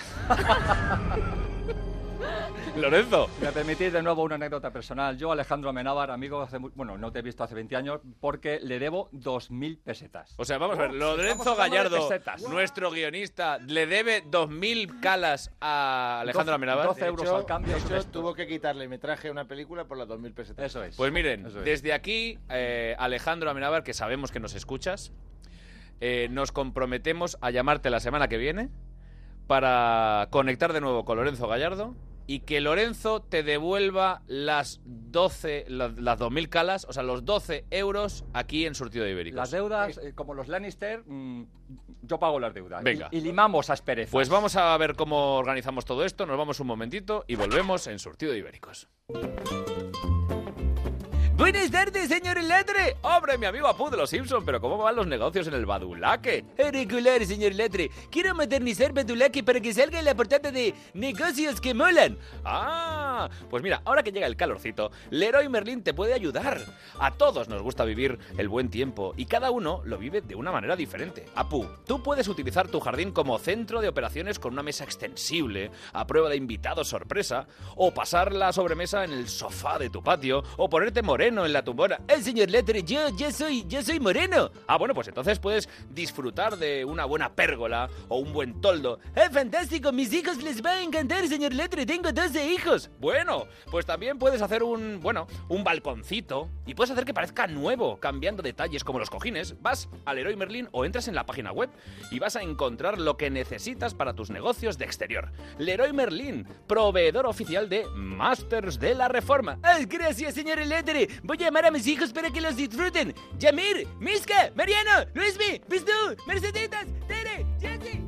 S1: Lorenzo.
S4: Me permitís de nuevo una anécdota personal. Yo, Alejandro Amenábar, amigo, hace mu- bueno, no te he visto hace 20 años porque le debo 2.000 pesetas.
S1: O sea, vamos a ver,
S4: Estamos
S1: Lorenzo
S4: hablando de
S1: Gallardo,
S4: pesetas.
S1: nuestro guionista, le debe 2.000 calas a Alejandro
S4: Doce-
S1: Amenábar.
S4: doce
S3: De
S4: euros
S3: hecho-
S4: al cambio,
S3: de
S4: eso
S3: hecho,
S4: es todo.
S3: tuvo que quitarle metraje a una película por las 2.000 pesetas.
S4: Eso es.
S1: Pues miren,
S4: Eso es.
S1: desde aquí, eh, Alejandro Amenábar, que sabemos que nos escuchas, eh, nos comprometemos a llamarte la semana que viene para conectar de nuevo con Lorenzo Gallardo y que Lorenzo te devuelva las 12, la- las 2.000 calas, o sea, los 12 euros aquí en Surtido de Ibéricos.
S4: Las deudas, eh, como los Lannister, mm, yo pago las deudas.
S1: Venga.
S4: Y, y limamos a asperezas.
S1: Pues vamos a ver cómo organizamos todo esto, nos vamos un momentito y volvemos en Surtido de Ibéricos. Buenas tardes, señor Letre. Hombre, mi amigo Apu de los Simpson, pero ¿cómo van los negocios en el Badulaque?
S9: Regular, señor Letre. Quiero modernizar Badulaque para que salga en la portada de Negocios que molan.
S1: Ah, pues mira, ahora que llega el calorcito, Leroy Merlin te puede ayudar. A todos nos gusta vivir el buen tiempo y cada uno lo vive de una manera diferente. Apu, tú puedes utilizar tu jardín como centro de operaciones con una mesa extensible, a prueba de invitados sorpresa, o pasar la sobremesa en el sofá de tu patio, o ponerte moreno en la tumbona.
S9: El señor Letre, yo, yo soy, yo soy moreno.
S1: Ah, bueno, pues entonces puedes disfrutar de una buena pérgola o un buen toldo. ¡Eh, fantástico! Mis hijos les va a encantar, señor Letre. Tengo 12 hijos. Bueno, pues también puedes hacer un, bueno, un balconcito y puedes hacer que parezca nuevo, cambiando detalles como los cojines. Vas al Leroy Merlin o entras en la página web y vas a encontrar lo que necesitas para tus negocios de exterior. Leroy Merlin, proveedor oficial de Masters de la Reforma.
S9: Ah, gracias, señor Letre. Voy a llamar a mis hijos para que los disfruten. Yamir, Miska, Mariano, Luismi, Pistú, Merceditas, Tere, Jessy.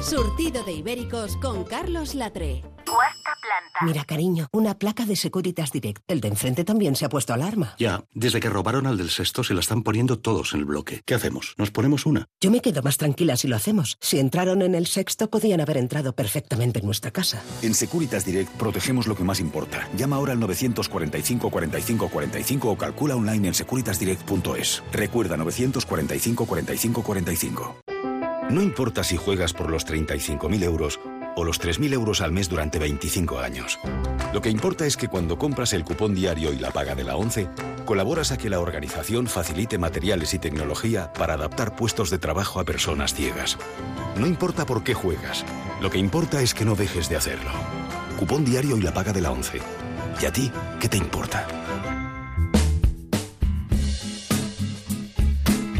S5: Surtido de Ibéricos con Carlos Latré.
S27: Mira, cariño, una placa de Securitas Direct. El de enfrente también se ha puesto alarma.
S29: Ya, desde que robaron al del sexto se la están poniendo todos en el bloque. ¿Qué hacemos? ¿Nos ponemos una?
S27: Yo me quedo más tranquila si lo hacemos. Si entraron en el sexto, podían haber entrado perfectamente en nuestra casa.
S14: En Securitas Direct protegemos lo que más importa. Llama ahora al 945 45 45 o calcula online en securitasdirect.es. Recuerda 945 45 45. No importa si juegas por los 35.000 euros o los 3.000 euros al mes durante 25 años. Lo que importa es que cuando compras el cupón diario y la paga de la 11, colaboras a que la organización facilite materiales y tecnología para adaptar puestos de trabajo a personas ciegas. No importa por qué juegas, lo que importa es que no dejes de hacerlo. Cupón diario y la paga de la 11. ¿Y a ti qué te importa?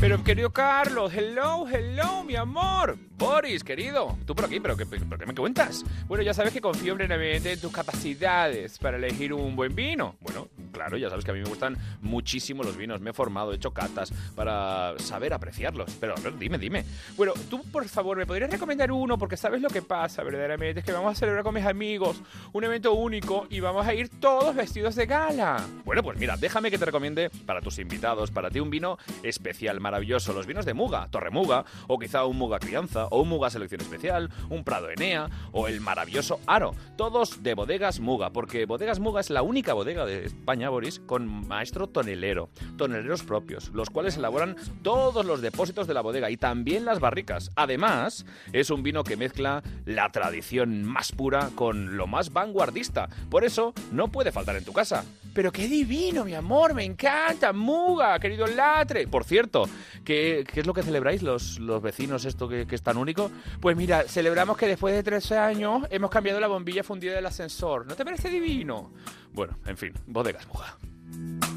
S1: Pero querido Carlos, hello, hello, mi amor. Boris, querido, tú por aquí, pero ¿qué, pero qué me cuentas? Bueno, ya sabes que confío plenamente en tus capacidades para elegir un buen vino. Bueno, claro, ya sabes que a mí me gustan muchísimo los vinos. Me he formado, he hecho catas para saber apreciarlos. Pero a ver, dime, dime. Bueno, tú por favor, ¿me podrías recomendar uno? Porque sabes lo que pasa, verdaderamente. Es que vamos a celebrar con mis amigos un evento único y vamos a ir todos vestidos de gala. Bueno, pues mira, déjame que te recomiende para tus invitados, para ti un vino especial, maravilloso. Los vinos de Muga, Torremuga, o quizá un Muga Crianza, o un Muga Selección Especial, un Prado Enea, o el maravilloso Aro. Todos de Bodegas Muga, porque Bodegas Muga es la única bodega de España, Boris, con maestro tonelero, toneleros propios, los cuales elaboran todos los depósitos de la bodega y también las barricas. Además, es un vino que mezcla la tradición más pura con lo más vanguardista. Por eso, no puede faltar en tu casa. Pero qué divino, mi amor, me encanta, Muga, querido Latre. Por cierto, ¿qué, qué es lo que celebráis los, los vecinos esto que, que es tan único? Pues mira, celebramos que después de 13 años hemos cambiado la bombilla fundida del ascensor. ¿No te parece divino? Bueno, en fin, bodegas Muga.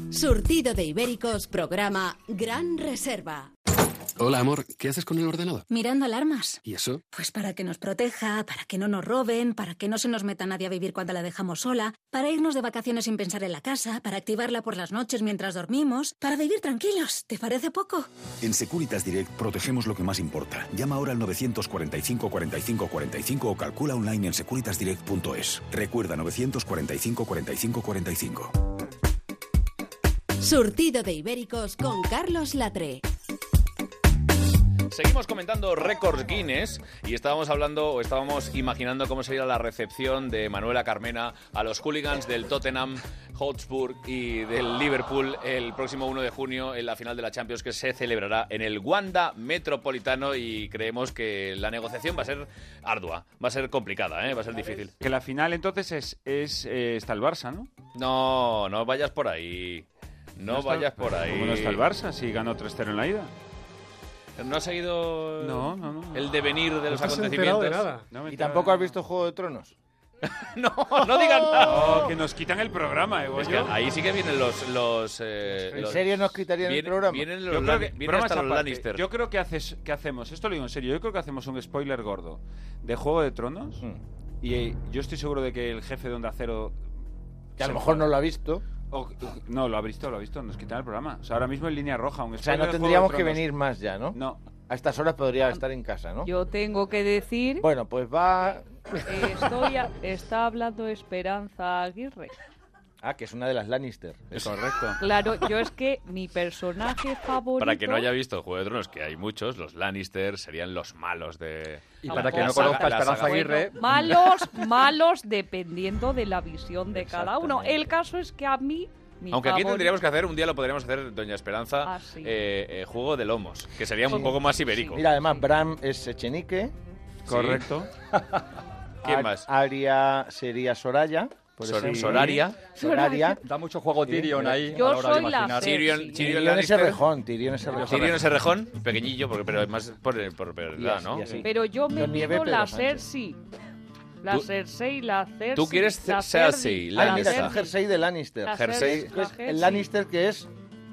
S5: Surtido de Ibéricos, programa Gran Reserva.
S2: Hola, amor. ¿Qué haces con el ordenador?
S11: Mirando alarmas.
S2: ¿Y eso?
S11: Pues para que nos proteja, para que no nos roben, para que no se nos meta nadie a vivir cuando la dejamos sola, para irnos de vacaciones sin pensar en la casa, para activarla por las noches mientras dormimos, para vivir tranquilos. ¿Te parece poco?
S14: En Securitas Direct protegemos lo que más importa. Llama ahora al 945 45 45 o calcula online en securitasdirect.es. Recuerda 945 45 45.
S5: Surtido de Ibéricos con Carlos Latre.
S28: Seguimos comentando récords Guinness y estábamos hablando o estábamos imaginando cómo sería la recepción de Manuela Carmena a los hooligans del Tottenham Hotspur y del Liverpool el próximo 1 de junio en la final de la Champions que se celebrará en el Wanda Metropolitano y creemos que la negociación va a ser ardua, va a ser complicada, ¿eh? va a ser difícil.
S8: Que la final entonces es, es eh, está el Barça, ¿no?
S28: No, no vayas por ahí. No,
S8: está-
S28: vayas por ahí.
S8: ¿Cómo no está el Barça si ganó 3-0 en la ida?
S28: ¿No has seguido
S8: No, no, no.
S28: el devenir de
S8: No
S28: los
S8: te has
S28: acontecimientos?
S8: enterado de nada. No me
S3: ¿Y
S8: entero
S3: tampoco has visto Juego de Tronos?
S28: no, no digas nada.
S8: Oh, que nos quitan el programa, eh,
S28: Es que ahí sí que vienen los. los eh,
S3: ¿En
S28: los-
S3: serio nos quitarían el
S28: vienen-
S3: programa?
S28: Vienen, los
S8: Yo creo
S28: Lan-
S8: que-
S28: vienen
S8: bromas
S28: hasta los
S8: aparte,
S28: Lannister.
S8: Yo creo que, haces, que hacemos, esto lo digo en serio, yo creo que hacemos un spoiler gordo de Juego de Tronos y eh, yo estoy seguro de que el jefe de Onda Cero...
S3: Que a lo
S8: se
S3: mejor
S8: enfada.
S3: no lo ha visto.
S8: O- no, lo ha visto, lo ha visto, nos quitan el programa. O sea, ahora mismo en línea roja, un
S3: O sea,
S8: spoiler
S3: no
S8: de Juego
S3: tendríamos
S8: de
S3: que
S8: Tronos.
S3: venir más ya, ¿no?
S8: No.
S3: A estas horas podría estar en casa, ¿no?
S6: Yo tengo que decir
S3: Bueno, pues va...
S6: que estoy a- está hablando Esperanza Aguirre.
S3: Ah, que es una de las Lannister.
S8: Es correcto.
S6: Claro, yo es que mi personaje favorito.
S28: Para que no haya visto Juego de Tronos, que hay muchos, los Lannister serían los malos de.
S4: Y
S28: la-
S4: para que
S28: la
S4: no
S28: saga-
S4: conozca
S28: la
S4: Esperanza
S28: saga.
S4: Aguirre-
S28: *laughs*
S4: mm.
S6: Malos, malos, dependiendo de la visión de cada uno.
S28: Exactamente.
S6: El caso es que a mí. Mi
S28: Aunque aquí
S6: favorito-
S28: tendríamos que hacer, un día lo podríamos hacer, Doña Esperanza,
S6: Ah, sí.
S28: eh, eh, juego de lomos, que sería
S3: Sí.
S28: un poco más ibérico.
S3: Mira, además, Bram es Echenique.
S28: Correcto. *laughs* ¿Quién más?
S3: Aria sería Soraya. por
S28: Sor-
S3: ejemplo.
S28: Soraria.
S3: Soraria.
S4: Da mucho juego Tyrion ahí.
S3: Yo
S4: a la hora de
S3: soy la
S28: Tyrion-
S4: imaginar.
S28: Cersei. Tyrion
S3: Tyrion es
S28: Lannister.
S3: rejón, Tyrion es rejón.
S28: Tyrion es rejón, pequeñillo, porque, pero es más por, por verdad,
S3: así,
S28: ¿no?
S3: y así.
S6: Pero yo me
S28: Don Nieve,
S6: pido
S28: Pedro
S6: la
S28: Sánchez.
S6: Cersei. La
S28: Tú-
S6: Cersei, la Cersei.
S28: tú quieres
S6: la
S28: Cersei,
S6: Cersei,
S28: la
S3: Ah, mira, es
S28: Lannister.
S3: un jersey de Lannister.
S6: La Cersei,
S3: Es
S6: la
S3: el
S6: Cersei.
S3: Lannister que es...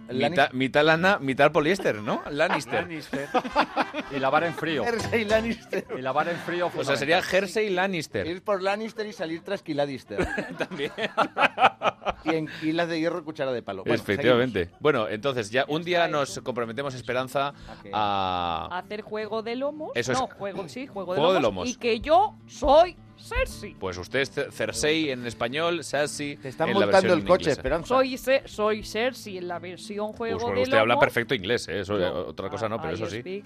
S3: El
S28: Mitad, mitad lana, mitad poliéster,
S4: *laughs*
S28: ¿no? Lannister.
S3: *laughs*
S4: Y lavar en frío. *laughs*
S3: Jersey Lannister.
S4: Y lavar en frío.
S28: O sea, sería Jersey Lannister.
S3: Ir por Lannister y salir tras Kiladister.
S28: *laughs* También.
S3: y en Kilas de hierro, cuchara de palo. Bueno,
S28: Efectivamente. Bueno, entonces ya un día nos comprometemos, Esperanza, a...
S6: Hacer juego de lomos.
S28: Eso es-
S6: no, juego, sí, juego,
S28: Juego de
S6: de, lomos,
S28: lomos.
S6: Y que yo soy
S12: Cersei.
S1: Pues usted es Cer- Cersei en español, Sassy. Te
S3: están montando el coche, Esperanza.
S12: Soy, Ce- soy Cersei en la versión juego
S1: Pues, bueno,
S12: de
S1: usted habla
S12: lobo. Ah,
S1: perfecto inglés, ¿eh? eso, eh, otra cosa no, pero
S12: I
S1: eso sí.
S12: speak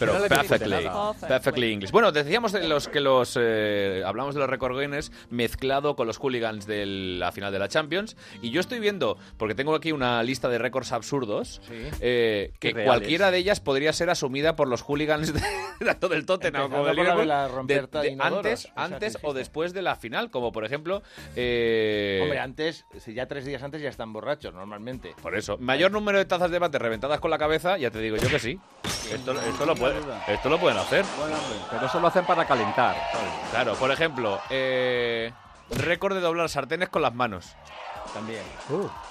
S12: perfect-
S1: Pero perfectly,
S12: Perfect.
S1: perfectly English. Bueno, decíamos de los que los eh, hablamos de los recorgones mezclado con los hooligans de la final de la Champions y yo estoy viendo porque tengo aquí una lista de récords absurdos eh, que
S3: Irreales.
S1: cualquiera de ellas podría ser asumida por los hooligans *laughs* de, tanto del Tottenham como
S3: Empezando
S1: del
S3: por la de la
S1: Liverpool
S3: romperta de inodoros,
S1: antes,
S3: o sea,
S1: antes
S3: que
S1: o después de la final, como por ejemplo. eh,
S3: Hombre, antes, si ya tres días antes ya están borrachos normalmente.
S1: por eso, mayor número de tazas de bate reventadas con la cabeza, ya te digo yo que sí. Esto, esto, lo, puede, esto lo pueden hacer.
S4: Pero eso lo hacen para calentar.
S1: Claro, por ejemplo, eh, récord de doblar sartenes con las manos.
S3: También.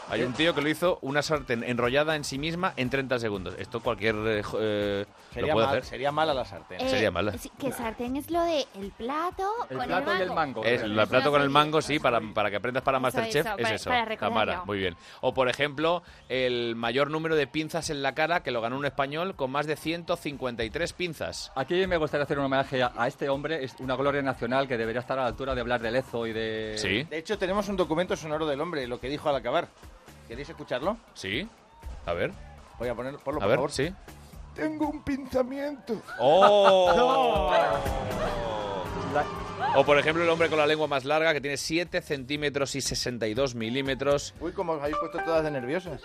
S1: Hay un tío que lo hizo una sartén enrollada en sí misma en 30 segundos. Esto cualquier eh, jo- eh,
S3: Sería,
S1: lo puede
S3: mal-
S1: hacer.
S3: sería mala la sartén.
S17: Eh,
S1: Sería mala.
S17: sí, Que sartén es lo de el plato
S3: El
S17: con
S3: plato
S17: el
S3: y
S17: mango.
S3: el mango.
S1: Es el plato con el mango, sí, para, para que aprendas para Masterchef,
S17: eso,
S1: es
S17: para-
S1: eso.
S17: para recordarlo.
S1: Tamara, muy bien. O por ejemplo, el mayor número de pinzas en la cara que lo ganó un español con más de 153 pinzas.
S4: Aquí me gustaría hacer un homenaje a, a este hombre, es una gloria nacional que debería estar a la altura de hablar de Lezo y de...
S3: De hecho, tenemos un documento sonoro del hombre, lo que dijo al acabar. ¿Queréis escucharlo?
S1: Sí. A ver,
S3: Voy a poner, ponlo,
S1: a
S3: por
S1: ver,
S3: favor.
S1: sí.
S3: Tengo un pinzamiento.
S1: Oh. O por ejemplo el hombre con la lengua más larga que tiene 7 centímetros y 62 milímetros.
S3: Uy, como os habéis puesto todas de nerviosas.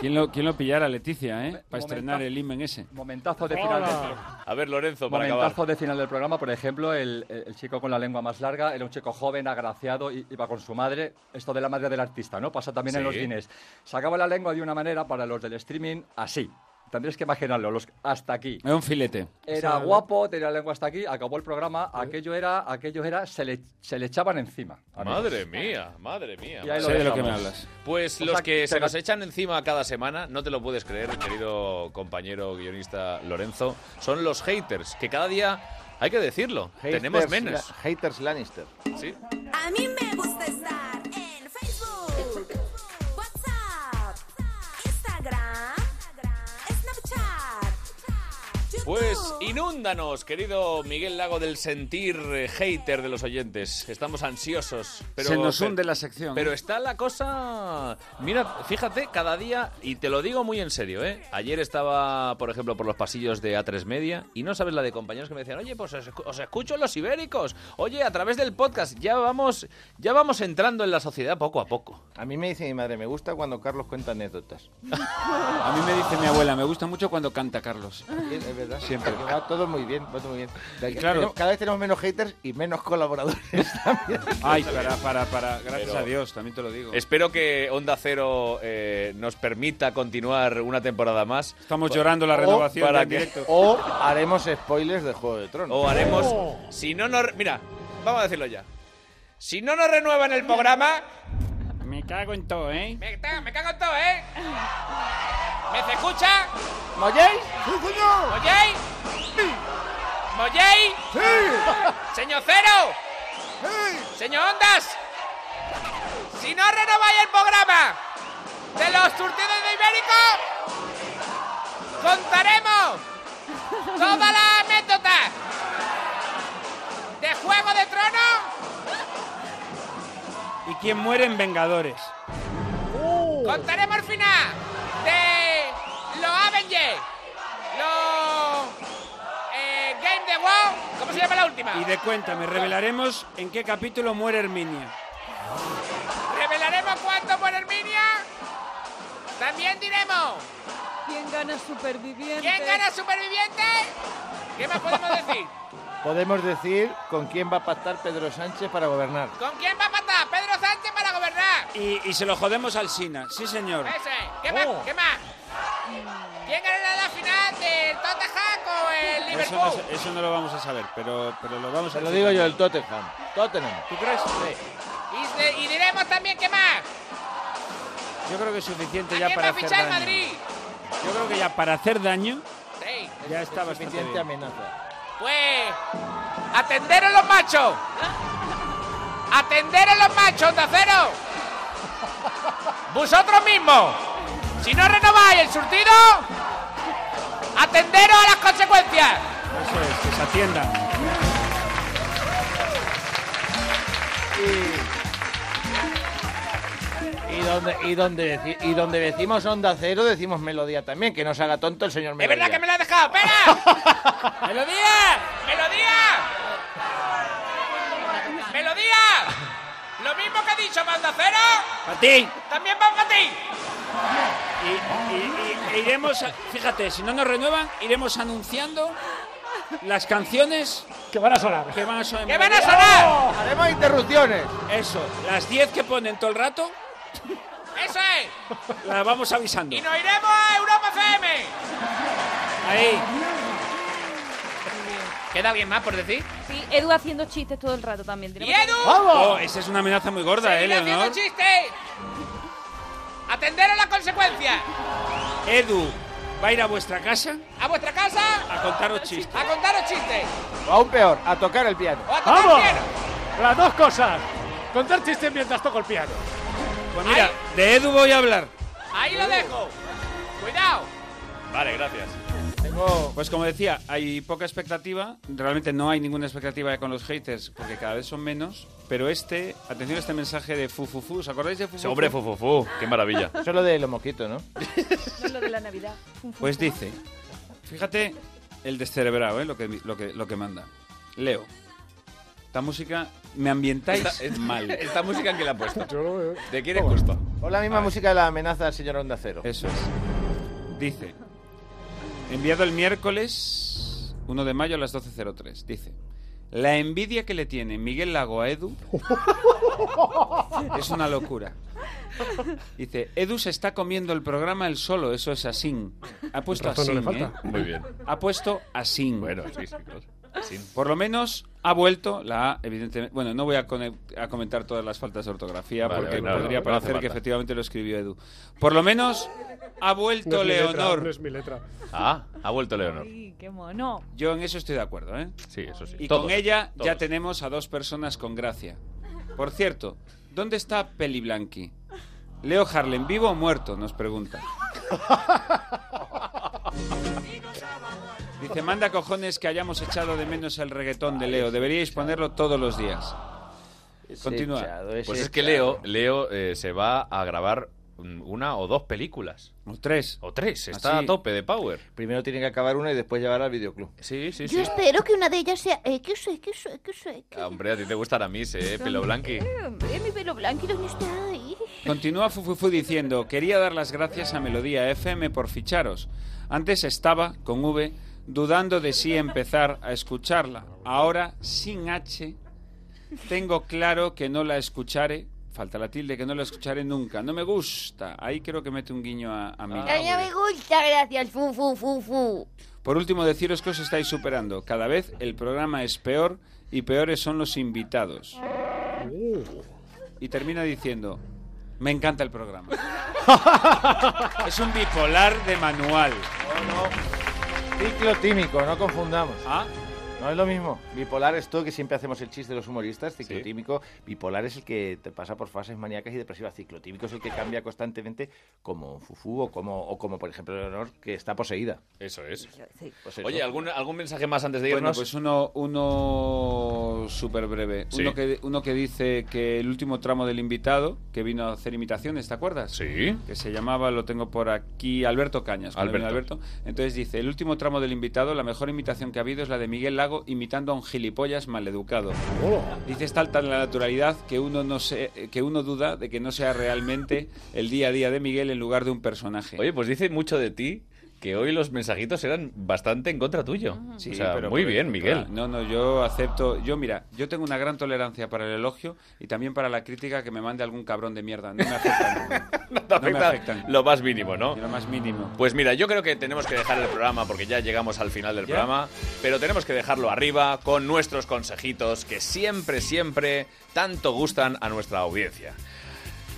S8: ¿Quién lo, quién lo pillara, Leticia, eh? Para estrenar el imen ese.
S4: Momentazo de final del-
S1: A ver, Lorenzo, para
S4: Momentazo
S1: acabar.
S4: de final del programa, por ejemplo, el, el- el chico con la lengua más larga era un chico joven, agraciado, i- iba con su madre. Esto de la madre del artista, ¿no? Pasa también en
S1: Sí.
S4: los cines. Sacaba la lengua de una manera para los del streaming así. Tendréis que imaginarlo, los, hasta aquí.
S8: Es un filete.
S4: Era guapo, tenía la lengua hasta aquí, acabó el programa, aquello era, aquello era, se le, se le echaban encima. amigos.
S1: Madre mía, madre mía.
S4: Y ahí lo Sé
S1: madre
S4: de Ah. lo
S1: mía.
S4: que me hablas.
S1: Pues
S4: O
S1: los
S4: sea,
S1: que se
S4: pero-
S1: nos echan encima cada semana, no te lo puedes creer, querido compañero guionista Lorenzo, son los haters, que cada día, hay que decirlo,
S3: Haters
S1: tenemos
S3: La-
S1: menos.
S3: haters Lannister.
S1: Sí.
S11: A mí me gusta estar en Facebook, WhatsApp, Instagram, Snapchat.
S1: Pues inúndanos, querido Miguel Lago, del sentir eh, hater de los oyentes. Estamos ansiosos. Pero,
S8: Se nos hunde la sección. ¿eh?
S1: Pero está la cosa... Mira, fíjate, cada día, y te lo digo muy en serio, ¿eh? Ayer estaba, por ejemplo, por los pasillos de A3 Media y no sabes la de compañeros que me decían, oye, pues os, escu- os escucho en los ibéricos. Oye, a través del podcast ya vamos, ya vamos entrando en la sociedad poco a poco.
S3: A mí me dice mi madre, me gusta cuando Carlos cuenta
S1: *laughs*
S3: anécdotas.
S8: A mí me dice mi abuela, me gusta mucho cuando canta Carlos.
S3: Es es verdad.
S8: Siempre.
S3: Que Va todo muy bien, va todo muy bien. De aquí-
S8: claro.
S3: tenemos- cada vez tenemos menos haters y menos colaboradores. *laughs* también.
S8: Ay, para, para, para. Gracias
S1: Pero- Eh,
S8: a Dios, también te lo digo.
S1: Espero que Onda Cero eh, nos permita continuar una temporada más.
S8: Estamos llorando la renovación
S1: O para
S8: ya en
S1: que-
S8: directo.
S3: O haremos spoilers de Juego de Tronos.
S1: O haremos. Si no nos. Mira, vamos a decirlo ya. Si no nos renuevan el programa.
S8: Me cago en todo, ¿eh?
S1: Me, ta- me cago en todo, ¿eh? ¿Me se escucha?
S3: ¿Me oyéis? ¡Sí, señor!
S1: ¿Me oyéis? ¿Me oyéis? ¡Sí! ¡Señor Cero! ¡Señor Ondas! Si no renováis el programa de los surtidos de Ibérico, contaremos todas las anécdotas de Juego de Tronos
S8: ¿Y quién muere en Vengadores? Uh.
S1: Contaremos el final de los Avengers, los eh, Game the Wow, ¿cómo se llama la última?
S8: Y de cuéntame, revelaremos en qué capítulo muere Herminia.
S1: Revelaremos cuánto por Herminia. También diremos
S6: ¿Quién gana superviviente?
S1: quién gana superviviente. ¿Qué más podemos
S8: *laughs*
S1: decir?
S3: Podemos decir con quién va a pactar Pedro Sánchez para gobernar.
S1: ¿Con quién va a patar Pedro Sánchez para gobernar?
S8: Y, y se lo jodemos al Sina, sí señor.
S1: Ese. ¿Qué más?
S8: Oh.
S1: ¿Qué más? ¿Quién ganará la final del Tottenham con el
S8: Eso no,
S1: Liverpool?
S8: se- eso no lo vamos a saber, pero, pero lo vamos a
S3: Te lo digo yo, el Tottenham. Tottenham.
S8: ¿Tú crees?
S1: Y, se- y diremos también qué más.
S8: Yo creo que es suficiente
S1: ¿Quién
S8: ya
S1: va
S8: para
S1: a
S8: hacer
S1: fichar
S8: daño.
S1: Madrid?
S8: Yo creo que ya para hacer daño
S1: Sí.
S8: ya está bastante
S3: Suficiente
S8: bien.
S3: amenaza.
S1: Pues atender a los machos. Atender a los machos, tacero. Vosotros mismos. Si no renováis el surtido, atenderos a las consecuencias.
S8: Eso es, que se atienda.
S3: Y donde, y, donde, deci- y donde decimos onda cero, decimos melodía también, que no se haga tonto el señor
S24: ¡Es
S3: melodía.
S24: verdad que me lo ha dejado!
S8: *laughs*
S24: ¡Espera! ¡Melodía! ¡Melodía! ¡Melodía! Lo mismo que ha dicho Banda Cero,
S8: Martín,
S24: también va para ti.
S8: y- y- y- e iremos, a- fíjate, si no nos renuevan, iremos anunciando las canciones que van a sonar. Que van a sonar. ¡Oh!
S24: ¡Que van a sonar!
S3: Haremos interrupciones.
S8: Eso, las 10 que ponen todo el rato,
S24: ¡Eso es!
S8: las vamos avisando.
S24: ¡Y nos iremos a Europa FM!
S8: Ahí.
S24: ¿Queda alguien más por decir?
S6: Sí, Edu haciendo chistes todo el rato también.
S24: ¡Y
S6: tenemos-
S24: Edu!
S8: Oh, esa es una amenaza muy gorda, eh,
S24: ¡Seguirá haciendo
S8: Leonor.
S24: chistes! ¡Atender a las consecuencias!
S8: Edu va a ir a vuestra casa
S24: ¡A vuestra casa!
S8: a contaros chistes.
S24: ¡A contaros chistes!
S3: O aún peor, a tocar el piano.
S24: ¡O a tocar
S2: ¡Vamos!
S24: piano!
S2: Las dos cosas. Contar chistes mientras toco el piano.
S8: Pues mira, de Edu voy a hablar.
S24: ¡Ahí lo dejo! ¡Cuidado!
S8: Vale, gracias. Pues como decía, hay poca expectativa. Realmente no hay ninguna expectativa con los haters, porque cada vez son menos. Pero este, atención a este mensaje de Fufufu. ¿Os acordáis de Fufufu?
S1: Hombre, fufufu, qué maravilla.
S3: Solo de lo mosquito, ¿no?
S6: No es lo de la Navidad.
S8: Pues dice, fíjate el descerebrado, ¿eh? lo, que, lo, que, lo que manda. Leo, esta música me ambientáis
S1: Esta- esta-
S8: mal.
S1: esta música en que la ha puesto.
S8: ¿De
S1: quién es justo?
S3: O la misma música de la amenaza del señor Onda Cero.
S8: Eso es. Dice, enviado el miércoles 1 de mayo a las 12.03. Dice, la envidia que le tiene Miguel Lago a Edu es una locura. Dice, Edu se está comiendo el programa el solo, eso es asín. Ha puesto
S2: Razón no
S8: asín,
S2: le
S8: ¿eh?
S2: falta. Muy bien.
S8: Ha puesto asín.
S1: Bueno, sí, sí, claro. Sí.
S8: Por lo menos ha vuelto la A, evidentemente. Bueno, no voy a, cone- a comentar todas las faltas de ortografía
S1: Vale,
S8: porque
S1: vale, no,
S8: podría
S1: no, no hace
S8: parecer que
S1: falta.
S8: efectivamente lo escribió Edu. Por lo menos ha
S2: No
S8: vuelto
S2: es mi letra,
S8: Leonor.
S2: no es mi letra.
S1: Ah, ha vuelto Leonor.
S6: Ay, qué mono.
S8: Yo en eso estoy de acuerdo, ¿eh?
S1: Sí, eso sí.
S8: Y
S1: Todos,
S8: con ella ya
S1: todos.
S8: tenemos a dos personas con gracia. Por cierto, ¿dónde está Peli Blanqui? Leo Harlem, ¿vivo o muerto? Nos pregunta. Dice, manda cojones que hayamos echado de menos el reggaetón de Leo. Deberíais ponerlo todos los días. Continúa.
S1: Pues es que Leo, Leo eh, se va a grabar mm, una o dos películas.
S8: O tres.
S1: O tres, está
S3: Así.
S1: a tope de power.
S3: Primero tiene que acabar una y después llevarla al videoclub.
S1: Sí, sí,
S23: Yo
S1: sí.
S23: espero que una de ellas sea X, X, X, X.
S1: Ah, Hombre, a ti te gustará a mí, eh, pelo blanqui.
S23: Hombre, mi pelo blanco, ¿dónde está ahí?
S8: Continúa Fufufu diciendo, quería dar las gracias a Melodía FM por ficharos. Antes estaba, con V, dudando de si empezar a escucharla. Ahora, sin H, tengo claro que no la escucharé. Falta la tilde, que no la escucharé nunca. No me gusta. Ahí creo que mete un guiño a,
S1: Ah,
S8: a mí.
S23: A mí Eh, me gusta, gracias, fu, fu, fu, fu.
S8: Por último, deciros que os estáis superando. Cada vez el programa es peor y peores son los invitados. Y termina diciendo, me encanta el programa. es un bipolar de manual.
S3: Ciclotímico, no confundamos.
S8: Ah.
S3: No es lo mismo. Bipolar es todo que siempre hacemos el chiste de los humoristas, ciclotímico. Bipolar es el que te pasa por fases maníacas y depresivas. Ciclotímico es el que cambia constantemente como Fufu o como, o como por ejemplo, Leonor, que está poseída.
S1: Eso es.
S3: Pues eso.
S1: Oye, ¿algún, ¿algún mensaje más antes de
S8: Bueno,
S1: irnos?
S8: pues uno, uno súper breve.
S1: Sí.
S8: Uno, que, uno que dice que el último tramo del invitado, que vino a hacer imitaciones, ¿te acuerdas?
S1: Sí.
S8: Que se llamaba, lo tengo por aquí, Alberto Cañas. cuando vino
S1: Alberto.
S8: Alberto. Entonces dice, el último tramo del invitado, la mejor imitación que ha habido es la de Miguel Lago imitando a un gilipollas maleducado.
S1: Oh.
S8: Dice, es tal tan la naturalidad que uno, no se, que uno duda de que no sea realmente el día a día de Miguel en lugar de un personaje.
S1: Oye, pues dice mucho de ti que hoy los mensajitos eran bastante en contra tuyo.
S8: Sí,
S1: o sea,
S8: pero
S1: muy
S8: por-
S1: bien, Miguel.
S8: No, no, yo acepto. Yo, mira, yo tengo una gran tolerancia para el elogio y también para la crítica que me mande algún cabrón de mierda. No me
S1: *laughs*
S8: afectan. no,
S1: Te
S8: me
S1: afecta
S8: afectan.
S1: Lo más mínimo, ¿no?
S8: Lo más mínimo.
S1: Pues mira, yo creo que tenemos que dejar el programa porque ya llegamos al final del
S8: ¿Ya?
S1: programa, pero tenemos que dejarlo arriba con nuestros consejitos que siempre, siempre tanto gustan a nuestra audiencia.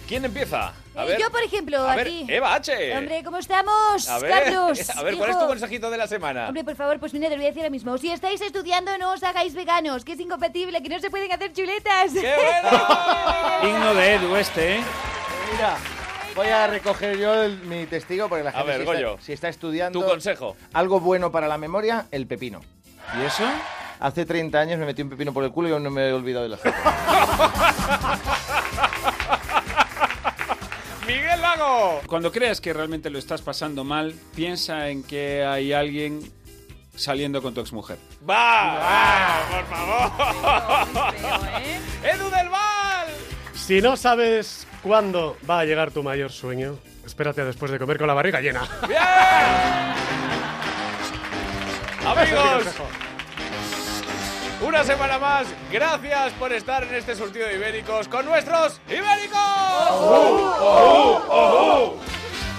S1: ¿Quién empieza? A
S23: Eh,
S1: ver,
S23: Yo, por ejemplo,
S1: a ver,
S23: aquí.
S1: Eva H.
S23: Hombre, ¿cómo estamos?
S1: a ver,
S23: Carlos.
S1: *laughs* a ver ¿cuál es
S23: hijo.
S1: tu consejito de la semana?
S23: Hombre, por favor, pues mira, te lo voy a decir ahora mismo. Si estáis estudiando, no os hagáis veganos, que es incompatible, que no se pueden hacer chuletas.
S8: Digno de Edu este, ¿eh?
S3: Mira, voy a recoger yo el- mi testigo porque la gente
S1: ver,
S3: si,
S23: *laughs*
S1: Goyo,
S3: está, si está estudiando
S1: Tu consejo.
S3: algo bueno para la memoria, el pepino.
S8: ¿Y eso?
S3: Hace 30 años me metí un pepino por el culo y aún no me he olvidado de la
S1: ¡Miguel Lago!
S8: Cuando creas que realmente lo estás pasando mal, piensa en que hay alguien saliendo con tu exmujer.
S1: ¡Va! ¡Va! ¡Por favor!
S24: ¿eh?
S1: *laughs* ¡Edu del Val!
S2: Si no sabes cuándo va a llegar tu mayor sueño, espérate a después de comer con la barriga llena.
S1: Amigos, una semana más, gracias por estar en este surtido de ibéricos con nuestros ibéricos.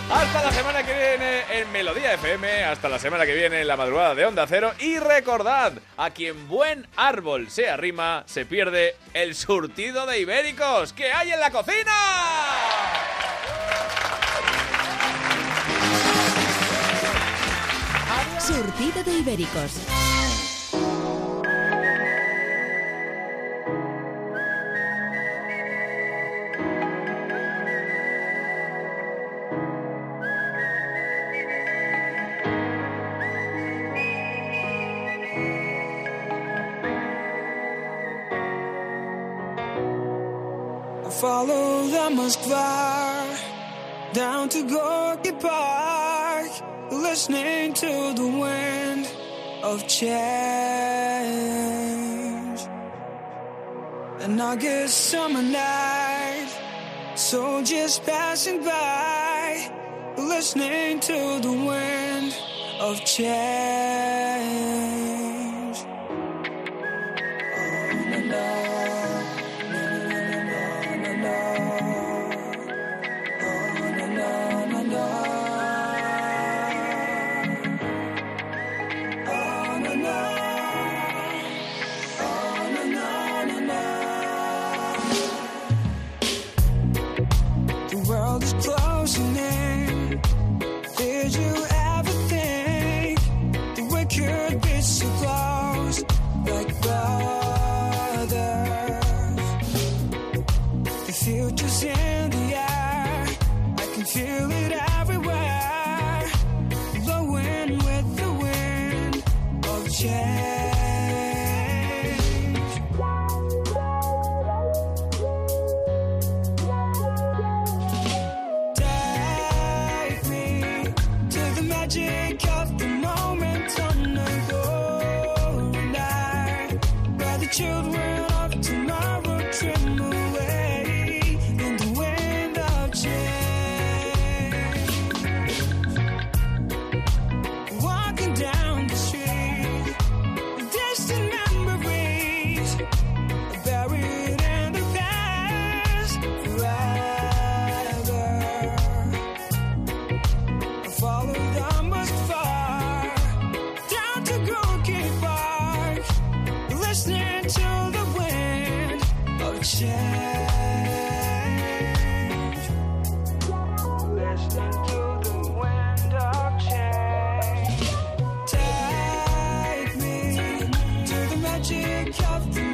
S1: Hasta la semana que viene en Melodía FM, hasta la semana que viene en la madrugada de Onda Cero y recordad, a quien buen árbol se arrima, se pierde el surtido de ibéricos que hay en la cocina.
S5: Surtido de Ibéricos.
S13: I follow the Moskva down to Gorky Park, listening to the wind of change. An August summer night, soldiers passing by, listening to the wind of change. Oh, na, na. The world is closing in. Did you ever think that we could be so close, like brothers? The future's in the air. I can feel it everywhere. Blowing with the wind of change. Take me to the magic of the moment on a golden night, where the children of tomorrow trim away in the wind of change. Walking down the street, distant memories buried in the past forever. I follow them as far down to Gorky Park, listening to the wind of change. Listening to the wind of change. Take me to the magic of the